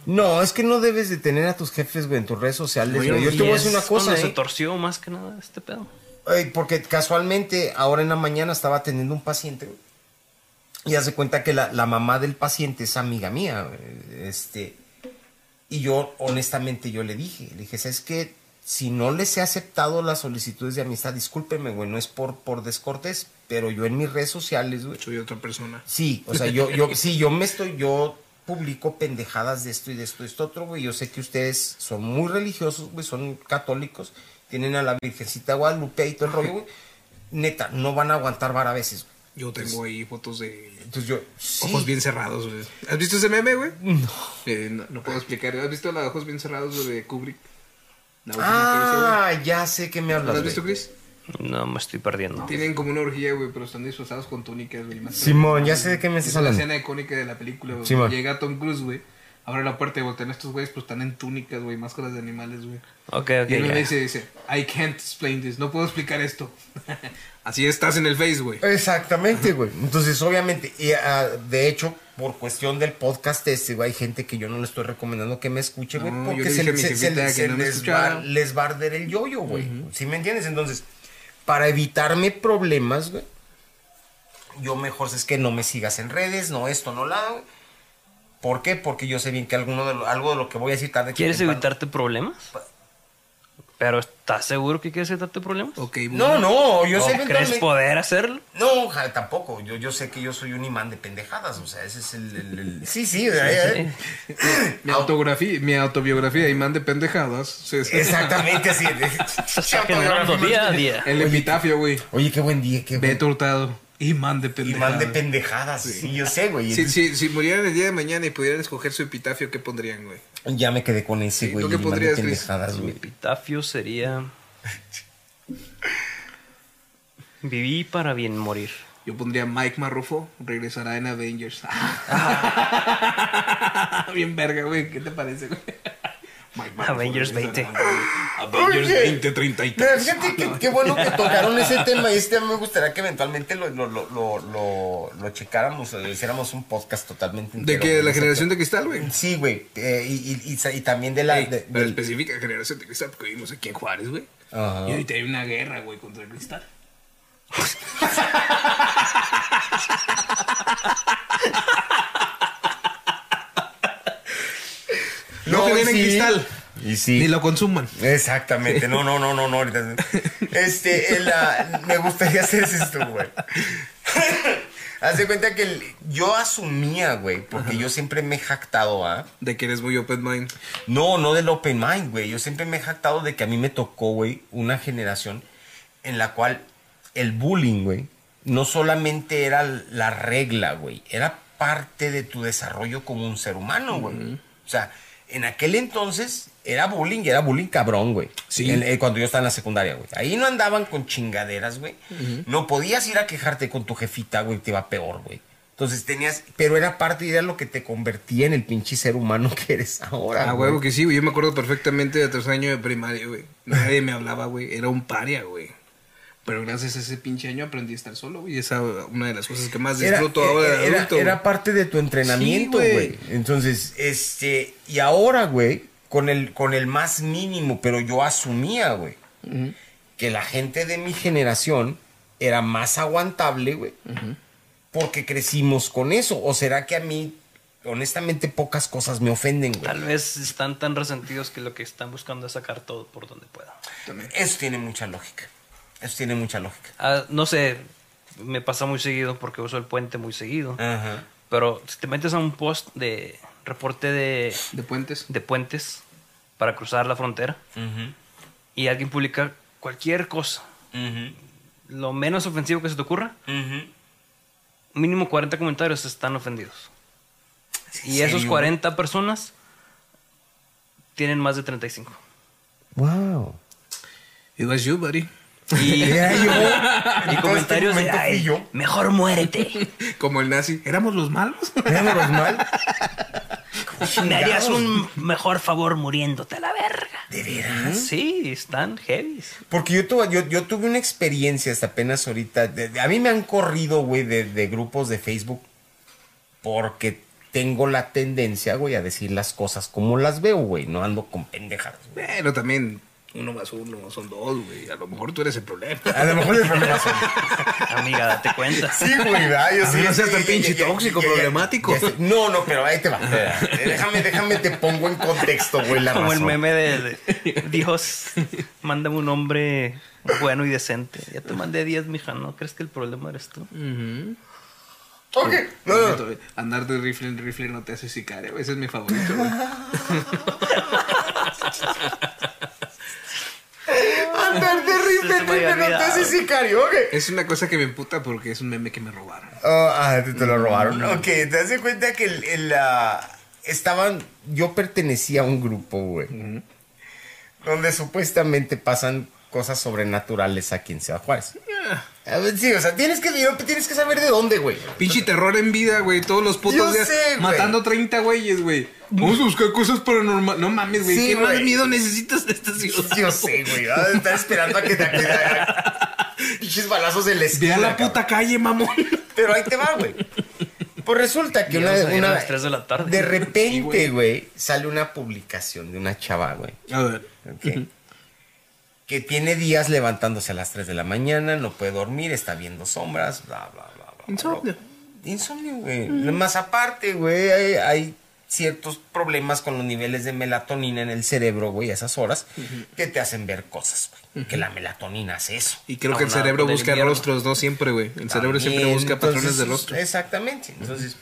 C: No, es que no debes de tener a tus jefes, güey, en tus redes sociales,
B: Oye,
C: güey. Yo
D: Y
C: te voy a
D: es
C: decir una cosa,
D: cuando se
C: eh.
D: torció más que nada este pedo.
C: Ey, Porque casualmente, ahora en la mañana estaba atendiendo un paciente, güey. Y hace cuenta que la, la mamá del paciente es amiga mía, güey, este. Y yo, honestamente, yo le dije, le dije, ¿sabes qué? Si no les he aceptado las solicitudes de amistad, discúlpeme, güey, no es por, por descortés, pero yo en mis redes sociales, güey,
B: Soy otra persona.
C: Sí, o sea, yo, yo, sí, yo me estoy, yo publico pendejadas de esto y de esto y de esto otro, güey. Yo sé que ustedes son muy religiosos, güey, son católicos, tienen a la Virgencita de Guadalupe y todo el rollo, güey. Neta, no van a aguantar vara a veces, güey.
B: Yo tengo ahí fotos de
C: Entonces yo, sí.
B: ojos bien cerrados, güey. ¿Has visto ese meme, güey? Eh, no. no puedo explicar. ¿Has visto la de ojos bien cerrados güey, de Kubrick? La última que hizo, güey.
C: Ah, ya sé que me
B: ¿La
C: hablas,
B: has
C: güey.
B: visto, Chris?
D: No, me estoy perdiendo.
B: Tienen como una orgía, güey, pero están disfrazados con túnicas, güey. más-
C: Simón, ya sé de qué me estás
B: Es una
C: hablando.
B: escena icónica de la película, güey.
C: Simón.
B: Llega Tom Cruise, güey. Abre la puerta y voltean a estos güeyes, pues están en túnicas, güey, máscaras de animales, güey.
D: Ok, ok.
B: Y él
D: ya.
B: me dice, dice, I can't explain this, no puedo explicar esto. Así estás en el Face, güey.
C: Exactamente, güey. Entonces, obviamente, y, ah, de hecho, por cuestión del podcast este, güey, hay gente que yo no le estoy recomendando que me escuche, güey,
B: No, yo le
C: porque se,
B: dije a mi
C: se- se-
B: jefita que
C: se
B: no me
C: les,
B: escuchara.
C: va, les va a arder el yoyo, güey. ¿Sí me entiendes? Entonces, para evitarme problemas, güey, yo mejor es que no me sigas en redes, no esto, no la... ¿Por qué? Porque yo sé bien que alguno de lo- algo de lo que voy a decir tarde... que
D: ¿Quieres
C: temprano-
D: evitarte problemas? Pero ¿estás seguro que quieres evitarte problemas?
B: Ok,
C: No, no, yo
D: ¿O
C: sé
D: ¿Crees
C: eventualmente-
D: poder hacerlo?
C: No, ja- tampoco. Yo, yo sé que yo soy un imán de pendejadas. O sea, ese es el. el- el- Sí, sí. o sea, eh,
B: Mi, autografía, mi autobiografía, imán de pendejadas. Sí, sí.
C: eh, Exactamente así.
D: Se está generando día a día.
B: El epitafio, güey.
C: este Oye, qué buen día. Qué buen
B: Beto Hurtado. Imán de pendejadas.
C: imán de pendejadas. Sí, yo sé, güey.
B: Si, si, si murieran el día de mañana y pudieran escoger su epitafio, ¿qué pondrían, güey?
C: Ya me quedé con ese,
B: Sí,
C: güey.
B: ¿tú
C: el
B: qué
C: imán de
B: pondrías, Luis?
C: pendejadas,
D: Mi
C: güey.
D: epitafio sería... Viví para bien morir.
B: Yo pondría Mike Marrufo, regresará en Avengers. Bien verga, güey. ¿Qué te parece, güey? Mike Marrufo
D: Avengers
B: regresará
D: 20.
B: en Avengers
C: Oye.
B: 2033.
C: Pero fíjate que, qué bueno que tocaron ese tema. Este me gustaría que eventualmente lo, lo, lo, lo, lo, lo checáramos, lo hiciéramos un podcast totalmente.
B: ¿De
C: entero,
B: que
C: güey,
B: ¿La
C: ese
B: generación de cristal, güey?
C: Sí, güey. eh, y, y, y sa- y también de la.
B: Ey,
C: Ah, de-
B: pero
C: del-
B: específica generación de cristal, porque vivimos aquí en Juárez, güey.
C: Ajá.
B: Y ahorita hay una guerra, güey, contra el cristal. No,
C: y
B: generen
C: sí,
B: cristal.
C: Y sí.
B: Ni lo consuman.
C: Exactamente, no, no, no, no, no. ahorita- Este, el, ah, me gustaría hacer esto, güey. Haz de cuenta que el- yo asumía, güey, porque yo siempre me he jactado, ¿ah?
B: De que eres muy open mind.
C: No, no del open mind, güey. Yo siempre me he jactado de que a mí me tocó, güey, una generación en la cual el bullying, güey, no solamente era la regla, güey, era parte de tu desarrollo como un ser humano, güey. O sea, en aquel entonces era bullying y era bullying cabrón, güey.
B: Sí.
C: En- eh, cuando yo estaba en la secundaria, güey. Ahí no andaban con chingaderas, güey. No podías ir a quejarte con tu jefita, güey, te iba peor, güey. Entonces tenías, pero era parte y era lo que te convertía en el pinche ser humano que eres ahora.
B: Ah,
C: güey.
B: huevo que sí, güey. Yo me acuerdo perfectamente de tres años de primaria, güey. Nadie me hablaba, güey. Era un paria, güey. Pero gracias a ese pinche año aprendí a estar solo, güey. Y esa una de las cosas que más
C: Era,
B: disfruto
C: era-
B: ahora de
C: era-
B: adulto,
C: era
B: güey.
C: parte de tu entrenamiento,
B: Sí,
C: güey.
B: güey.
C: Entonces, este, y ahora, güey, con el, con el más mínimo, pero yo asumía, güey, que la gente de mi generación era más aguantable, güey, porque crecimos con eso. ¿O será que a mí, honestamente, pocas cosas me ofenden, güey?
D: Tal vez están tan resentidos que lo que están buscando es sacar todo por donde pueda.
C: Eso tiene mucha lógica. Eso tiene mucha lógica.
D: Ah, no sé, me pasa muy seguido porque uso el puente muy seguido.
C: Ajá.
D: Pero si te metes a un post de reporte de,
B: De puentes.
D: de puentes para cruzar la frontera y alguien publica cualquier cosa, lo menos ofensivo que se te ocurra, mínimo 40 comentarios están ofendidos. Y esos 40 personas tienen más de 35.
C: Wow.
B: It was you, buddy.
D: Y,
C: Era yo.
D: y
C: En todo este
D: comentarios de,
C: momento fui
D: "Ay,
C: yo.
D: mejor muérete.
B: Como el nazi. ¿Éramos los malos?
C: Éramos mal.
D: Me harías un mejor favor muriéndote a la verga.
C: ¿De veras?
D: Sí, están heavies.
C: Porque yo tuve, yo, yo tuve una experiencia hasta apenas ahorita. de- de- a mí me han corrido, güey, de, de grupos de Facebook porque tengo la tendencia, güey, a decir las cosas como las veo, güey. No ando con pendejadas, güey.
B: Pero también uno más uno son dos, güey. A lo mejor tú eres el problema.
C: A lo mejor el problema soy yo.
D: Amiga, date cuenta.
C: Sí, güey, ¿verdad? Yo
B: Así
C: sí.
B: no seas
C: sí,
B: tan
C: ya,
B: pinche
C: ya, ya,
B: tóxico,
C: ya, ya,
B: problemático.
C: ya sé. No, no, pero ahí te va. Espera. Déjame, déjame, te pongo en contexto, güey, la
D: Como el
C: razón.
D: meme de, de Dios, mándame un hombre bueno y decente. Ya te mandé 10, mija, ¿no crees que el problema eres tú?
C: Mm. Ok. No, no, no.
B: Andar de rifle en rifle no te hace sicario. güey. Ese es mi favorito, güey.
C: Andar de rifle,
D: Se me había
C: rifle, no te haces sicario, ok.
B: Es una cosa que me emputa porque es un meme que me robaron.
C: Oh, ah, te, te lo robaron. Ok, te das de cuenta que el, el, ah, estaban. Yo pertenecía a un grupo, güey. Donde supuestamente pasan cosas sobrenaturales aquí en Ciudad Juárez. A ver, sí, o sea, tienes que, yo- tienes que saber de dónde, güey.
B: Pinche terror en vida, güey. Todos los putos
C: Yo
B: días
C: sé, güey.
B: matando 30 güeyes, güey. Vamos a buscar cosas paranormales. No mames, güey.
C: Sí,
B: ¿Qué más
C: güey.
B: miedo necesitas de esta ciudad?
C: Yo sé, güey. ah, Estaba esperando a que te acudiera. Pinches balazos en la
B: Ve
C: esquina.
B: a la
C: cabrón.
B: puta calle, mamón.
C: Pero ahí te va, güey. Pues resulta que
D: Ya
C: una,
D: nos salieron
C: una-
D: a las tres de la tarde.
C: de repente, güey, sale una publicación de una chava, güey.
B: A ver.
C: ¿ok? que tiene días levantándose a las 3 de la mañana, no puede dormir, está viendo sombras, bla, bla, bla. bla, bla.
B: Insomnio.
C: Insomnio, güey. Más aparte, güey, hay, hay ciertos problemas con los niveles de melatonina en el cerebro, güey, a esas horas, que te hacen ver cosas, güey. Que la melatonina hace eso.
B: Y creo que el
D: Aunado
B: cerebro
D: del
B: busca
D: invierno.
B: rostros, no siempre, güey. El cerebro siempre
C: También,
B: busca
C: entonces, eh,
B: patrones de rostro.
C: Exactamente. Entonces,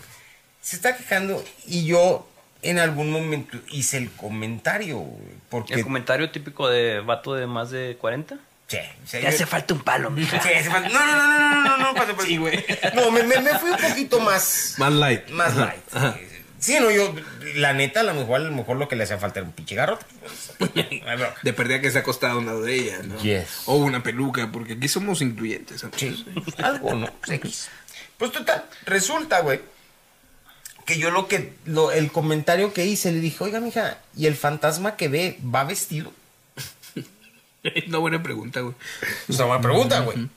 C: se está quejando y yo en algún momento hice el comentario, güey, porque...
D: El comentario típico de vato de más de 40.
C: Sí, sí,
D: Te
C: yo-
D: hace falta un palo, mija.
C: Sí, hace falta- No, no, no, no, no, no, no, pasa, pasa.
B: Sí, güey.
C: No, me, me- me fui un poquito más.
B: Más light.
C: Más light. Sí, no, yo, la neta, a lo mejor, a lo mejor lo que le hacía falta era un pinche garrote. Ay, bro.
B: De perdida que se ha acostado a un lado de ella, ¿no?
C: Yes.
B: O una peluca, porque aquí somos incluyentes. amigos.
C: Sí, algo, ¿no? Pues, X. Pues total, resulta, güey, que yo lo que, lo- el comentario que hice, le dije, oiga, mija, ¿y el fantasma que ve va vestido?
B: Una buena pregunta, güey.
C: Es una buena pregunta, güey.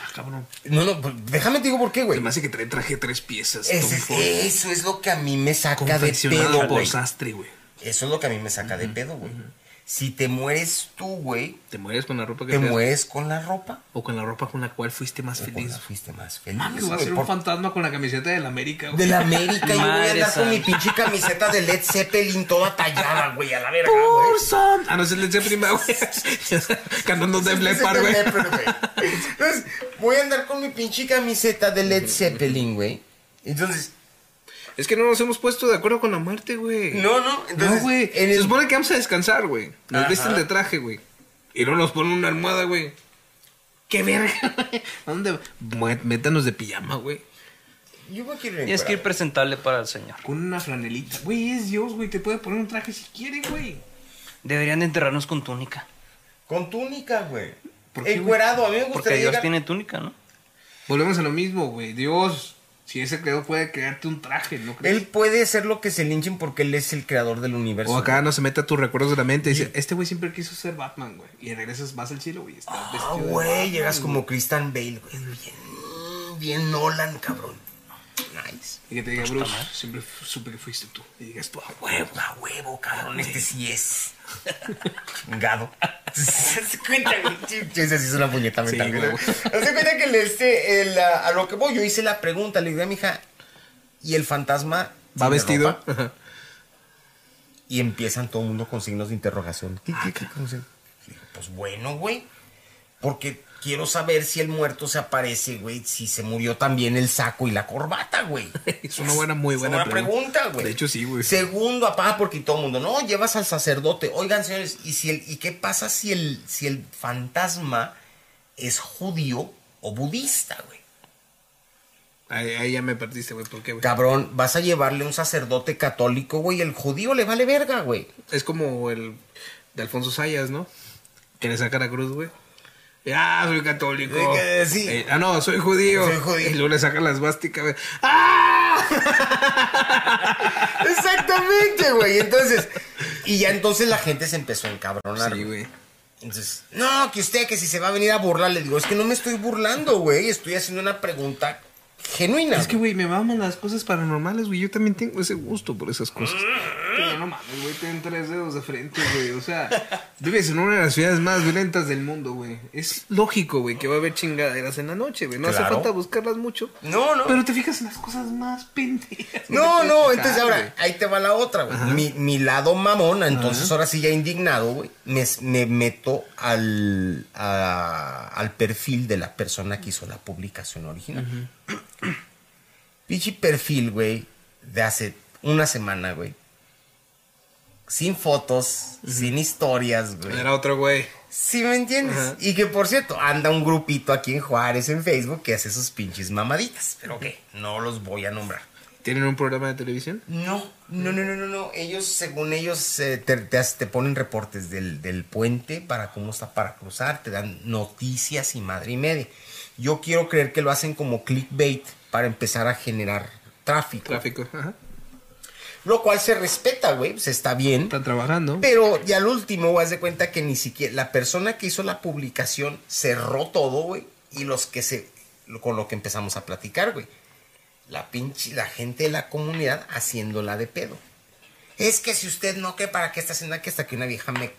B: Ah, cabrón.
C: No, no, pues, déjame te digo por qué,
B: Se
C: güey.
B: me hace que trae traje de tres piezas.
C: Ese-
B: Tom Ford.
C: eso es lo que a mí me saca de
B: confeccionado
C: pedo,
B: por
C: güey.
B: sastre, güey.
C: Eso es lo que a mí me saca de pedo, güey. Si te mueres tú, güey,
B: Te mueres con la ropa que
C: te
B: traes,
C: mueres con la ropa.
B: O con la ropa con la cual fuiste más
C: Con
B: feliz.
C: la fuiste más feliz.
B: Mames, va a
C: güey,
B: ser
C: por-
B: un fantasma con la camiseta del América, güey.
C: de la América, yo voy a
D: Madre
C: andar con mi
D: santa.
C: pinche camiseta de Led Zeppelin toda tallada, güey, a la verga,
B: Por
C: güey.
B: Sam. Ah, no, se le decía prima, güey. Cantando de
C: Led
B: Black Park, güey.
C: Zeppelin, güey. Entonces, voy a andar con mi pinche camiseta de Led Zeppelin, güey. Entonces,
B: Es que no nos hemos puesto de acuerdo con la muerte, güey.
C: no, no, entonces.
B: no, güey.
C: en
B: Se
C: el-
B: supone que vamos a descansar, güey. Nos
C: Ajá.
B: visten de traje, güey. Y no nos ponen una almohada, güey. ¡Qué verga! güey! ¿Dónde? Mue- Métanos de pijama, güey.
C: Yo me quiero ir
D: Tienes que ir
C: encuerado.
D: presentable para el señor.
B: Con una flanelita. Güey, es Dios, güey. Te puede poner un traje si quiere, güey.
D: Deberían de enterrarnos con túnica.
C: Con túnica, güey.
B: ¿Por qué, güey?
C: Encuerado, a mí me
D: Porque
C: gustaría
D: Dios
C: llegar
D: tiene túnica, ¿no?
B: Volvemos a lo mismo, güey. Dios, si ese creador puede crearte un traje, ¿no crees?
C: Él puede hacer lo que se linchen porque él es el creador del universo.
B: O acá no se meta tus recuerdos de la mente. Dice, este güey siempre quiso ser Batman, güey. Y regresas, vas al cielo, güey. y Estás
C: Ah,
B: vestido de
C: güey,
B: Batman,
C: llegas
B: güey.
C: como Christian Bale, güey. Bien, bien Nolan, cabrón. Nice.
B: Y que te diga, Bruce, siempre fu- supe que fuiste tú. Y digas, tú, a Ah, huevo.
C: A huevo, cabrón. Este sí es. Gado. Se cuenta, güey. Sí, Esa sí es una puñeta mental.
B: Sí,
C: güey.
B: güey.
C: Se cuenta que el, este, el, ah, a lo que voy, yo hice la pregunta. Le dije a mi hija, ¿y el fantasma?
B: Va
C: tiene
B: vestido.
C: ropa?" Y empiezan todo el mundo con signos de interrogación. ¿Qué, qué, qué, cómo se- Digo, Pues bueno, güey. Porque quiero saber si el muerto se aparece, güey. Si se murió también el saco y la corbata, güey.
B: Es una buena, muy
C: Es
B: buena
C: una pregunta, güey.
B: De hecho, sí, güey.
C: Segundo, apá, porque todo el mundo, no, llevas al sacerdote. Oigan, señores, ¿y, si el, y qué pasa si el, si el fantasma es judío o budista, güey?
B: Ahí, ahí ya me perdiste, güey. ¿Por qué, güey?
C: Cabrón, vas a llevarle un sacerdote católico, güey. El judío le vale verga, güey.
B: Es como el de Alfonso Sayas, ¿no? Que le saca la cruz, güey. Ah, soy católico.
C: Eh, que sí.
B: Eh, ah, no, soy judío.
C: Soy judío.
B: Y luego le saca las básticas, güey. ¡Ah!
C: Exactamente, güey. Entonces, y ya entonces la gente se empezó a encabronar.
B: Sí,
C: güey.
B: güey.
C: entonces, no, que usted, que si se va a venir a burlar, le digo, es que no me estoy burlando, güey. Estoy haciendo una pregunta genuina.
B: Es que, güey, me maman las cosas paranormales, güey. Yo también tengo ese gusto por esas cosas. Pero no mames, güey, tienen tres dedos de frente, güey. O sea, vives en una de las ciudades más violentas del mundo, güey. Es lógico, güey, que va a haber chingaderas en la noche, güey. No hace
C: Claro.
B: falta buscarlas mucho.
C: No, no.
B: Pero te fijas en las cosas más pendejas.
C: No,
B: te
C: no,
B: puedes
C: entonces
B: fijar,
C: ahora,
B: güey.
C: ahí te va la otra, güey. Mi, mi lado mamona, entonces ahora sí ya indignado, güey, me, me meto al, a- al perfil de la persona que hizo la publicación original. Pichi perfil, güey, de hace una semana, güey. Sin fotos, sin historias, güey.
B: Era otro, güey.
C: Sí, ¿me entiendes?
B: Ajá.
C: Y que por cierto, anda un grupito aquí en Juárez, en Facebook, que hace sus pinches mamaditas. Pero que no los voy a nombrar.
B: ¿Tienen un programa de televisión?
C: No, no, no, no, no, no. Ellos, según ellos, eh, te, te hace- te ponen reportes del, del puente para cómo está para cruzar, te dan noticias y madre y media. Yo quiero creer que lo hacen como clickbait para empezar a generar tráfico.
B: Tráfico. Ajá.
C: Lo cual se respeta, güey, se está bien.
B: Están trabajando.
C: Pero ya al último, vas de cuenta que ni siquiera la persona que hizo la publicación cerró todo, güey. Y los que se. lo- Con lo que empezamos a platicar, güey. la pinche, la gente de la comunidad haciéndola de pedo. Es que si usted no, que para qué está haciendo aquí hasta que una vieja me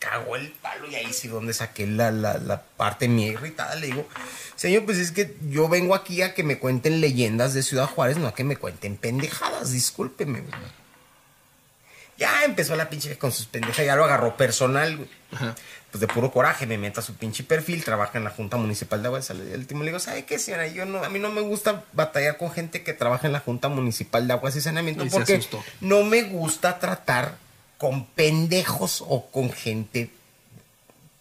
C: cagó el palo y ahí sí donde saqué la, la, la parte mía irritada, le digo, señor, pues es que yo vengo aquí a que me cuenten leyendas de Ciudad Juárez, no a que me cuenten pendejadas, discúlpeme, güey. Ya empezó la pinche con sus pendejas, ya lo agarró personal, güey. Pues de puro coraje me meto a su pinche perfil, trabaja en la Junta Municipal de Agua de Salud. Y al último le digo, ¿sabe qué, señora? Yo no, a mí no me gusta batallar con gente que trabaja en la Junta Municipal de Aguas y Saneamiento
B: Y se
C: porque
B: asustó.
C: no me gusta tratar con pendejos o con gente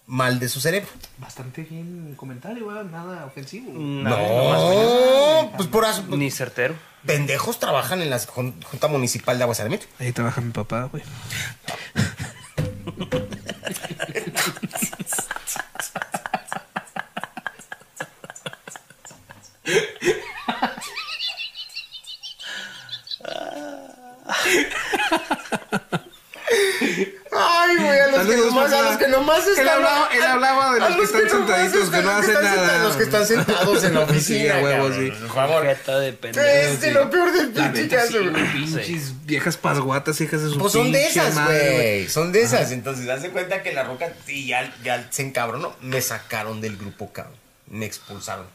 C: mal de su cerebro.
B: Bastante bien el comentario, güey, nada ofensivo.
C: No, pues por eso. pues,
D: Ni certero.
C: Pendejos trabajan en la jun- Junta Municipal de Agua y Saneamiento.
B: Ahí trabaja mi papá, güey.
C: Ay, güey, a los, que
B: Saludos,
C: nomás, a
B: papá.
C: los que nomás
B: Él
C: están.
B: hablaba- él
C: a-
B: hablaba de
C: a
B: los que están
C: nomás
B: sentaditos, que no
C: los
B: hacen
C: están
B: nada.
C: sentados, Los que están sentados en la
B: Sí,
C: oficina.
B: a huevo,
C: cabrón,
B: sí.
C: Por favor.
D: Jeta de pendejo.
C: Es de lo peor del
B: La
C: pinche
B: neta,
C: caso,
B: sí,
C: güey.
B: güey, pinches viejas pasguatas, hijas de su
C: Pues son de
B: pinche
C: esas,
B: madre,
C: güey. Son de esas. Entonces, hace cuenta que la roca y ya, ya se encabronó. Me sacaron del grupo, cabrón. Me expulsaron.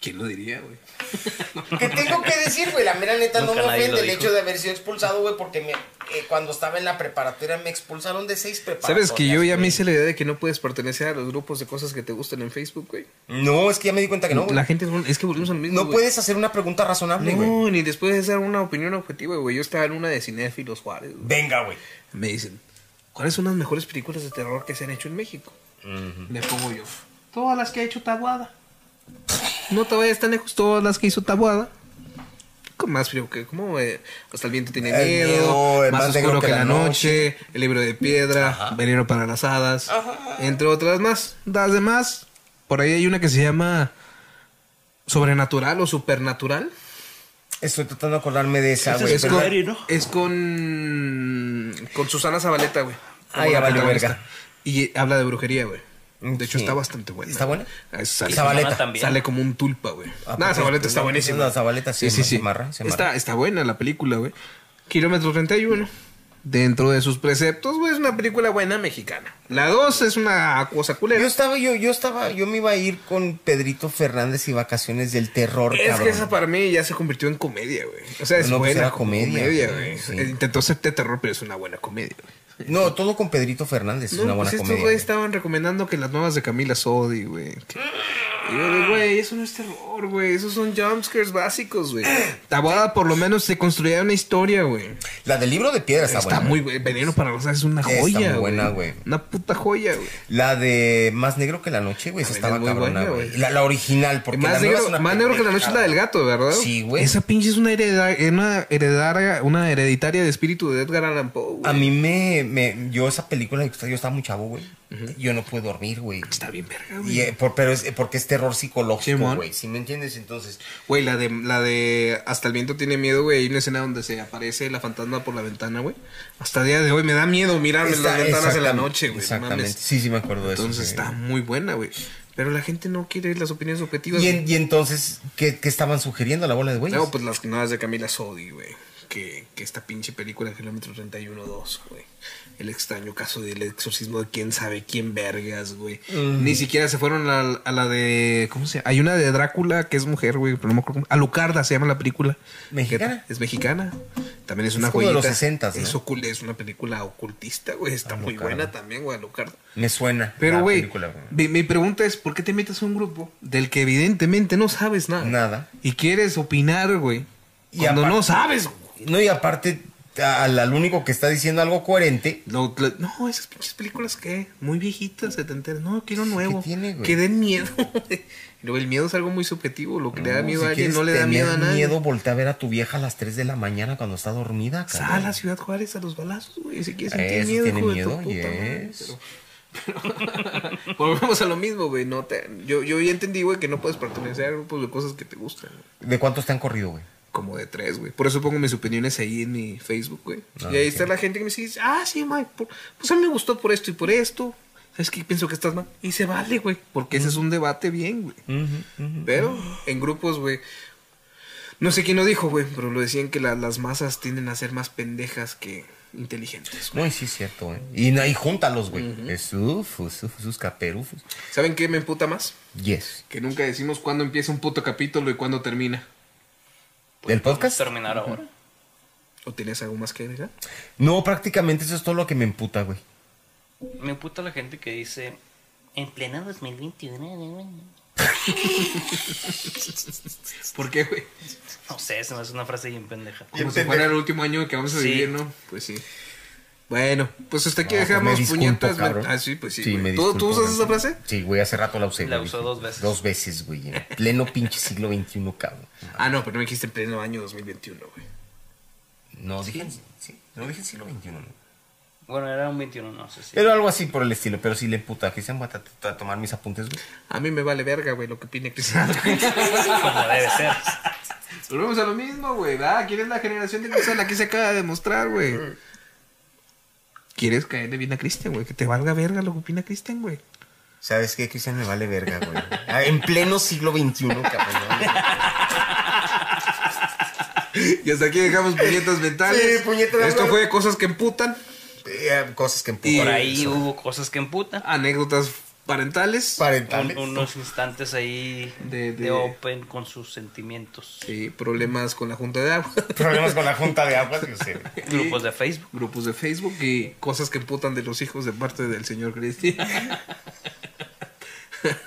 B: ¿Quién lo diría, güey?
C: ¿Qué tengo que decir, güey? La mera neta no
D: Nunca
C: me
D: nadie lo
C: ofende el
D: dijo.
C: hecho de haber sido expulsado, güey, porque me, eh, cuando estaba en la preparatoria me expulsaron de seis preparatorias.
B: ¿Sabes que yo ya me
C: güey.
B: hice la idea de que no puedes pertenecer a los grupos de cosas que te gustan en Facebook, güey?
C: No, es que ya me di cuenta que no, güey.
B: la gente es, vol- es que volvemos al mismo.
C: No
B: güey.
C: puedes hacer una pregunta razonable, güey.
B: No, ni después de dar una opinión objetiva, güey. Yo estaba en una de Cinéfilos Juárez. güey.
C: Venga, güey.
B: Me dicen, ¿cuáles son las mejores películas de terror que se han hecho en México? Le pongo yo, todas las que ha hecho Tabuada. No te vayas tan lejos, todas las que hizo Tabuada. Con más frío que, como eh, hasta el viento tiene
C: El
B: miedo,
C: miedo, el
B: más,
C: más
B: oscuro
C: negro
B: que, la noche, el libro de piedra, veneno para las hadas, entre otras más. Las demás, por ahí hay una que se llama sobrenatural o supernatural.
C: Estoy tratando de acordarme de esa,
D: Ese
C: Ah, güey.
B: Es
D: Super
C: pero-
B: con,
D: Mary, ¿no?
B: es con. Con Susana Zabaleta, güey.
C: Ah, ya
B: Como la
C: valió
B: protagonista.
C: verga.
B: Y eh, habla de brujería, güey. De hecho,
C: Sí.
B: está bastante buena.
C: ¿Está buena?
B: Ah, Sale,
C: Zabaleta.
D: Mamá también.
B: sale como un tulpa, güey.
C: Ah,
B: Nada,
C: pues,
B: Zabaleta
C: pues,
B: está
C: no,
B: buenísima.
C: pues, la Zabaleta sí,
B: sí, sí.
C: se amarra, se amarra.
B: Está, está buena la película, güey. Kilómetro 31. Dentro de sus preceptos, güey, es una película buena mexicana. La 2 es una cosa
C: Yo
B: culera.
C: estaba, yo, yo estaba, yo me iba a ir con Pedrito Fernández y Vacaciones del Terror,
B: Es
C: cabrón.
B: que esa para mí ya se convirtió en comedia, güey. O sea, es
C: No, pues,
B: buena
C: era comedia, güey,
B: güey. Eh,
C: sí.
B: Intentó ser de terror, pero es una buena comedia, güey.
C: No, todo con Pedrito Fernández, es una
B: No,
C: buena
B: pues estos
C: comedia.
B: güeyes estaban recomendando que las nuevas de Camila Sodi, güey. que- Y yo digo, güey, eso no es terror, güey. Esos son jumpscares básicos, güey. Tabuada por lo menos se construía una historia, güey.
C: La del libro de piedra está,
B: Está,
C: buena.
B: muy, güey. Veneno para los es una
C: Está
B: joya,
C: muy buena, güey.
B: Una puta joya, güey.
C: La de Más Negro que la Noche, güey, esa
B: También
C: estaba
B: es muy
C: cabrona,
B: buena,
C: güey.
B: güey.
C: La, la original, porque la
B: Más,
C: nueva
B: negro,
C: es una
B: más negro que la noche es la del gato, ¿verdad?
C: Sí, güey.
B: Esa pinche es una, hereda- una, heredar- una hereditaria de espíritu de Edgar Allan Poe, güey.
C: A mí me, me- yo esa película, yo estaba muy chavo, güey. Yo no pude dormir, güey.
B: Está bien verga, güey.
C: Y, eh, por- pero es eh, porque es terror psicológico,
B: Simón.
C: güey. Si me entiendes, entonces.
B: Güey, la de, la de Hasta el viento tiene miedo, güey. Hay una escena donde se aparece la fantasma por la ventana, güey. Hasta el día de hoy me da miedo mirar en
C: Está-
B: las ventanas de la
C: exactam-
B: noche, güey. no
C: Exactamente.
B: mames.
C: Sí, sí, me acuerdo de
B: Entonces
C: eso. güey.
B: está muy buena, güey. Pero la gente no quiere las opiniones objetivas.
C: Y,
B: güey.
C: en- y entonces, ¿qué, qué estaban sugiriendo la bola de güeyes?
B: No, pues las nuevas de Camila Sodi, güey. Que, que esta pinche película de Kilómetro 31-2, güey. El extraño caso del exorcismo de quién sabe quién vergas, güey.
C: Mm.
B: Ni siquiera se fueron a, a la de... ¿Cómo se llama? Hay una de Drácula que es mujer, güey. Pero no me acuerdo cómo- Alucarda se llama la película.
C: ¿Mexicana?
B: Que es mexicana. También es una
C: como de los
B: joyita.
C: 60s, ¿no?
B: Es, ocul- es una película ocultista, güey. Está muy
C: Alucarda.
B: buena también, güey, Alucarda.
C: me suena.
B: Pero,
C: la
B: güey,
C: película, güey.
B: mi, mi pregunta es, ¿por qué te metes a un grupo del que evidentemente no sabes nada?
C: Nada.
B: Y quieres opinar, güey.
C: Y
B: Cuando
C: aparte-
B: no sabes. güey.
C: No, y aparte, a- al, al único que está diciendo algo coherente.
B: Lo- lo- no, esas pinches películas que muy viejitas, se te enteran. No, quiero nuevo.
C: tiene, güey?
B: Que den miedo. güey. Luego el miedo es algo muy subjetivo. Lo que le da
C: No,
B: miedo
C: si
B: a alguien
C: quieres
B: no le da
C: tener
B: miedo a nadie.
C: miedo, voltea a ver a tu vieja a las 3 de la mañana cuando está dormida. cabrón.
B: Sal a Ciudad Juárez a los balazos, güey. Si quieres
C: A
B: sentir
C: eso
B: miedo,
C: tiene
B: hijo de tu
C: miedo,
B: puta madre,
C: yes.
B: pero- pero- Volvemos a lo mismo, güey. No te- yo, yo ya entendí, güey, que no puedes pertenecer a grupos de cosas que te gustan. güey.
C: ¿De cuántos te han corrido, güey?
B: como de tres, güey. Por eso pongo mis opiniones ahí en mi Facebook, güey.
C: Ah,
B: y ahí
C: ok.
B: está la gente que me dice, ah, sí, Mike, por- pues a mí me gustó por esto y por esto. ¿Sabes qué? Pienso que estás mal. Y se vale, güey. Porque ese es un debate bien, güey. Pero en grupos, güey. No sé quién lo dijo, güey, pero lo decían que la- las masas tienden a ser más pendejas que inteligentes. güey.
C: No, y sí es cierto, güey. Y, no, y júntalos, güey. Es uf, uf, uf, sus caperufos.
B: ¿Saben qué me emputa más?
C: Yes.
B: Que nunca decimos cuándo empieza un puto capítulo y cuándo termina. Pues,
C: ¿Del podcast?
D: Terminar ahora.
B: ¿O tienes algo más que agregar?
C: No, prácticamente eso es todo lo que me emputa, güey.
D: Me puta la gente que dice. En pleno 2021.
B: ¿Por qué, güey?
D: No sé, se me hace una frase bien pendeja.
B: Como si fuera el último año que vamos a
D: Sí.
B: vivir, ¿no? Pues sí. Bueno, pues hasta aquí
C: No, pues
B: dejamos
C: me disculpo,
B: puñetas. men-
C: cabrón.
B: Ah, sí, pues sí.
C: me
B: güey. ¿Tú, ¿Tú
C: disculpo,
B: usas
C: güey.
B: esa frase?
C: Sí, güey, hace rato la usé.
D: La
C: güey.
D: usó dos veces.
C: Dos veces, güey. En pleno pinche siglo XXI, cabrón.
B: Ah, no, pero no me dijiste en pleno año 2021, güey.
C: No, dije, sí, no dije siglo XXI, no.
D: Bueno, era un 21, no sé si.
C: Pero algo así por el estilo, pero sí le emputa. Cristian, voy a, tra- tra- tomar mis apuntes, güey.
B: A mí me vale verga, güey, lo que opine Cristiano.
D: Como debe ser.
B: Volvemos a lo mismo, güey. Ah, ¿quién es la generación de Cristian? La que se acaba de demostrar, güey. ¿Quieres caerle bien a Cristian, güey? Que te valga verga lo que opina Cristian, güey.
C: ¿Sabes qué, Cristian? Me vale verga, güey. Ah, En pleno siglo XXI, cabrón.
B: Y hasta aquí dejamos puñetas mentales.
C: Sí, puñetas mentales.
B: Esto fue cosas que emputan,
C: Eh, Cosas que emputan.
D: Por ahí hubo cosas que
B: Ah,
D: emputan.
B: anécdotas parentales.
C: Parentales.
D: Un- unos instantes ahí
B: De-
D: de,
B: de-
D: Open con sus sentimientos.
B: Sí, problemas con la junta de agua.
C: Problemas con la junta de aguas que usted.
D: Grupos de Facebook.
B: Grupos de Facebook y cosas que emputan de los hijos de parte del señor Cristian.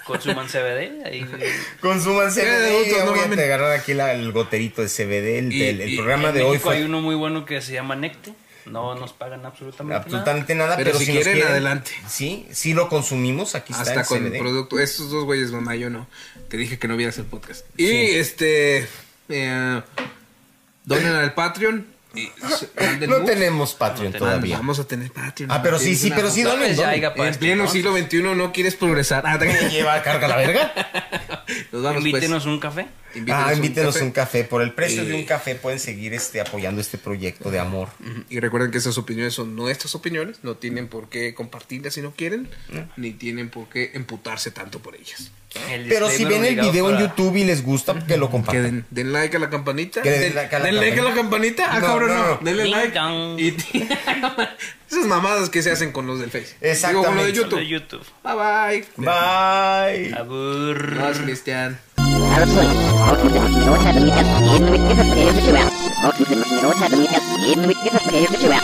D: Consuman CBD. Ahí
C: Consuman
B: Eh,
C: CBD.
B: adultos, no
C: voy a
B: mamen.
C: agarrar aquí la- el goterito de CBD. El,
B: Y-
C: del- el
B: y-
C: programa
D: en
C: de hoy
D: México
C: fue
D: hay uno muy bueno que se llama Necte. No nos pagan absolutamente,
C: absolutamente nada.
B: Pero
C: Pero,
B: si
C: nos
B: quieren, adelante.
C: Sí, sí lo consumimos. Aquí está
B: Hasta
C: el
B: con
C: CBD.
B: producto. Estos dos güeyes, mamá, yo no. Te dije que no vieras el podcast. Y este. eh, donen al Patreon. Y s- manden
C: No
B: books.
C: tenemos Patreon
D: No tenemos.
C: todavía.
B: Ah, Vamos a tener Patreon.
C: Ah, pero sí,
B: Tienes
C: sí,
B: una
C: pero sí, este,
B: junta.
D: nada.
C: donen,
D: Pues ya
C: donen.
D: hay capaz,
B: En pleno
D: ¿no?
B: siglo XXI no quieres progresar. Ah,
C: ¿Me lleva carga la verga?
B: Nos vamos, pues.
D: Invítenos un café.
B: Invítenos
C: Ah,
B: un
C: invítenos
B: café.
C: un café. Por el precio
B: Y-
C: de un café pueden seguir este, apoyando este proyecto de amor.
B: Y recuerden que esas opiniones son nuestras opiniones, no tienen por qué compartirlas si no quieren, ni tienen por qué emputarse tanto por ellas.
D: El
C: Pero si
D: disclaimer
C: ven el
D: obligado
C: video en
D: para-
C: YouTube y les gusta, que lo
B: Que
C: compartan.
B: den, den like a la campanita.
C: Que den
B: Den-
C: like a la
B: den like a la campanita. Ah,
C: No,
B: cabrón, no.
C: no, no.
B: Denle
D: Ding
B: like.
D: dong.
B: Y esas mamadas que se hacen con los del Face. Digo, con los de
C: Exactamente.
B: YouTube.
D: Solo YouTube.
B: Bye bye.
C: Bye.
D: Abur.
B: Gracias, Cristian.
E: Absolutely. Most Muslims know what happened because jeden Weg ist es, der ist es schwer. Most Muslims know what happened because jeden Weg ist es, der ist es schwer.